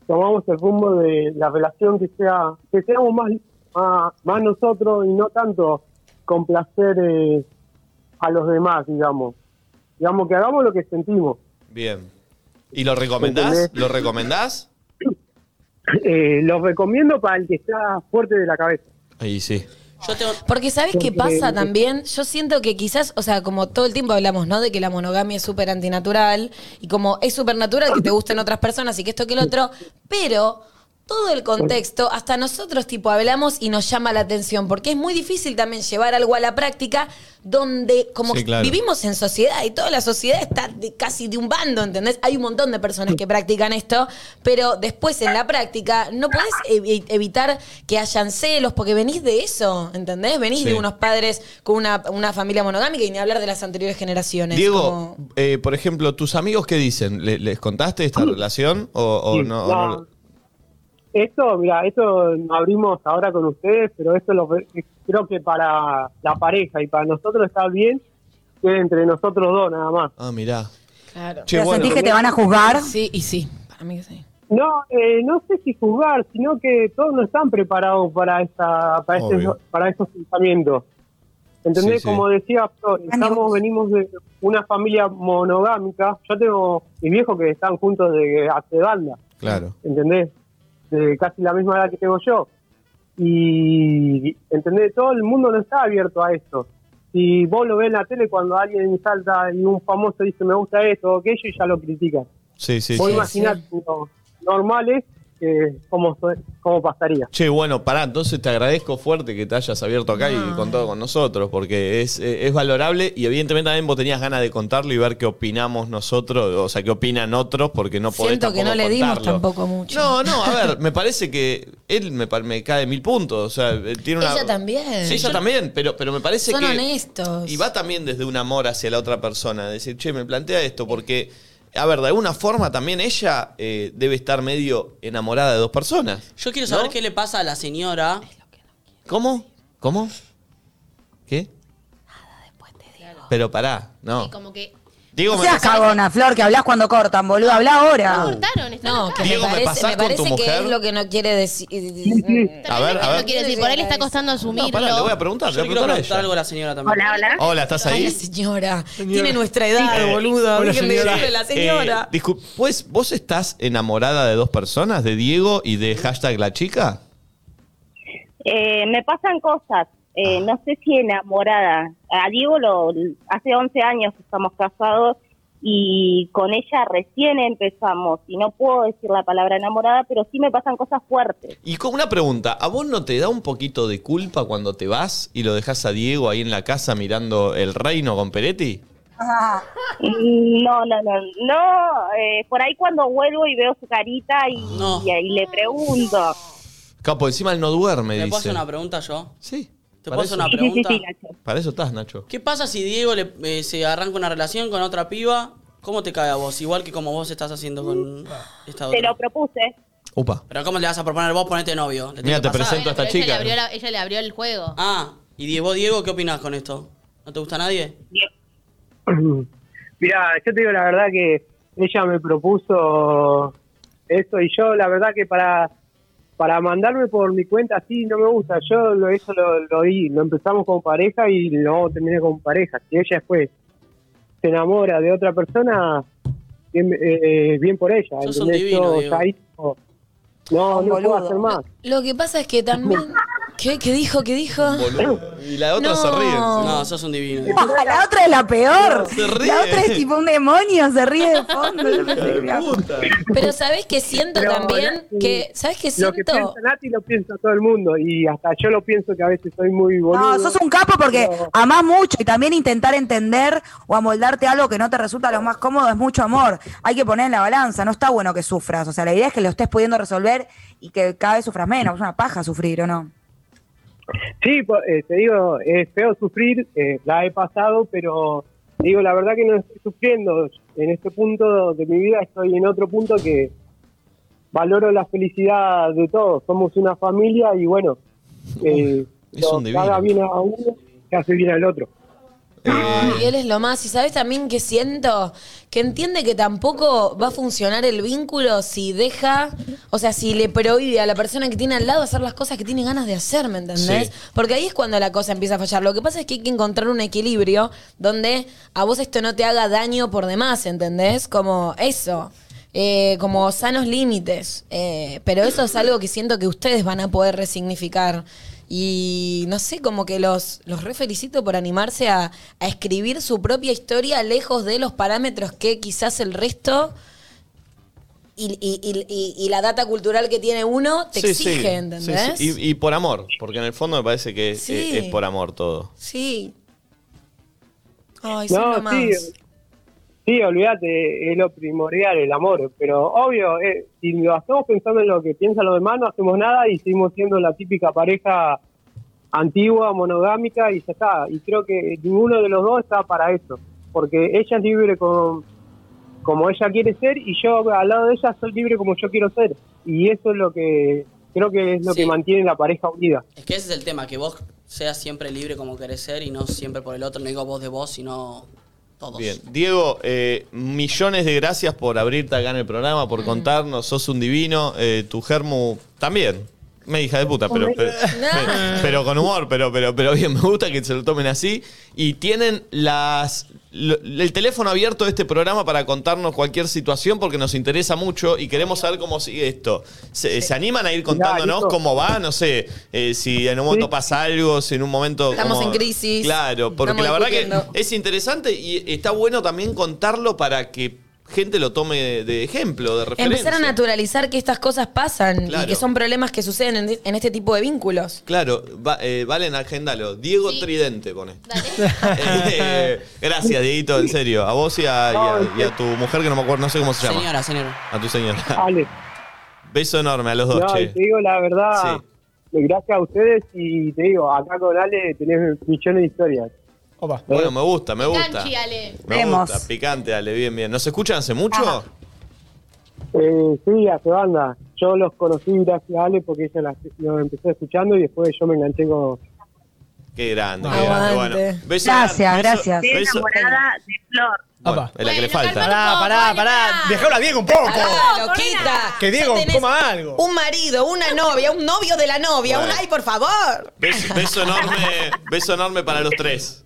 Speaker 10: tomamos el rumbo de la relación que sea, que seamos más, más, más nosotros y no tanto complacer eh, a los demás, digamos. Digamos que hagamos lo que sentimos.
Speaker 1: Bien. ¿Y lo recomendás?
Speaker 10: ¿Entendés?
Speaker 1: ¿Lo recomendás?
Speaker 10: Eh, los recomiendo para el que está fuerte de la cabeza.
Speaker 1: Ahí sí.
Speaker 3: Yo tengo...
Speaker 2: Porque ¿sabes qué
Speaker 10: Porque-
Speaker 2: pasa también? Yo siento que quizás, o sea, como todo el tiempo hablamos, ¿no? De que la monogamia es súper antinatural y como es súper natural que te gusten otras personas y que esto que el otro, pero todo el contexto, hasta nosotros tipo hablamos y nos llama la atención, porque es muy difícil también llevar algo a la práctica donde como
Speaker 12: Sí, claro.
Speaker 2: vivimos en sociedad y toda la sociedad está de- casi de un bando, ¿entendés? Hay un montón de personas que practican esto, pero después en la práctica no podés evi- evitar que hayan celos, porque venís de eso, ¿entendés? Venís
Speaker 1: Sí.
Speaker 2: de unos padres con una, una familia monogámica y ni hablar de las anteriores generaciones.
Speaker 1: Diego,
Speaker 2: como-
Speaker 1: eh, por ejemplo, ¿tus amigos qué dicen? ¿Le- ¿Les contaste esta relación o, o
Speaker 10: Sí,
Speaker 1: no? o no
Speaker 10: no.
Speaker 1: lo-
Speaker 10: Esto, mira, esto lo abrimos ahora con ustedes, pero esto lo, creo que para la pareja y para nosotros está bien que entre nosotros dos nada más.
Speaker 1: Ah, mirá.
Speaker 2: Claro.
Speaker 1: Che, bueno.
Speaker 2: Sí, y sí. Para mí que sí.
Speaker 10: No, eh, no sé si juzgar, sino que todos no están preparados para esta, para, este-
Speaker 1: Obvio.
Speaker 10: para estos pensamientos. ¿Entendés?
Speaker 1: Sí, sí.
Speaker 10: Como decía Flor, estamos, venimos de una familia monogámica. Yo tengo mis viejos que están juntos de hace banda.
Speaker 1: Claro.
Speaker 10: ¿entendés? De casi la misma edad que tengo yo. Y, ¿entendés? Todo el mundo no está abierto a esto. Si vos lo ves en la tele cuando alguien salta y un famoso dice me gusta esto o aquello y ya lo critica.
Speaker 1: Sí, sí,
Speaker 10: vos
Speaker 1: sí.
Speaker 10: imaginás lo normal es eh, cómo, so- cómo pasaría.
Speaker 1: Che, bueno, pará, entonces te agradezco fuerte que te hayas abierto acá y contado con nosotros, porque es, eh, es valorable y evidentemente también vos tenías ganas de contarlo y ver qué opinamos nosotros, o sea, qué opinan otros, porque no podés
Speaker 2: Siento que no
Speaker 1: tampoco
Speaker 2: le dimos
Speaker 1: contarlo.
Speaker 2: tampoco mucho.
Speaker 1: No, no, a ver, me parece que él me, pa- me cae mil puntos, o sea, eh, tiene una...
Speaker 2: Ella también.
Speaker 1: Sí, ella también, pero, pero me parece
Speaker 2: Son
Speaker 1: que...
Speaker 2: honestos.
Speaker 1: Y va también desde un amor hacia la otra persona. Decir, che, me plantea esto porque, a ver, de alguna forma también ella eh, debe estar medio enamorada de dos personas.
Speaker 3: Yo quiero saber qué le pasa a la señora.
Speaker 1: ¿Cómo? ¿Cómo? ¿Qué? Pero pará, no.
Speaker 4: Como que
Speaker 1: Diego,
Speaker 6: no
Speaker 1: me
Speaker 6: seas
Speaker 1: pasás-
Speaker 6: cagona, Flor, que hablas cuando cortan, boludo. Habla ahora.
Speaker 4: cortaron, están
Speaker 2: No,
Speaker 4: acá.
Speaker 2: que
Speaker 1: Diego, ¿me
Speaker 2: me parece,
Speaker 1: pasás
Speaker 2: me
Speaker 1: con tu
Speaker 2: parece que
Speaker 1: mujer?
Speaker 2: es lo que no quiere decir.
Speaker 1: A ver, a
Speaker 4: No
Speaker 1: ver.
Speaker 4: quiere decir, por ahí le está costando asumirlo.
Speaker 1: No, pará, le voy a preguntar, le
Speaker 3: Yo
Speaker 1: voy a
Speaker 3: le quiero
Speaker 1: preguntar
Speaker 3: preguntar
Speaker 1: a ella.
Speaker 3: algo a la señora también.
Speaker 1: Hola, ¿estás
Speaker 2: Ay,
Speaker 1: ahí?
Speaker 2: la señora. Tiene nuestra edad,
Speaker 1: Eh,
Speaker 2: boluda.
Speaker 1: hola,
Speaker 2: Déjenme
Speaker 1: señora.
Speaker 2: decirle la señora.
Speaker 1: Eh, discul- pues, ¿vos estás enamorada de dos personas, de Diego y de hashtag la chica?
Speaker 11: Eh, me pasan cosas, eh, no sé si enamorada. A Diego lo, hace 11 años que estamos casados y con ella recién empezamos. Y no puedo decir la palabra enamorada, pero sí me pasan cosas fuertes.
Speaker 1: Y con una pregunta, ¿a vos no te da un poquito de culpa cuando te vas y lo dejas a Diego ahí en la casa mirando el reino con Peretti?
Speaker 11: Mm, No, no, no, no. eh, por ahí cuando vuelvo y veo su carita y, y, ahí le pregunto.
Speaker 1: Capo, encima él no duerme,
Speaker 3: ¿Le puedo hacer
Speaker 1: dice.
Speaker 3: una pregunta yo?
Speaker 1: Sí.
Speaker 3: ¿Te
Speaker 1: para
Speaker 3: puedo hacer
Speaker 1: eso-
Speaker 3: una pregunta?
Speaker 1: Para eso estás, Nacho.
Speaker 3: ¿Qué pasa si Diego le, eh, se arranca una relación con otra piba? ¿Cómo te cae a vos? Igual que como vos estás haciendo con esta
Speaker 11: Te
Speaker 3: otra.
Speaker 11: lo propuse.
Speaker 1: Upa.
Speaker 3: Pero ¿cómo le vas a proponer vos ponerte novio? ¿Le
Speaker 1: Mira,
Speaker 3: tiene
Speaker 1: te
Speaker 3: que pasar?
Speaker 1: presento a esta
Speaker 4: Ella le,
Speaker 1: chica.
Speaker 4: abrió la- ella le abrió el juego.
Speaker 3: Ah, y Diego, Diego, ¿qué opinás con esto? ¿No te gusta a nadie?
Speaker 10: Mira, yo te digo la verdad que ella me propuso eso y yo la verdad que para para mandarme por mi cuenta sí no me gusta. Yo lo eso lo lo di, lo empezamos con pareja y lo vamos a terminar con pareja. Si ella después se enamora de otra persona, bien, eh, bien por ella.
Speaker 3: Sos un
Speaker 10: ¿entendés?
Speaker 3: divino,
Speaker 10: Yo
Speaker 3: Diego.
Speaker 10: ya ahí no, no, no puedo
Speaker 2: boludo.
Speaker 10: hacer más.
Speaker 2: Lo que pasa es que también. ¿Qué, ¿Qué dijo? ¿Qué dijo?
Speaker 1: Boludo. Y la otra
Speaker 2: No.
Speaker 1: se ríe. encima.
Speaker 3: No, sos un divino.
Speaker 6: La otra es la peor.
Speaker 1: Se ríe.
Speaker 6: La otra es tipo un demonio, se ríe de fondo.
Speaker 2: Pero sabes que siento
Speaker 10: Pero,
Speaker 2: también
Speaker 10: Nati,
Speaker 2: que. ¿Sabes qué
Speaker 10: Lo que piensa
Speaker 2: siento?
Speaker 10: Nati lo piensa todo el mundo y hasta yo lo pienso que a veces soy muy boludo.
Speaker 6: No, sos un capo porque amás mucho y también intentar entender o amoldarte a algo que no te resulta lo más cómodo es mucho amor. Hay que poner en la balanza, no está bueno que sufras. O sea, la idea es que lo estés pudiendo resolver y que cada vez sufras menos. Es una paja sufrir, ¿o no?
Speaker 10: Sí, po- eh, te digo, es feo sufrir, eh, la he pasado, pero te digo, la verdad que no estoy sufriendo. En este punto de mi vida estoy en otro punto que valoro la felicidad de todos. Somos una familia y bueno, eh,
Speaker 1: es un
Speaker 10: lo que haga
Speaker 1: divino.
Speaker 10: bien a uno, que hace bien al otro.
Speaker 2: Ay, él es lo más. Y sabes también que siento que entiende que tampoco va a funcionar el vínculo si deja, o sea, si le prohíbe a la persona que tiene al lado hacer las cosas que tiene ganas de hacer, ¿me entendés?
Speaker 1: Sí.
Speaker 2: Porque ahí es cuando la cosa empieza a fallar. Lo que pasa es que hay que encontrar un equilibrio donde a vos esto no te haga daño por demás, ¿entendés? Como eso. eh, como sanos límites. Eh, pero eso es algo que siento que ustedes van a poder resignificar. Y no sé, como que los, los re felicito por animarse a, a escribir su propia historia lejos de los parámetros que quizás el resto y, y- y- y- y la data cultural que tiene uno te
Speaker 1: Sí, sí.
Speaker 2: exige,
Speaker 1: Sí, sí.
Speaker 2: ¿entendés? Sí,
Speaker 1: Y, y por amor, porque en el fondo me parece que es-
Speaker 2: Sí.
Speaker 1: es, por amor todo.
Speaker 2: Ay, son lo
Speaker 10: No,
Speaker 2: más.
Speaker 10: sí, sí, olvídate, es lo primordial, el amor. Pero obvio, eh, si lo hacemos pensando en lo que piensan los demás, no hacemos nada y seguimos siendo la típica pareja antigua, monogámica y ya está. Y creo que ninguno de los dos está para eso. Porque ella es libre con, como ella quiere ser y yo al lado de ella soy libre como yo quiero ser. Y eso es lo que creo que es lo
Speaker 3: Sí.
Speaker 10: que mantiene la pareja unida.
Speaker 3: Es que ese es el tema, que vos seas siempre libre como querés ser y no siempre por el otro. No digo vos de vos, sino todos.
Speaker 1: Bien. Diego, eh, millones de gracias por abrirte acá en el programa, por contarnos. Sos un divino. eh, tu germu también. Me hija de puta, pero, pero, pero- pero con humor, pero, pero, pero bien, me gusta que se lo tomen así. Y tienen las lo- el teléfono abierto de este programa para contarnos cualquier situación porque nos interesa mucho y queremos saber cómo sigue esto. ¿Se, se animan a ir contándonos
Speaker 12: Nico.
Speaker 1: cómo va? No sé, eh, si en un momento pasa algo, si en un momento...
Speaker 12: Estamos
Speaker 1: como-
Speaker 12: en crisis.
Speaker 1: Claro, porque
Speaker 12: Estamos
Speaker 1: la verdad que
Speaker 12: discutiendo.
Speaker 1: es interesante y está bueno también contarlo para que gente lo tome de, de ejemplo, de referencia.
Speaker 2: Empezar a naturalizar que estas cosas pasan
Speaker 1: Claro.
Speaker 2: y que son problemas que suceden en, en este tipo de vínculos.
Speaker 1: Claro, va, eh, Valen, agéndalo. Diego Tridente pone. Eh, gracias, Dieguito, en serio. A vos y a, y a- y a tu mujer, que no me acuerdo, no sé cómo se llama.
Speaker 3: Señora, señora.
Speaker 1: A tu señora.
Speaker 10: Ale.
Speaker 1: Beso enorme a los dos,
Speaker 10: No, y
Speaker 1: che.
Speaker 10: te digo la verdad, eh, gracias a ustedes y te digo, acá con Ale tenés millones de historias. Eh,
Speaker 1: Bueno, me gusta, me gusta.
Speaker 4: Canchi, Ale.
Speaker 1: Me gusta, picante, dale, bien, bien. ¿Nos escuchan hace mucho?
Speaker 10: Eh, sí, hace banda. Yo los conocí gracias a Ale porque ella las- los empezó escuchando y después yo me enganché con...
Speaker 1: Qué grande, qué grande.
Speaker 10: Aguante.
Speaker 1: Bueno, beso
Speaker 10: Gracias,
Speaker 1: beso-
Speaker 10: gracias.
Speaker 1: beso-
Speaker 10: Bien
Speaker 11: enamorada de Flor.
Speaker 1: Bueno, es la que le falta.
Speaker 5: Pará, pará, pará. Dejalo a Diego un poco.
Speaker 2: Pará, loquita.
Speaker 5: Que Diego
Speaker 2: Ya tenés
Speaker 5: coma algo.
Speaker 2: Un marido, una novia, un novio de la novia.
Speaker 1: Bueno.
Speaker 2: Un, ay, por favor.
Speaker 1: Beso, beso enorme, beso enorme para los tres.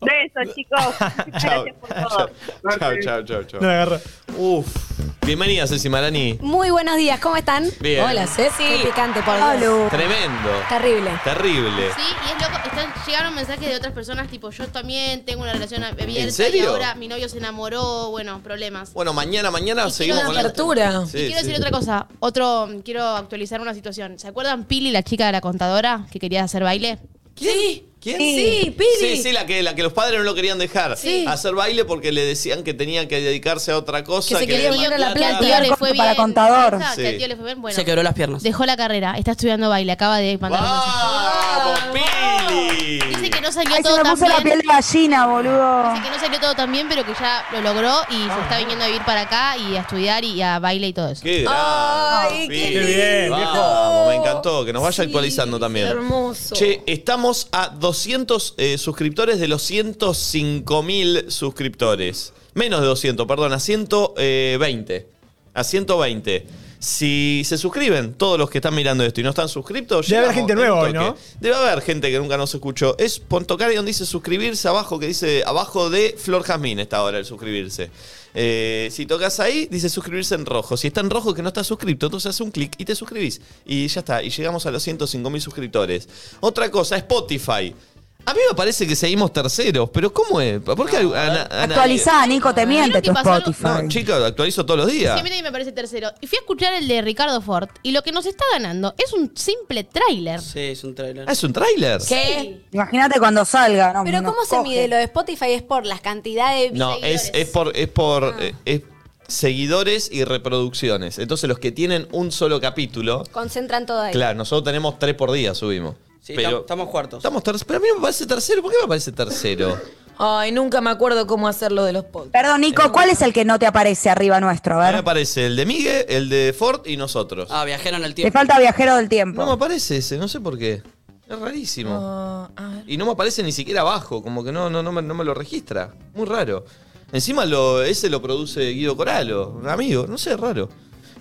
Speaker 11: Besos, chicos.
Speaker 1: Chao.
Speaker 11: todo.
Speaker 1: Chao, chao, chao, chao.
Speaker 5: No, agarra.
Speaker 1: Uf. Bienvenida, Ceci Marani.
Speaker 13: Muy buenos días, ¿cómo están?
Speaker 1: Bien. Hola,
Speaker 13: Ceci. Qué picante, por Dios.
Speaker 1: Tremendo.
Speaker 13: Terrible.
Speaker 1: Terrible.
Speaker 4: Sí, y es loco. están- llegaron mensajes de otras personas, tipo, yo también tengo una relación abierta
Speaker 1: serio?
Speaker 4: y ahora mi novio se enamoró, bueno, problemas.
Speaker 1: Bueno, mañana, mañana seguimos
Speaker 4: dar
Speaker 1: con la
Speaker 4: apertura.
Speaker 1: Sí,
Speaker 4: Y quiero
Speaker 1: sí.
Speaker 4: decir otra cosa, otro, quiero actualizar una situación. ¿Se acuerdan Pili, la chica de la contadora, que quería hacer baile?
Speaker 1: ¿Quién? ¿Quién?
Speaker 4: Sí, Pili.
Speaker 1: Sí, sí, la que, la que los padres no lo querían dejar.
Speaker 4: Sí.
Speaker 1: Hacer baile porque le decían que tenía que dedicarse a otra cosa.
Speaker 4: Que se quería
Speaker 1: le-
Speaker 4: volver a la plata. Que al tío le fue bien.
Speaker 1: Sí.
Speaker 4: Que al tío le fue bien, bueno.
Speaker 3: Se quebró las piernas.
Speaker 4: Dejó la carrera, está estudiando baile, acaba de mandar un
Speaker 1: mensaje.
Speaker 4: Dice que no salió
Speaker 6: Ay, se
Speaker 4: todo
Speaker 6: me
Speaker 4: tan
Speaker 6: puso la
Speaker 4: bien.
Speaker 6: piel de gallina, boludo.
Speaker 4: Dice que no salió todo tan bien, pero que ya lo logró y se está viniendo a vivir para acá y a estudiar y a baile y todo eso.
Speaker 1: ¡Qué
Speaker 6: Ah,
Speaker 1: grande,
Speaker 4: Ay,
Speaker 1: Pili!
Speaker 4: qué lindo.
Speaker 1: Vamos, me encantó. Que nos vaya actualizando también.
Speaker 2: hermoso.
Speaker 1: Che, estamos a 200 eh, suscriptores de los 105 mil suscriptores. Menos de 200, perdón, a 120. A 120. Si se suscriben todos los que están mirando esto y no están suscritos,
Speaker 5: Debe haber
Speaker 1: llegamos
Speaker 5: gente
Speaker 1: en un
Speaker 5: nueva hoy,
Speaker 1: toque.
Speaker 5: ¿no?
Speaker 1: Debe haber gente que nunca nos escuchó. Es pon tocar y donde dice suscribirse abajo, que dice abajo de Flor Jazmín está ahora el suscribirse. Eh, si tocas ahí, dice suscribirse en rojo. Si está en rojo que no está suscrito, entonces hace un clic y te suscribís. Y ya está, y llegamos a los 105 mil suscriptores. Otra cosa, Spotify. A mí me parece que seguimos terceros, pero ¿cómo es? ¿Por qué ana- ana-
Speaker 6: Actualizá, Nico, te miente tu Spotify.
Speaker 1: No, chicos, actualizo todos los
Speaker 4: Sí,
Speaker 1: días.
Speaker 4: a mí también me parece tercero. Y fui a escuchar el de Ricardo Ford y lo que nos está ganando es un simple tráiler.
Speaker 3: Sí, es un trailer.
Speaker 1: Ah, ¿Es un tráiler?
Speaker 13: ¿Qué?
Speaker 6: Imagínate cuando salga. No,
Speaker 13: Pero ¿cómo se mide lo de Spotify? Es por la cantidad de...
Speaker 1: No, es, es por, es por eh, es seguidores y reproducciones. Entonces los que tienen un solo capítulo,
Speaker 13: Concentran todo ahí.
Speaker 1: claro, nosotros tenemos tres por día, subimos. pero
Speaker 3: estamos cuartos.
Speaker 1: Estamos terceros. Pero a mí me parece tercero. ¿Por qué me parece tercero?
Speaker 2: Ay, nunca me acuerdo cómo hacerlo de los podcasts.
Speaker 6: Perdón, Nico, ¿cuál es el que no te aparece arriba
Speaker 1: A
Speaker 6: nuestro? A
Speaker 1: mí me
Speaker 6: ver.
Speaker 1: parece el de Miguel, el de Ford y nosotros.
Speaker 3: Ah, viajero en el
Speaker 6: Te falta viajero del tiempo.
Speaker 1: No me aparece ese, no sé por qué. Es rarísimo.
Speaker 2: Ah, a ver.
Speaker 1: Y no me aparece ni siquiera abajo, como que no, no, no, me, no me lo registra. Muy raro. Encima lo, ese lo produce Guido Coralo, un amigo, no sé, es raro.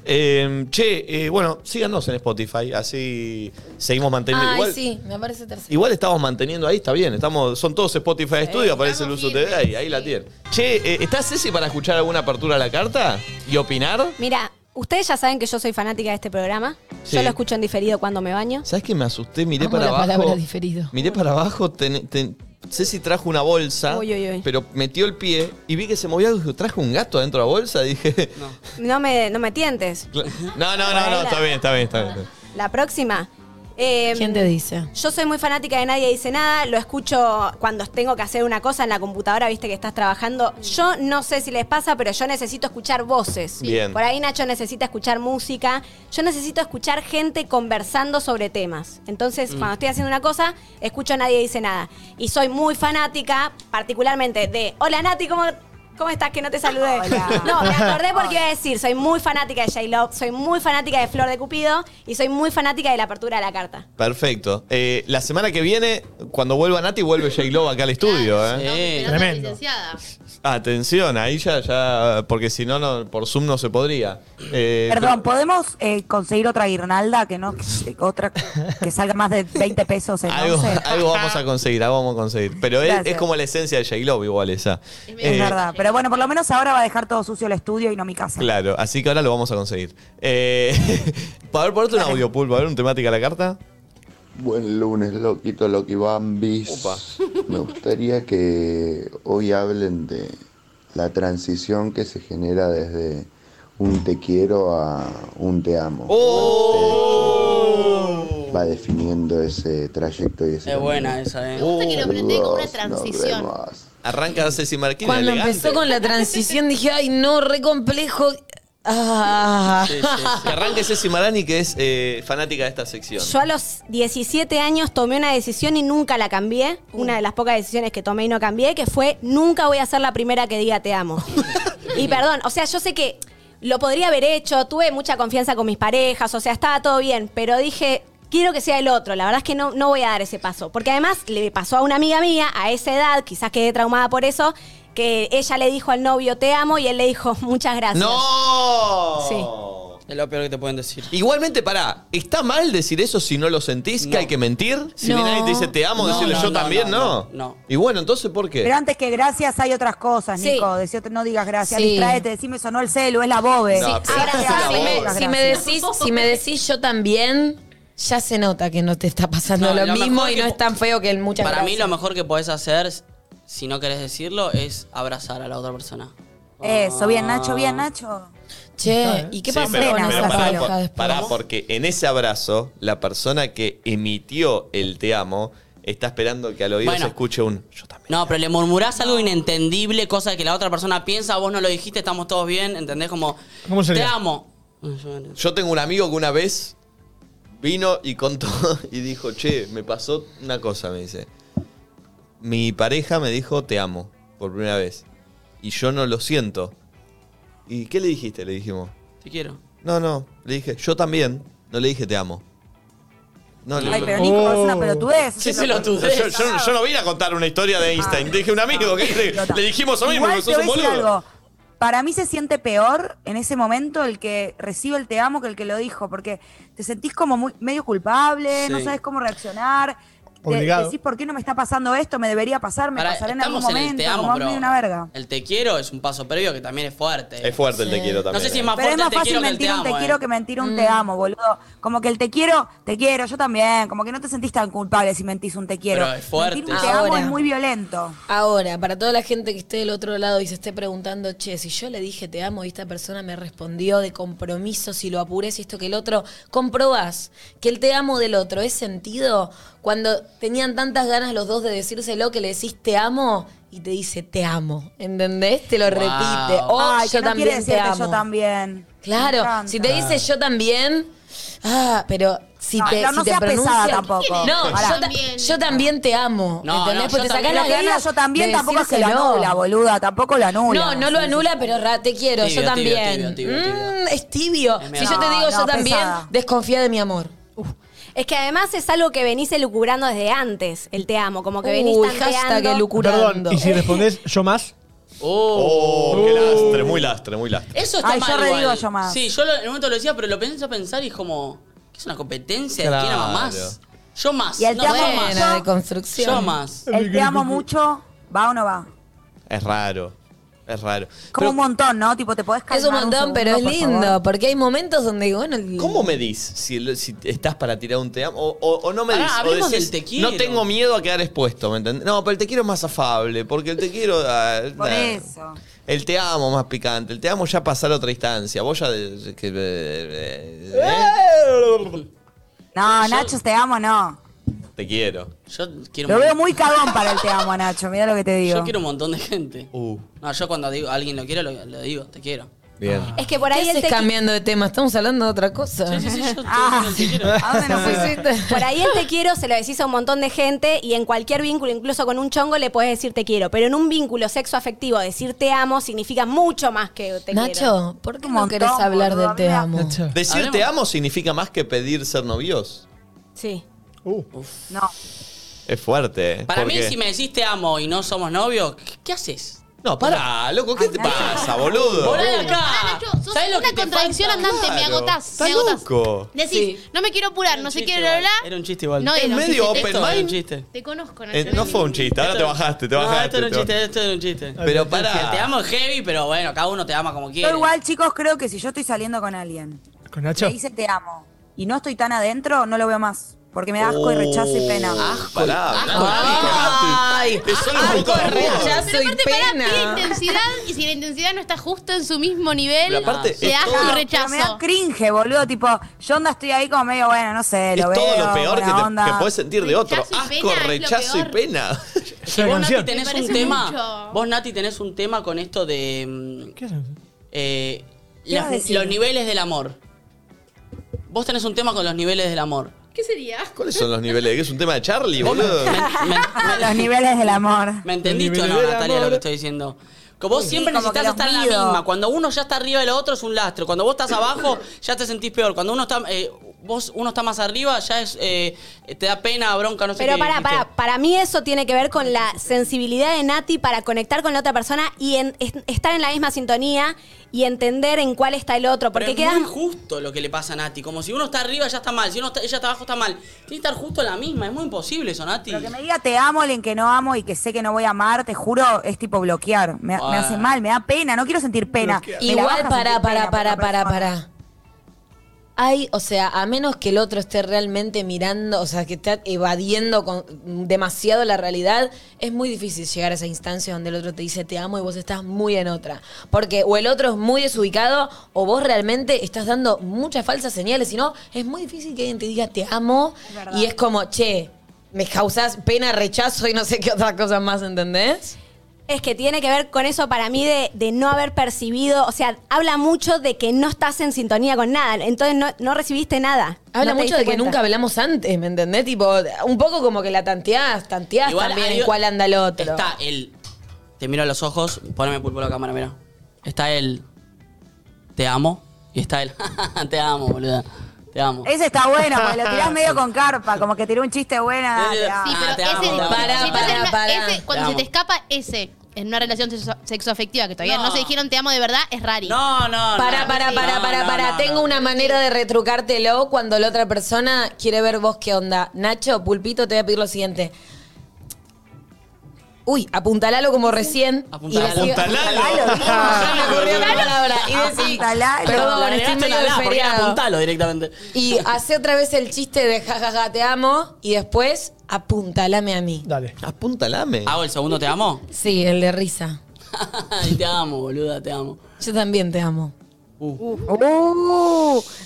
Speaker 1: Eh, che, eh, bueno, síganos en Spotify, así seguimos manteniendo.
Speaker 2: Ay,
Speaker 1: igual,
Speaker 2: sí, me aparece tercero.
Speaker 1: igual estamos manteniendo ahí, está bien. Estamos, son todos Spotify
Speaker 2: Eh,
Speaker 1: Studio, aparece el uso TV ahí, ahí la tienen. Che, eh, ¿está Ceci para escuchar alguna apertura a la carta? ¿Y opinar?
Speaker 13: Mira, ustedes ya saben que yo soy fanática de este programa.
Speaker 1: Sí.
Speaker 13: Yo lo escucho en diferido cuando me baño.
Speaker 1: ¿Sabes que me asusté? Miré
Speaker 13: Amo
Speaker 1: para
Speaker 13: la
Speaker 1: abajo.
Speaker 13: palabra diferido.
Speaker 1: Miré para abajo, ten- ten- Ceci trajo una bolsa,
Speaker 13: Uy, uy, uy.
Speaker 1: pero metió el pie y vi que se movía algo. Trajo un gato adentro de la bolsa. Dije. No,
Speaker 13: No me, no me tientes.
Speaker 1: no, no, no, está bien, está bien, está bien.
Speaker 13: La próxima. Eh,
Speaker 2: ¿Quién te dice?
Speaker 13: Yo soy muy fanática de Nadie Dice Nada, lo escucho cuando tengo que hacer una cosa en la computadora, viste que estás trabajando. Yo no sé si les pasa, pero yo necesito escuchar voces.
Speaker 12: Bien.
Speaker 13: Por ahí Nacho necesita escuchar música, yo necesito escuchar gente conversando sobre temas. Entonces,
Speaker 12: Mm.
Speaker 13: cuando estoy haciendo una cosa, escucho Nadie Dice Nada. Y soy muy fanática, particularmente de, hola Nati, ¿cómo... ¿Cómo estás? Que no te saludé. No, me acordé porque iba a decir, soy muy fanática de J-Love, soy muy fanática de Flor de Cupido y soy muy fanática de la apertura de la carta.
Speaker 1: Perfecto. Eh, la semana que viene, cuando vuelva Nati, vuelve J. Lo acá al estudio. ¿eh?
Speaker 4: Tremendo.
Speaker 1: Atención, ahí ya, ya, porque si no, no, por Zoom no se podría. Eh,
Speaker 6: Perdón, ¿podemos eh, conseguir otra guirnalda que no otra que salga más de 20 pesos en
Speaker 1: Algo,
Speaker 6: once?
Speaker 1: algo vamos a conseguir, algo vamos a conseguir. Pero es,
Speaker 6: Gracias.
Speaker 1: es como la esencia de J-Love igual esa.
Speaker 6: Es
Speaker 1: Eh,
Speaker 6: verdad, pero bueno, por lo menos ahora va a dejar todo sucio el estudio y no mi casa.
Speaker 1: Claro, así que ahora lo vamos a conseguir. Eh, para ver, ponerte un audio, Pulpo, a ver un temática a la carta.
Speaker 14: Buen lunes, loquito, loqui bambis. Me gustaría que hoy hablen de la transición que se genera desde un te quiero a un te amo.
Speaker 1: ¡Oh!
Speaker 14: Va definiendo ese trayecto y ese.
Speaker 3: Es
Speaker 14: camino.
Speaker 3: buena esa, eh.
Speaker 1: Uh.
Speaker 14: Me gusta
Speaker 4: que lo planteé como una
Speaker 14: Saludos,
Speaker 4: transición.
Speaker 14: nos
Speaker 1: Arranca Ceci Marquín,
Speaker 2: Cuando
Speaker 1: elegante.
Speaker 2: empezó con la transición dije, ay, no, re complejo. Ah.
Speaker 1: Sí, sí, sí. Que arranque Ceci Marani, que es eh, fanática de esta sección.
Speaker 13: Yo a los 17 años tomé una decisión y nunca la cambié. Una de las pocas decisiones que tomé y no cambié, que fue nunca voy a ser la primera que diga te amo. y perdón, o sea, yo sé que lo podría haber hecho, tuve mucha confianza con mis parejas, o sea, estaba todo bien, pero dije, quiero que sea el otro. La verdad es que no, no voy a dar ese paso. Porque además le pasó a una amiga mía a esa edad, quizás quedé traumada por eso, que ella le dijo al novio te amo y él le dijo muchas gracias.
Speaker 1: ¡No!
Speaker 13: Sí.
Speaker 3: Es lo peor que te pueden decir.
Speaker 1: Igualmente, pará, ¿está mal decir eso si no lo sentís? ¿Que hay que mentir? Si
Speaker 3: No.
Speaker 1: nadie te dice te amo,
Speaker 3: No,
Speaker 1: decirle
Speaker 3: no,
Speaker 1: yo
Speaker 3: no,
Speaker 1: también, no,
Speaker 3: no,
Speaker 1: Y bueno, entonces, ¿por qué?
Speaker 6: Pero antes que gracias hay otras cosas,
Speaker 2: Sí.
Speaker 6: Nico. Decí otra- no digas gracias,
Speaker 2: Sí.
Speaker 6: distraete, decime sonó el celu, es la bobe.
Speaker 1: No, Sí, pero-
Speaker 2: Ahora,
Speaker 1: Gracias,
Speaker 2: si, me,
Speaker 6: gracias.
Speaker 2: si me decís, si me decís yo también, ya se nota que no te está pasando
Speaker 3: No,
Speaker 2: lo,
Speaker 3: lo
Speaker 2: mismo
Speaker 3: mejor
Speaker 2: y
Speaker 3: que
Speaker 2: no es tan feo que el muchas
Speaker 3: Para mí
Speaker 2: gracias.
Speaker 3: lo mejor que podés hacer, si no querés decirlo, es abrazar a la otra persona.
Speaker 6: Eso, bien, Nacho, bien, Nacho.
Speaker 2: Che, ¿y qué
Speaker 1: Sí,
Speaker 2: pasó
Speaker 1: pero-
Speaker 2: con
Speaker 1: pero
Speaker 2: esa
Speaker 1: pará,
Speaker 2: pareja
Speaker 1: por-
Speaker 2: después?
Speaker 1: pará, porque en ese abrazo, la persona que emitió el te amo está esperando que al oído
Speaker 3: Bueno.
Speaker 1: se escuche un yo también.
Speaker 3: No, pero le murmurás algo inentendible, cosa que la otra persona piensa, vos no lo dijiste, estamos todos bien, ¿entendés? Como,
Speaker 1: ¿Cómo
Speaker 3: te
Speaker 1: sería?
Speaker 3: amo.
Speaker 1: Yo tengo un amigo que una vez vino y contó y dijo, che, me pasó una cosa, me dice. Mi pareja me dijo, te amo, por primera vez. Y yo no lo siento. ¿Y qué le dijiste? Le dijimos.
Speaker 3: Te quiero.
Speaker 1: No, no, le dije, yo también. No le dije, te amo. No, le
Speaker 6: Ay, pero Nico, es una pelotudez.
Speaker 1: Oh. Sí,
Speaker 6: es
Speaker 1: sí,
Speaker 6: una
Speaker 1: lo tuve. Yo, yo- yo no vine a contar una historia de Einstein. Dije un amigo que le, le dijimos lo mismo,
Speaker 6: Igual
Speaker 1: que
Speaker 6: te
Speaker 1: sos un
Speaker 6: voy a decir
Speaker 1: boludo.
Speaker 6: algo. Para mí se siente peor en ese momento el que recibe el te amo que el que lo dijo, porque te sentís como muy, medio culpable, no
Speaker 3: Sí.
Speaker 6: sabes cómo reaccionar. te-
Speaker 3: Obligado.
Speaker 6: decís, ¿por qué no me está pasando esto? Me debería pasar, me
Speaker 3: Ahora,
Speaker 6: pasará en algún
Speaker 3: estamos en el
Speaker 6: momento.
Speaker 3: te amo,
Speaker 6: como a mí
Speaker 3: pero-
Speaker 6: una verga.
Speaker 3: El te quiero es un paso previo que también es fuerte.
Speaker 1: Es fuerte el te quiero
Speaker 3: No
Speaker 1: también.
Speaker 3: sé si
Speaker 1: eh.
Speaker 3: es más
Speaker 6: Pero es
Speaker 3: fuerte
Speaker 6: más
Speaker 3: el te
Speaker 6: fácil
Speaker 3: quiero que el
Speaker 6: mentir
Speaker 3: te
Speaker 6: un
Speaker 3: amo.
Speaker 6: te
Speaker 3: eh.
Speaker 6: quiero que mentir un
Speaker 2: Mm.
Speaker 6: te amo, boludo. Como que el te quiero, te quiero, yo también. Como que no te sentís tan culpable si mentís un te quiero.
Speaker 3: Pero es fuerte.
Speaker 6: Mentir un te
Speaker 3: Ahora.
Speaker 6: amo es muy violento.
Speaker 2: Ah, Ahora, para toda la gente que esté del otro lado y se esté preguntando, che, si yo le dije te amo y esta persona me respondió de compromiso, si lo apuré, si esto que el otro, comprobás que el te amo del otro es sentido cuando tenían tantas ganas los dos de decírselo que le decís te amo y te dice te amo, ¿entendés? Te lo
Speaker 6: Wow.
Speaker 2: repite. O
Speaker 6: Ay,
Speaker 2: yo
Speaker 6: que no
Speaker 2: también
Speaker 6: quiere
Speaker 2: te
Speaker 6: decirte
Speaker 2: amo.
Speaker 6: yo también. Me
Speaker 2: Claro,
Speaker 6: encanta.
Speaker 2: si te dice yo también, ah, pero si
Speaker 6: No,
Speaker 2: te,
Speaker 6: no,
Speaker 2: si
Speaker 6: no
Speaker 2: te
Speaker 6: seas pesada
Speaker 2: pronuncian-
Speaker 6: tampoco.
Speaker 2: No, yo,
Speaker 6: Pará.
Speaker 2: ta- yo también te amo.
Speaker 6: No,
Speaker 2: ¿Entendés?
Speaker 6: no,
Speaker 2: Porque
Speaker 6: yo
Speaker 2: te sacás
Speaker 6: también-
Speaker 2: las
Speaker 6: lo que
Speaker 2: ganas.
Speaker 6: diga yo también
Speaker 2: de
Speaker 6: tampoco es que lo
Speaker 2: decírselo.
Speaker 6: anula, boluda, tampoco lo anula.
Speaker 2: No, no lo anula, pero ra, te quiero,
Speaker 6: Tibio,
Speaker 2: yo
Speaker 6: tibio,
Speaker 2: también.
Speaker 6: tibio, tibio,
Speaker 2: Mm, es tibio.
Speaker 6: Es
Speaker 2: si
Speaker 6: medio-
Speaker 2: yo te
Speaker 6: No,
Speaker 2: digo
Speaker 6: no,
Speaker 2: yo también,
Speaker 6: pesada.
Speaker 2: desconfía de mi amor.
Speaker 13: Es que además es algo que venís elucubrando desde antes, el te amo, como que venís
Speaker 2: Uy, hashtag
Speaker 13: tanteando.
Speaker 2: elucurando.
Speaker 5: Perdón, y si respondés yo más, Uh.
Speaker 1: Oh, qué lastre, muy lastre, muy lastre.
Speaker 3: Eso está
Speaker 6: Ay, yo
Speaker 3: mal
Speaker 6: redigo
Speaker 3: igual.
Speaker 6: yo más.
Speaker 3: Sí, yo lo- en un momento lo decía, pero lo pensé a pensar y es como, que es una competencia de quién ama
Speaker 1: Claro.
Speaker 3: más. Yo más.
Speaker 6: Y el te
Speaker 3: no,
Speaker 6: amo
Speaker 3: yo más.
Speaker 6: mucho.
Speaker 2: de construcción.
Speaker 3: Yo más.
Speaker 6: El te amo mucho, ¿va o no va?
Speaker 1: Es raro. Es raro.
Speaker 6: Como un montón, ¿no? Tipo, te podés calmar
Speaker 2: Es un montón,
Speaker 6: segundo,
Speaker 2: pero es
Speaker 6: por
Speaker 2: lindo,
Speaker 6: favor.
Speaker 2: porque hay momentos donde, bueno, el-
Speaker 1: ¿Cómo me dis si, lo- si estás para tirar un te amo? O, o- o no me
Speaker 2: Pará,
Speaker 1: dis. o
Speaker 2: hablemos
Speaker 1: decís,
Speaker 2: del te quiero.
Speaker 1: No tengo miedo a quedar expuesto, ¿me entendés? No, pero el te quiero es más afable, porque el te quiero. ah,
Speaker 2: Mm,
Speaker 6: Por
Speaker 1: nah.
Speaker 6: eso.
Speaker 1: El te amo más picante. El te amo ya pasar a otra instancia. Vos ya. de- que- eh, eh,
Speaker 6: Ah, No, Nacho, te amo, no.
Speaker 1: Te quiero.
Speaker 3: Yo quiero
Speaker 6: Lo
Speaker 3: un-
Speaker 6: veo muy cagón para el te amo, Nacho. Mira lo que te digo.
Speaker 3: Yo quiero un montón de gente.
Speaker 1: Uh.
Speaker 3: No, yo cuando digo a alguien lo quiero, lo, lo digo, te quiero.
Speaker 1: Bien.
Speaker 6: Ah.
Speaker 13: Es que por ahí
Speaker 2: ¿Qué
Speaker 13: el
Speaker 2: haces
Speaker 13: te qui-
Speaker 2: cambiando de tema, estamos hablando de otra cosa.
Speaker 13: Sí, sí, sí,
Speaker 6: Ah,
Speaker 13: ¿A dónde nos fuimos? Por ahí el te quiero se lo decís a un montón de gente y en cualquier vínculo, incluso con un chongo, le podés decir te quiero. Pero en un vínculo sexo afectivo, decir te amo significa mucho más que te quiero.
Speaker 2: Nacho, ¿por qué
Speaker 13: Un
Speaker 2: no
Speaker 13: montón,
Speaker 2: querés hablar
Speaker 13: boludo,
Speaker 2: de
Speaker 13: a mí
Speaker 2: te
Speaker 13: me-
Speaker 2: amo?
Speaker 1: Decir te amo significa más que pedir ser novios.
Speaker 13: Sí. Uh.
Speaker 6: No.
Speaker 1: Es fuerte, ¿eh?
Speaker 3: Para mí,
Speaker 1: Porque-
Speaker 3: si me decís te amo y no somos novios, ¿qué, qué haces?
Speaker 1: No, pará, loco, ¿qué te pasa, boludo?
Speaker 3: Volá de acá.
Speaker 4: ah, Sos
Speaker 3: ¿Sabés lo
Speaker 4: una
Speaker 3: que te
Speaker 4: contradicción
Speaker 3: falta?
Speaker 4: andante, me
Speaker 1: Claro.
Speaker 4: agotás,
Speaker 1: Está
Speaker 4: me agotás.
Speaker 1: loco.
Speaker 4: Decís, no me quiero apurar, no sé qué, bla, bla, bla.
Speaker 3: Era un chiste igual.
Speaker 4: No,
Speaker 1: Es
Speaker 4: era un
Speaker 1: medio
Speaker 4: chiste.
Speaker 1: open
Speaker 4: Esto
Speaker 1: mind.
Speaker 4: era un
Speaker 3: chiste.
Speaker 4: Te conozco, Nacho.
Speaker 1: Eh, no fue un chiste, ahora te bajaste, te bajaste.
Speaker 3: No, esto era un
Speaker 1: te
Speaker 3: chiste, esto era un chiste.
Speaker 1: Pero pará.
Speaker 3: Te amo es heavy, pero bueno, cada uno te ama como quiere.
Speaker 6: Yo igual, chicos, creo que si yo estoy saliendo con alguien,
Speaker 5: Con
Speaker 6: me dice te amo y no estoy tan adentro, no lo veo más. Porque me da asco
Speaker 1: Oh,
Speaker 6: y rechazo y pena.
Speaker 1: Pará, no,
Speaker 3: Ah,
Speaker 2: Ay,
Speaker 1: es solo un poco de amor.
Speaker 2: rechazo y pena.
Speaker 4: Pide intensidad y si la intensidad no está justo en su mismo nivel,
Speaker 1: Pero aparte,
Speaker 4: te
Speaker 1: es
Speaker 4: das
Speaker 1: todo-
Speaker 4: un
Speaker 6: Pero me da
Speaker 4: rechazo.
Speaker 6: cringe, boludo. Tipo, yo onda estoy ahí como medio, bueno, no sé,
Speaker 1: Es
Speaker 6: lo veo.
Speaker 1: todo lo peor que,
Speaker 6: buena onda.
Speaker 1: te, que puedes sentir de otro.
Speaker 4: Rechazo y
Speaker 1: Asco,
Speaker 4: pena es lo
Speaker 1: rechazo y
Speaker 4: peor.
Speaker 1: pena.
Speaker 3: Que vos, Nati, tenés
Speaker 4: Me
Speaker 3: un
Speaker 4: parece
Speaker 3: tema.
Speaker 4: mucho.
Speaker 3: Vos, Nati, tenés un tema con esto de. mm, eh,
Speaker 6: ¿Qué
Speaker 3: las-
Speaker 6: vas a decir?
Speaker 3: los niveles del amor. Vos tenés un tema con los niveles del amor.
Speaker 4: ¿Qué sería?
Speaker 1: ¿Cuáles son los niveles? ¿Qué es un tema de Charlie, boludo?
Speaker 6: Los niveles del amor.
Speaker 3: ¿Me entendiste o no,
Speaker 1: nivel del
Speaker 3: Natalia, lo
Speaker 1: amor.
Speaker 3: que estoy diciendo? Que vos
Speaker 6: Sí,
Speaker 3: siempre
Speaker 6: como que
Speaker 3: necesitas estar
Speaker 6: los
Speaker 3: en la
Speaker 6: mido.
Speaker 3: misma. Cuando uno ya está arriba del otro es un lastre. Cuando vos estás abajo ya te sentís peor. Cuando uno está eh, vos uno está más arriba ya es eh, te da pena, bronca, no sé
Speaker 13: Pero
Speaker 3: qué.
Speaker 13: para,
Speaker 3: ¿viste?
Speaker 13: para, para mí eso tiene que ver con la sensibilidad de Nati para conectar con la otra persona y en- es- estar en la misma sintonía y entender en cuál está el otro.
Speaker 3: Pero
Speaker 13: Porque
Speaker 3: es
Speaker 13: quedas
Speaker 3: muy justo lo que le pasa a Nati. Como si uno está arriba ya está mal. Si uno está, ella está abajo está mal. Tiene que estar justo en la misma. Es muy imposible eso, Nati.
Speaker 6: Pero que me diga te amo, alguien que no amo y que sé que no voy a amar, te juro, es tipo bloquear. Me, me
Speaker 3: Ah.
Speaker 6: hace mal, me da pena, no quiero sentir pena. Me la
Speaker 2: Igual,
Speaker 6: baja
Speaker 2: para, para,
Speaker 6: sentir pena por
Speaker 2: para,
Speaker 6: la
Speaker 2: para,
Speaker 6: persona.
Speaker 2: para. Hay, o sea, a menos que el otro esté realmente mirando, o sea, que esté evadiendo con- demasiado la realidad, es muy difícil llegar a esa instancia donde el otro te dice te amo y vos estás muy en otra. Porque o el otro es muy desubicado o vos realmente estás dando muchas falsas señales, si no, es muy difícil que alguien te diga te amo
Speaker 13: verdad.
Speaker 2: y es como, che, me causás pena, rechazo y no sé qué otra cosa más, ¿entendés?
Speaker 13: Es que tiene que ver con eso para mí de, de no haber percibido, o sea, habla mucho de que no estás en sintonía con nada, entonces no, no recibiste nada.
Speaker 2: Habla
Speaker 13: no te
Speaker 2: mucho de
Speaker 13: diste
Speaker 2: que
Speaker 13: cuenta.
Speaker 2: nunca hablamos antes, ¿me entendés? Tipo, un poco como que la tanteás, tanteás
Speaker 3: Igual
Speaker 2: también
Speaker 3: hay-
Speaker 2: en cuál anda el otro.
Speaker 3: Está él. Te miro a los ojos, poneme pulpo a la cámara, mira. Está él. Te amo. Y está él. te amo, boluda. Te amo.
Speaker 6: Ese está bueno, porque lo tirás medio con carpa, como que tiré un chiste bueno.
Speaker 3: Sí,
Speaker 6: dale, ah.
Speaker 4: Sí,
Speaker 3: Ah, te
Speaker 4: pero
Speaker 3: amo,
Speaker 4: ese,
Speaker 3: te amo.
Speaker 2: Pará,
Speaker 4: si estás en
Speaker 2: pará,
Speaker 4: una-
Speaker 2: pará.
Speaker 4: ese- cuando
Speaker 3: Te
Speaker 4: se te
Speaker 3: amo.
Speaker 4: escapa ese en una relación sexo- sexoafectiva que todavía no.
Speaker 3: No.
Speaker 4: se dijeron te amo de verdad, es rari.
Speaker 3: No, no,
Speaker 2: Para,
Speaker 3: no.
Speaker 2: para, para,
Speaker 3: No,
Speaker 2: para,
Speaker 3: no,
Speaker 2: para.
Speaker 3: no,
Speaker 2: Tengo
Speaker 3: no.
Speaker 2: una manera de retrucártelo cuando la otra persona quiere ver vos qué onda. Nacho, Pulpito, te voy a pedir lo siguiente. Uy, apuntalalo como recién.
Speaker 3: Apuntalalo.
Speaker 2: Y decí-
Speaker 1: Apuntalalo.
Speaker 2: Apuntalalo, dijo. Se me ocurrió la palabra. Y decí,
Speaker 6: Ah, Apuntalalo.
Speaker 3: La
Speaker 2: perdón, estoy
Speaker 3: agregaste
Speaker 2: medio
Speaker 3: una
Speaker 2: de
Speaker 3: la, ¿por qué no
Speaker 2: feriado.
Speaker 3: apuntalo directamente.
Speaker 2: Y hace otra vez el chiste de jajaja, te amo. Y después, apuntalame a mí.
Speaker 5: Dale.
Speaker 1: Apúntalame.
Speaker 3: Hago el segundo, te amo.
Speaker 2: Sí, el de risa.
Speaker 3: Ay, te amo, boluda, te amo.
Speaker 2: Yo también te amo.
Speaker 6: Uh,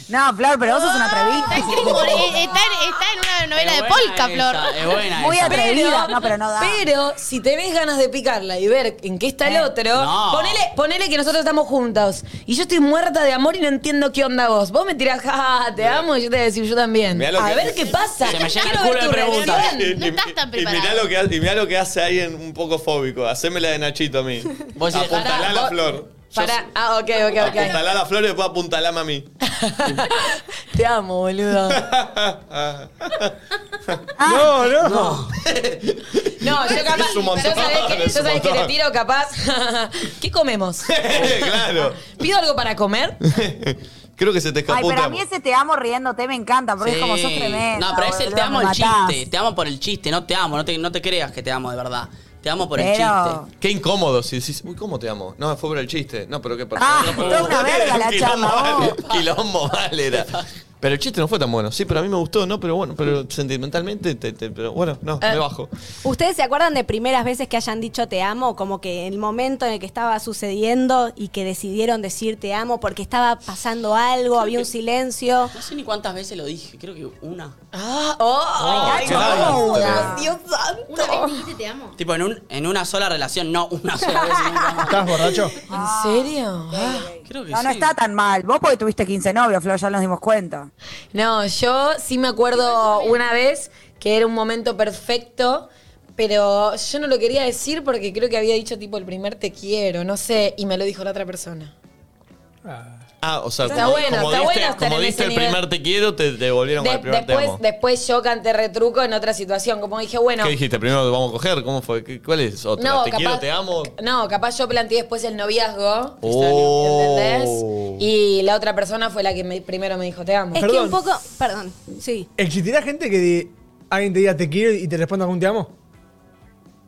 Speaker 6: no, Flor, pero vos sos una atrevida.
Speaker 4: Por- eh, está, en- está en una novela
Speaker 3: Es
Speaker 4: de
Speaker 3: buena
Speaker 4: polka,
Speaker 3: esa,
Speaker 4: Flor.
Speaker 3: Es buena
Speaker 6: Muy
Speaker 3: esa.
Speaker 6: atrevida. No, pero no da.
Speaker 2: Pero si tenés ganas de picarla y ver en qué
Speaker 6: Eh,
Speaker 2: está el otro,
Speaker 3: No.
Speaker 2: ponele, ponele que nosotros estamos juntos y yo estoy muerta de amor y no entiendo qué onda vos. Vos me tirás, jaja, te amo y yo te voy a decir yo también.
Speaker 1: Mirá lo
Speaker 2: A
Speaker 1: que-
Speaker 2: ver qué pasa.
Speaker 3: Se me llena el
Speaker 2: Quiero
Speaker 3: culo
Speaker 2: ver
Speaker 3: de
Speaker 2: tu
Speaker 3: preguntas.
Speaker 2: reacción.
Speaker 1: Y-
Speaker 4: No
Speaker 1: y-
Speaker 4: estás tan
Speaker 1: y mirá
Speaker 4: preparado.
Speaker 1: lo que, ha- y mirá lo que hace alguien un poco fóbico. Haceme la de Nachito a mí.
Speaker 3: Vos decís,
Speaker 1: Apuntalá a
Speaker 2: pará,
Speaker 1: la
Speaker 2: vos-
Speaker 1: flor.
Speaker 2: Pará, ah, ok, ok, ok.
Speaker 1: Apuntalá a la flor y después apuntalame a mí.
Speaker 2: Te amo, boludo.
Speaker 5: No, no.
Speaker 2: No, yo capaz.
Speaker 1: Es un montón,
Speaker 2: yo sabés que,
Speaker 1: es
Speaker 2: yo
Speaker 1: un
Speaker 2: sabés que le
Speaker 1: montón.
Speaker 2: tiro capaz. ¿Qué comemos?
Speaker 1: Eh, claro.
Speaker 2: ¿Pido algo para comer?
Speaker 1: Creo que se te escapó
Speaker 6: Ay,
Speaker 1: un
Speaker 6: pero a
Speaker 1: tema.
Speaker 6: mí ese te amo riéndote me encanta, porque es como sos
Speaker 3: Sí.
Speaker 6: tremenda.
Speaker 3: No, pero es el
Speaker 6: boludo,
Speaker 3: te amo
Speaker 6: me
Speaker 3: el
Speaker 6: matás.
Speaker 3: chiste. Te amo por el chiste, no te amo. No te, no te creas que te amo de verdad. Te amo por el
Speaker 1: Pero-
Speaker 3: chiste.
Speaker 1: Qué incómodo si decís, uy, ¿cómo te amo? No, fue por el chiste. No, pero qué pasó.
Speaker 3: Ah,
Speaker 1: no, pero-
Speaker 3: toda una verga la
Speaker 1: Quilombo
Speaker 3: chapa,
Speaker 1: mal, Quilombo mal era. Pero el chiste no fue tan bueno. Sí, pero a mí me gustó, ¿no? Pero bueno, pero sentimentalmente, te- te- pero bueno, no,
Speaker 13: Eh.
Speaker 1: me bajo.
Speaker 13: ¿Ustedes se acuerdan de primeras veces que hayan dicho te amo? Como que el momento en el que estaba sucediendo y que decidieron decir te amo porque estaba pasando algo, había un silencio.
Speaker 3: No sé ni cuántas veces lo dije, creo que una.
Speaker 13: Ah,
Speaker 3: Oh,
Speaker 13: ay,
Speaker 3: qué
Speaker 13: cómo
Speaker 3: larga.
Speaker 13: Dios santo.
Speaker 4: Una vez me dijiste te amo.
Speaker 3: Tipo, en, un, en una sola relación, no una sola vez.
Speaker 6: ¿Estás borracho?
Speaker 2: ¿En serio? Ah.
Speaker 3: Creo
Speaker 6: No, no está tan mal. Vos porque tuviste 15 novios, Flor, ya nos dimos cuenta.
Speaker 2: No, yo sí me acuerdo una vez que era un momento perfecto, pero yo no lo quería decir porque creo que había dicho tipo el primer te quiero, no sé, y me lo dijo la otra persona.
Speaker 1: Ah, o sea,
Speaker 2: Está
Speaker 1: como,
Speaker 2: bueno,
Speaker 1: como
Speaker 2: está
Speaker 1: diste,
Speaker 2: bueno estar
Speaker 1: como
Speaker 2: en
Speaker 1: diste
Speaker 2: ese
Speaker 1: el
Speaker 2: nivel.
Speaker 1: primer te quiero, te devolvieron
Speaker 2: De-
Speaker 1: con el primer te
Speaker 2: después,
Speaker 1: amo.
Speaker 2: después yo canté retruco en otra situación, como dije, bueno...
Speaker 1: ¿Qué dijiste? Primero vamos a coger, ¿cómo fue? ¿Qué- ¿Cuál es otra?
Speaker 2: No,
Speaker 1: ¿Te
Speaker 2: capaz-
Speaker 1: quiero, te amo?
Speaker 2: No, capaz yo planteé después el noviazgo,
Speaker 1: Oh.
Speaker 2: y la otra persona fue la que me- primero me dijo te amo.
Speaker 13: Es que
Speaker 5: Perdón.
Speaker 13: un poco, perdón, sí.
Speaker 5: ¿Existirá gente que di- alguien te diga te quiero y te responda con te amo?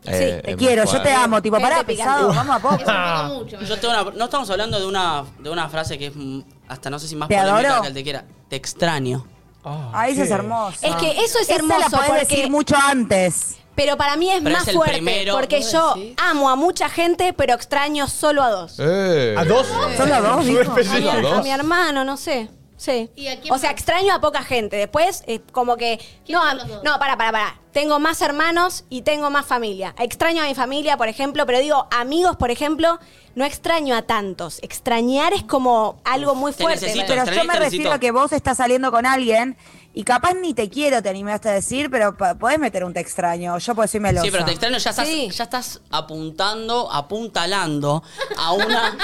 Speaker 1: Eh,
Speaker 6: te
Speaker 1: es
Speaker 6: quiero,
Speaker 1: muy
Speaker 6: yo te
Speaker 1: fuerte.
Speaker 6: amo. Tipo, pará,
Speaker 13: Gente
Speaker 6: pesado,
Speaker 13: picante.
Speaker 6: vamos a poco.
Speaker 3: Yo tengo una- no estamos hablando de una, de una frase que es mm, hasta no sé si más
Speaker 6: Te
Speaker 3: polémica
Speaker 6: adoro.
Speaker 3: que el te quiera. Te extraño.
Speaker 6: Ah, eso es hermoso.
Speaker 13: Es que eso es
Speaker 6: Esa
Speaker 13: hermoso
Speaker 6: la podés
Speaker 13: porque-
Speaker 6: decir mucho antes.
Speaker 13: Pero para mí es
Speaker 3: Pero
Speaker 13: más
Speaker 3: es el
Speaker 13: fuerte
Speaker 3: primero.
Speaker 13: porque
Speaker 3: ¿Vos
Speaker 13: yo amo a mucha gente, pero extraño solo a dos.
Speaker 1: Eh.
Speaker 5: ¿A dos?
Speaker 6: ¿Solo a dos, dijo?
Speaker 5: Pensé-
Speaker 13: A mi,
Speaker 1: ¿A dos?
Speaker 13: a mi hermano, no sé. Sí.
Speaker 4: ¿Y a quién
Speaker 13: O sea,
Speaker 4: más?
Speaker 13: extraño a poca gente. Después, eh, como que. No,
Speaker 4: son los dos?
Speaker 13: no, para, para, para. Tengo más hermanos y tengo más familia. Extraño a mi familia, por ejemplo, pero digo, amigos, por ejemplo, no extraño a tantos. Extrañar es como algo muy
Speaker 3: Te
Speaker 13: fuerte.
Speaker 3: necesito,
Speaker 13: para
Speaker 6: Pero
Speaker 13: mí.
Speaker 6: yo me
Speaker 3: Necesito.
Speaker 6: refiero a que vos estás saliendo con alguien y capaz ni te quiero, te animaste a decir, pero pa- podés meter un te extraño. Yo porque soy melosa.
Speaker 3: Sí, pero te extraño, ya estás,
Speaker 13: Sí.
Speaker 3: ya estás apuntando, apuntalando a una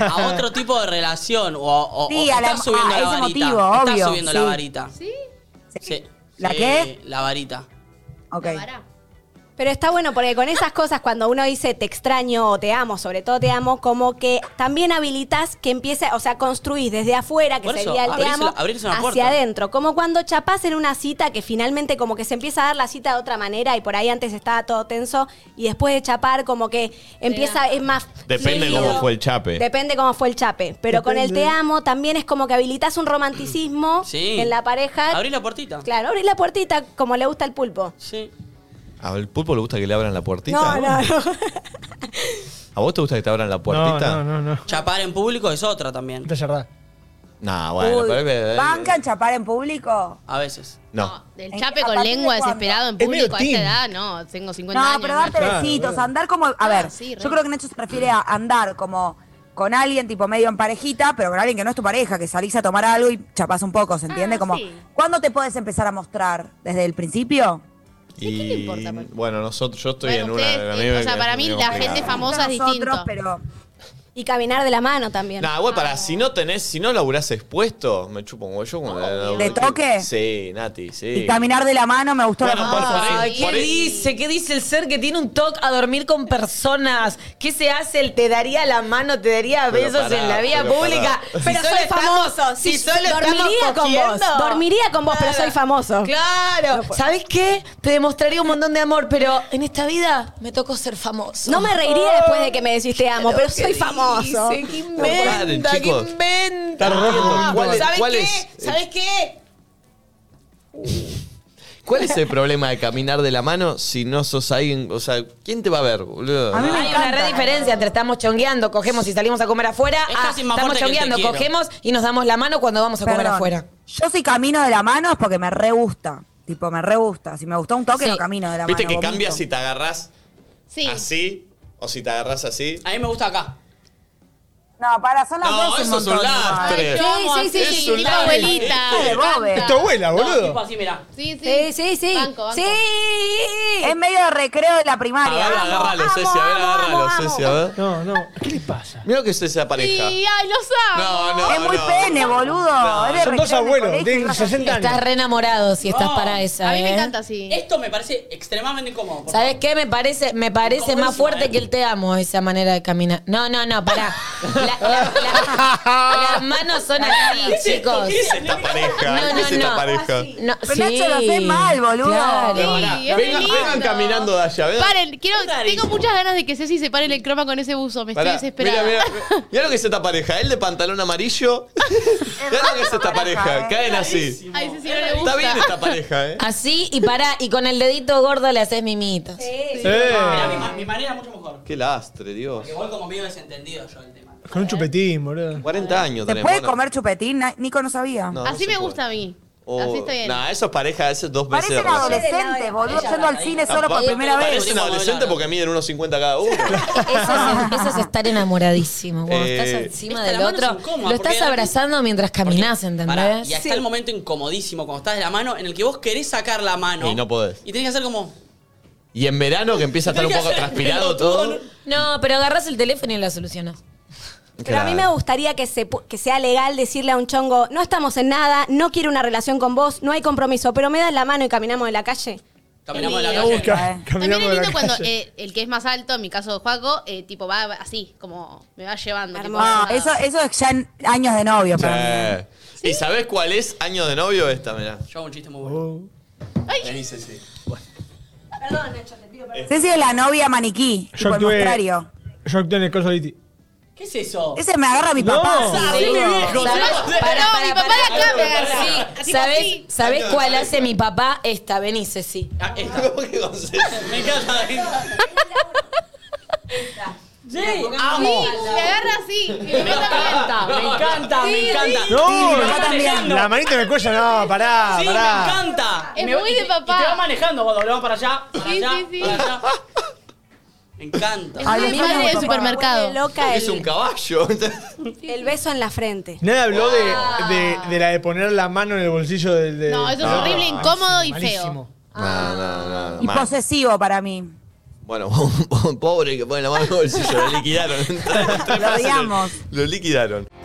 Speaker 3: a otro tipo de relación. O, o-
Speaker 6: Sí,
Speaker 3: o
Speaker 6: a la-
Speaker 3: estás subiendo la
Speaker 6: a ese
Speaker 3: varita.
Speaker 6: motivo,
Speaker 3: estás
Speaker 6: obvio,
Speaker 3: subiendo la
Speaker 6: sí.
Speaker 3: varita.
Speaker 4: ¿Sí?
Speaker 3: Sí.
Speaker 6: ¿La
Speaker 3: Sí,
Speaker 6: qué?
Speaker 3: La varita.
Speaker 6: Ok.
Speaker 4: Pará.
Speaker 13: Pero está bueno porque con esas cosas, cuando uno dice te extraño o te amo, sobre todo te amo, como que también habilitas que empiece, o sea, construís desde afuera, que
Speaker 3: Por eso,
Speaker 13: sería el te
Speaker 3: abrís
Speaker 13: amo,
Speaker 3: la- abrís una
Speaker 13: hacia
Speaker 3: puerta.
Speaker 13: adentro. Como cuando chapás en una cita que finalmente como que se empieza a dar la cita de otra manera y por ahí antes estaba todo tenso y después de chapar como que empieza, es más...
Speaker 1: Depende
Speaker 13: fluido.
Speaker 1: cómo fue el chape.
Speaker 13: Depende cómo fue el chape. Pero con el te
Speaker 5: Depende.
Speaker 13: amo también es como que habilitas un romanticismo
Speaker 3: Sí.
Speaker 13: en la pareja.
Speaker 3: Abrí la puertita.
Speaker 13: Claro, abrís la puertita como le gusta al pulpo.
Speaker 3: Sí.
Speaker 1: ¿Al pulpo le gusta que le abran la
Speaker 13: No,
Speaker 1: puertita?
Speaker 13: no, no.
Speaker 1: ¿A vos te gusta que te abran la
Speaker 5: No,
Speaker 1: puertita?
Speaker 5: no, no, no.
Speaker 3: Chapar en público es otra también.
Speaker 5: Está cerrada.
Speaker 1: Nah,
Speaker 6: Uy,
Speaker 1: bueno, pero-
Speaker 3: eh,
Speaker 1: pero-
Speaker 6: ¿Bancan chapar en público?
Speaker 3: A veces.
Speaker 1: No.
Speaker 4: Del
Speaker 6: ¿En
Speaker 4: chape
Speaker 6: qué- a
Speaker 4: con
Speaker 6: partir
Speaker 4: lengua
Speaker 6: de cuándo?
Speaker 4: desesperado en
Speaker 5: Es medio
Speaker 4: público a esta
Speaker 5: teen.
Speaker 4: edad, no, tengo 50
Speaker 6: No,
Speaker 4: años.
Speaker 6: pero darte
Speaker 5: Claro,
Speaker 6: besitos,
Speaker 5: claro.
Speaker 6: andar como. A
Speaker 4: Ah,
Speaker 6: ver,
Speaker 4: sí, re.
Speaker 6: yo creo que Nacho se refiere a andar como con alguien tipo medio en parejita, pero con alguien que no es tu pareja, que salís a tomar algo y chapás un poco, ¿se entiende?
Speaker 4: Ah,
Speaker 6: como,
Speaker 4: sí.
Speaker 6: ¿cuándo te puedes empezar a mostrar? ¿Desde el principio?
Speaker 1: Y,
Speaker 4: ¿Qué le importa, Pablo?
Speaker 1: Bueno, nosotros, yo estoy
Speaker 4: Bueno,
Speaker 1: en una.
Speaker 4: ustedes,
Speaker 1: a
Speaker 4: eh,
Speaker 1: me-
Speaker 4: o sea,
Speaker 1: me-
Speaker 4: para
Speaker 1: me
Speaker 4: mí la
Speaker 1: complicado.
Speaker 4: gente famosa- Vos sos
Speaker 6: Nosotros,
Speaker 4: distinto.
Speaker 6: pero.
Speaker 13: Y caminar de la mano también.
Speaker 1: Nah, güey, para, si no tenés, si no laburás expuesto, me chupo un yo como
Speaker 6: ¿De toque?
Speaker 1: Sí, Nati, sí.
Speaker 6: Y caminar de la mano me gustó
Speaker 1: Bueno,
Speaker 6: la
Speaker 1: por-
Speaker 6: cosa.
Speaker 1: por ahí-
Speaker 2: Ay, ¿qué
Speaker 1: por ahí-
Speaker 2: dice? ¿Qué dice el ser que tiene un toque a dormir con personas? ¿Qué se hace? El te daría la mano, te daría
Speaker 1: Pero
Speaker 2: besos
Speaker 1: pará,
Speaker 2: en la vía
Speaker 1: pero
Speaker 2: pública.
Speaker 1: pará.
Speaker 2: Si
Speaker 13: Pero
Speaker 2: solo
Speaker 13: soy
Speaker 2: estamos-
Speaker 13: famoso.
Speaker 2: Si
Speaker 13: Sí,
Speaker 2: solo
Speaker 13: dormiría
Speaker 2: estamos
Speaker 13: con vos.
Speaker 2: cogiendo.
Speaker 13: Dormiría con vos, pero soy famoso.
Speaker 2: Claro. ¿Sabes qué? Te demostraría un montón de amor, pero en esta vida me tocó ser famoso.
Speaker 13: No me reiría después de que me decís te amo, pero soy famoso.
Speaker 2: Dice, ¿Qué
Speaker 1: Paren,
Speaker 2: inventa? ¿Qué
Speaker 1: chicos. Está
Speaker 2: inventa?
Speaker 1: rojo. ¿Cuál es-
Speaker 2: ¿Sabes
Speaker 1: cuál
Speaker 2: qué?
Speaker 1: es?
Speaker 2: ¿Sabes qué?
Speaker 1: ¿Cuál es el problema de caminar de la mano si no sos alguien? O sea, ¿quién te va a ver, boludo?
Speaker 6: A mí me
Speaker 2: Hay una
Speaker 6: encanta.
Speaker 2: gran diferencia entre estamos chongueando, cogemos y salimos a comer afuera,
Speaker 3: Es
Speaker 2: a
Speaker 3: casi más fuerte
Speaker 2: estamos
Speaker 3: que el te
Speaker 2: chongueando,
Speaker 3: quiero.
Speaker 2: cogemos y nos damos la mano cuando vamos a comer
Speaker 6: Perdón.
Speaker 2: afuera.
Speaker 6: Yo si camino de la mano es porque me re gusta. Tipo, me re gusta. Si me gustó un toque,
Speaker 2: Sí.
Speaker 6: no camino de la
Speaker 1: Viste
Speaker 6: mano.
Speaker 1: que
Speaker 6: vomito.
Speaker 1: cambia si te agarrás
Speaker 4: Sí.
Speaker 1: así o si te agarrás así.
Speaker 3: A mí me gusta acá.
Speaker 6: No, para, son las
Speaker 1: No,
Speaker 6: dos.
Speaker 1: eso es un
Speaker 6: montón,
Speaker 1: lastre.
Speaker 6: igual.
Speaker 1: Sí,
Speaker 4: sí, sí,
Speaker 1: es
Speaker 4: sí,
Speaker 1: un
Speaker 4: la
Speaker 1: lado.
Speaker 4: abuelita.
Speaker 1: Sí,
Speaker 4: me
Speaker 6: bobe.
Speaker 4: encanta.
Speaker 5: Es tu abuela,
Speaker 3: No, tipo
Speaker 5: boludo.
Speaker 3: así, Ah, mirá.
Speaker 4: Sí,
Speaker 13: Sí, sí, sí.
Speaker 4: Banco, banco.
Speaker 13: Sí.
Speaker 6: Es medio de recreo de la
Speaker 1: A
Speaker 6: primaria.
Speaker 1: ver,
Speaker 6: Vamos.
Speaker 1: agárralo, Ceci, a ver,
Speaker 13: amo,
Speaker 1: agárralo,
Speaker 13: amo,
Speaker 1: Ceci, a
Speaker 13: amo.
Speaker 1: ver.
Speaker 5: No, no. ¿Qué le pasa?
Speaker 1: Mira que es esa pareja.
Speaker 4: Sí, ay, los amo.
Speaker 1: No, no,
Speaker 6: es muy
Speaker 1: no.
Speaker 6: pene, boludo.
Speaker 1: No,
Speaker 6: Es de
Speaker 5: Son dos
Speaker 6: recreo de
Speaker 5: abuelos,
Speaker 6: colegio,
Speaker 5: tienen
Speaker 6: una cosa así.
Speaker 5: 60
Speaker 2: Estás
Speaker 5: años.
Speaker 2: re enamorado Oh, si estás
Speaker 3: No.
Speaker 2: para esa.
Speaker 4: Oh, A mí
Speaker 2: ¿eh?
Speaker 4: me encanta así.
Speaker 3: Oh, Esto me parece extremadamente incómodo. por
Speaker 2: ¿Sabes qué? Me parece, me parece
Speaker 3: Como
Speaker 2: más
Speaker 3: encima,
Speaker 2: fuerte
Speaker 3: ¿eh?
Speaker 2: que el te amo, esa manera de caminar. No, no, no, pará. La Las manos son así, chicos.
Speaker 1: ¿Qué es esta pareja?
Speaker 2: No,
Speaker 1: ¿Qué es
Speaker 2: no,
Speaker 1: esta
Speaker 2: no.
Speaker 1: pareja?
Speaker 2: No,
Speaker 6: Pero Nacho lo hace mal, boludo.
Speaker 2: Claro.
Speaker 1: No, pará.
Speaker 4: Sí, es
Speaker 1: vengan,
Speaker 4: lindo.
Speaker 1: vengan caminando de allá. Vengan.
Speaker 4: Paren, quiero, tengo muchas ganas de que Ceci se pare el croma con ese buzo. Me
Speaker 1: Pará.
Speaker 4: estoy
Speaker 1: Mira,
Speaker 4: desesperada.
Speaker 1: mira, mira lo que es esta pareja. Él de pantalón amarillo. Mira lo que es esta pareja.
Speaker 6: ¿eh?
Speaker 1: Caen así.
Speaker 4: Ay, Ceci no le gusta.
Speaker 1: Está bien esta pareja, ¿eh?
Speaker 2: Así y para y con el dedito gordo le haces mimitos.
Speaker 1: Eh.
Speaker 3: Mirá, mi, ma- mi manera es mucho mejor.
Speaker 1: Qué lastre, Dios.
Speaker 3: Igual como medio desentendido yo el tema.
Speaker 5: Con un chupetín, boludo.
Speaker 1: 40 años
Speaker 6: ¿Se
Speaker 1: tenemos.
Speaker 6: puede
Speaker 1: ¿no?
Speaker 6: comer chupetín? Na- Nico no sabía.
Speaker 1: No,
Speaker 4: Así me gusta a mí. Así está bien.
Speaker 1: Nah, eso es pareja, eso es dos veces
Speaker 6: Parecen
Speaker 1: de relación.
Speaker 6: adolescentes, boludo, yendo al cine solo por
Speaker 1: Aparte,
Speaker 6: primera vez.
Speaker 1: Parecen adolescentes porque miden 1,50 cada uno.
Speaker 2: Eso es, eso es estar enamoradísimo. Cuando
Speaker 1: Eh.
Speaker 2: estás encima
Speaker 3: Esta,
Speaker 2: del
Speaker 3: la mano
Speaker 2: otro,
Speaker 3: es incómoda,
Speaker 2: lo
Speaker 3: porque
Speaker 2: estás
Speaker 3: de repente-
Speaker 2: abrazando mientras caminás, ¿entendés?
Speaker 3: Pará, y hasta el momento incomodísimo cuando estás de la mano en el que vos querés sacar la mano.
Speaker 1: Y no podés.
Speaker 3: Y tenés que hacer como.
Speaker 1: Y en verano que empieza a estar un poco transpirado todo.
Speaker 2: No, pero agarras el teléfono y la solucionas.
Speaker 13: Pero a mí me gustaría que, se pu- que sea legal decirle a un chongo, no estamos en nada, no quiero una relación con vos, no hay compromiso, pero me das la mano y caminamos de la calle.
Speaker 3: Caminamos en la
Speaker 5: Me
Speaker 3: calle.
Speaker 6: Eh.
Speaker 5: gusta,
Speaker 4: También
Speaker 5: caminamos
Speaker 4: es
Speaker 5: por la
Speaker 4: lindo cuando
Speaker 5: calle.
Speaker 4: eh, el que es más alto, en mi caso Juaco, eh, tipo va así, como me va llevando. tipo,
Speaker 6: Ah,
Speaker 4: va-
Speaker 6: eso, eso es ya en años de novio para mí.
Speaker 1: Eh. ¿Y sabés cuál es año de novio esta? Mirá.
Speaker 3: Yo hago un chiste muy
Speaker 4: Oh.
Speaker 3: bueno.
Speaker 1: Vení, Ceci.
Speaker 13: Perdón, Nacho, te pido perdón.
Speaker 6: Ceci es la novia maniquí,
Speaker 5: Yo
Speaker 6: tipo el
Speaker 5: actué-
Speaker 6: mostrario.
Speaker 5: Yo actué en el coso de Iti.
Speaker 3: ¿Qué es eso?
Speaker 6: Ese me agarra mi
Speaker 5: No.
Speaker 6: papá.
Speaker 2: Sí,
Speaker 3: Ah, viejo,
Speaker 2: ¿sabes?
Speaker 3: no,
Speaker 2: Pará, pará,
Speaker 4: no, mi papá
Speaker 2: pará.
Speaker 4: la acá me agarra.
Speaker 2: Sí,
Speaker 4: Así,
Speaker 2: ¿sabés,
Speaker 4: así.
Speaker 2: ¿sabés cuál hace mi papá? Esta, vení, Ceci.
Speaker 3: Ah, esta.
Speaker 1: ¿Cómo que con Ceci?
Speaker 3: Me encanta. Sí,
Speaker 4: Sí,
Speaker 3: amo.
Speaker 4: me agarra así. Me
Speaker 3: Me encanta, me encanta,
Speaker 4: Sí,
Speaker 3: me encanta.
Speaker 5: No,
Speaker 6: Sí,
Speaker 5: la-
Speaker 6: yo también.
Speaker 5: la manita en el cuello, no, pará,
Speaker 3: Sí, me
Speaker 5: pará.
Speaker 3: encanta.
Speaker 4: Es
Speaker 3: Me va-
Speaker 4: muy
Speaker 3: y
Speaker 4: de
Speaker 3: te-
Speaker 4: papá.
Speaker 3: Y te va manejando cuando vamos para allá, para
Speaker 4: Sí,
Speaker 3: allá,
Speaker 4: sí, sí.
Speaker 3: para allá. Me encanta.
Speaker 6: Ay,
Speaker 4: mi
Speaker 6: me
Speaker 4: madre
Speaker 6: encanta
Speaker 4: del
Speaker 6: mi papá.
Speaker 4: supermercado.
Speaker 13: Vuelve loca
Speaker 1: Es un
Speaker 13: el,
Speaker 1: caballo.
Speaker 13: el beso en la frente.
Speaker 5: Nadie habló de, de, de la de poner la mano en el bolsillo del. del-
Speaker 4: No, eso es
Speaker 1: No,
Speaker 4: horrible, incómodo y
Speaker 5: malísimo.
Speaker 4: feo.
Speaker 1: No, no, no.
Speaker 6: Y
Speaker 1: mal.
Speaker 6: posesivo para mí.
Speaker 1: Bueno, pobre que pone la mano en el bolsillo, lo liquidaron. En tres- en tres
Speaker 6: Lo
Speaker 1: frases
Speaker 6: odiamos.
Speaker 1: Lo liquidaron.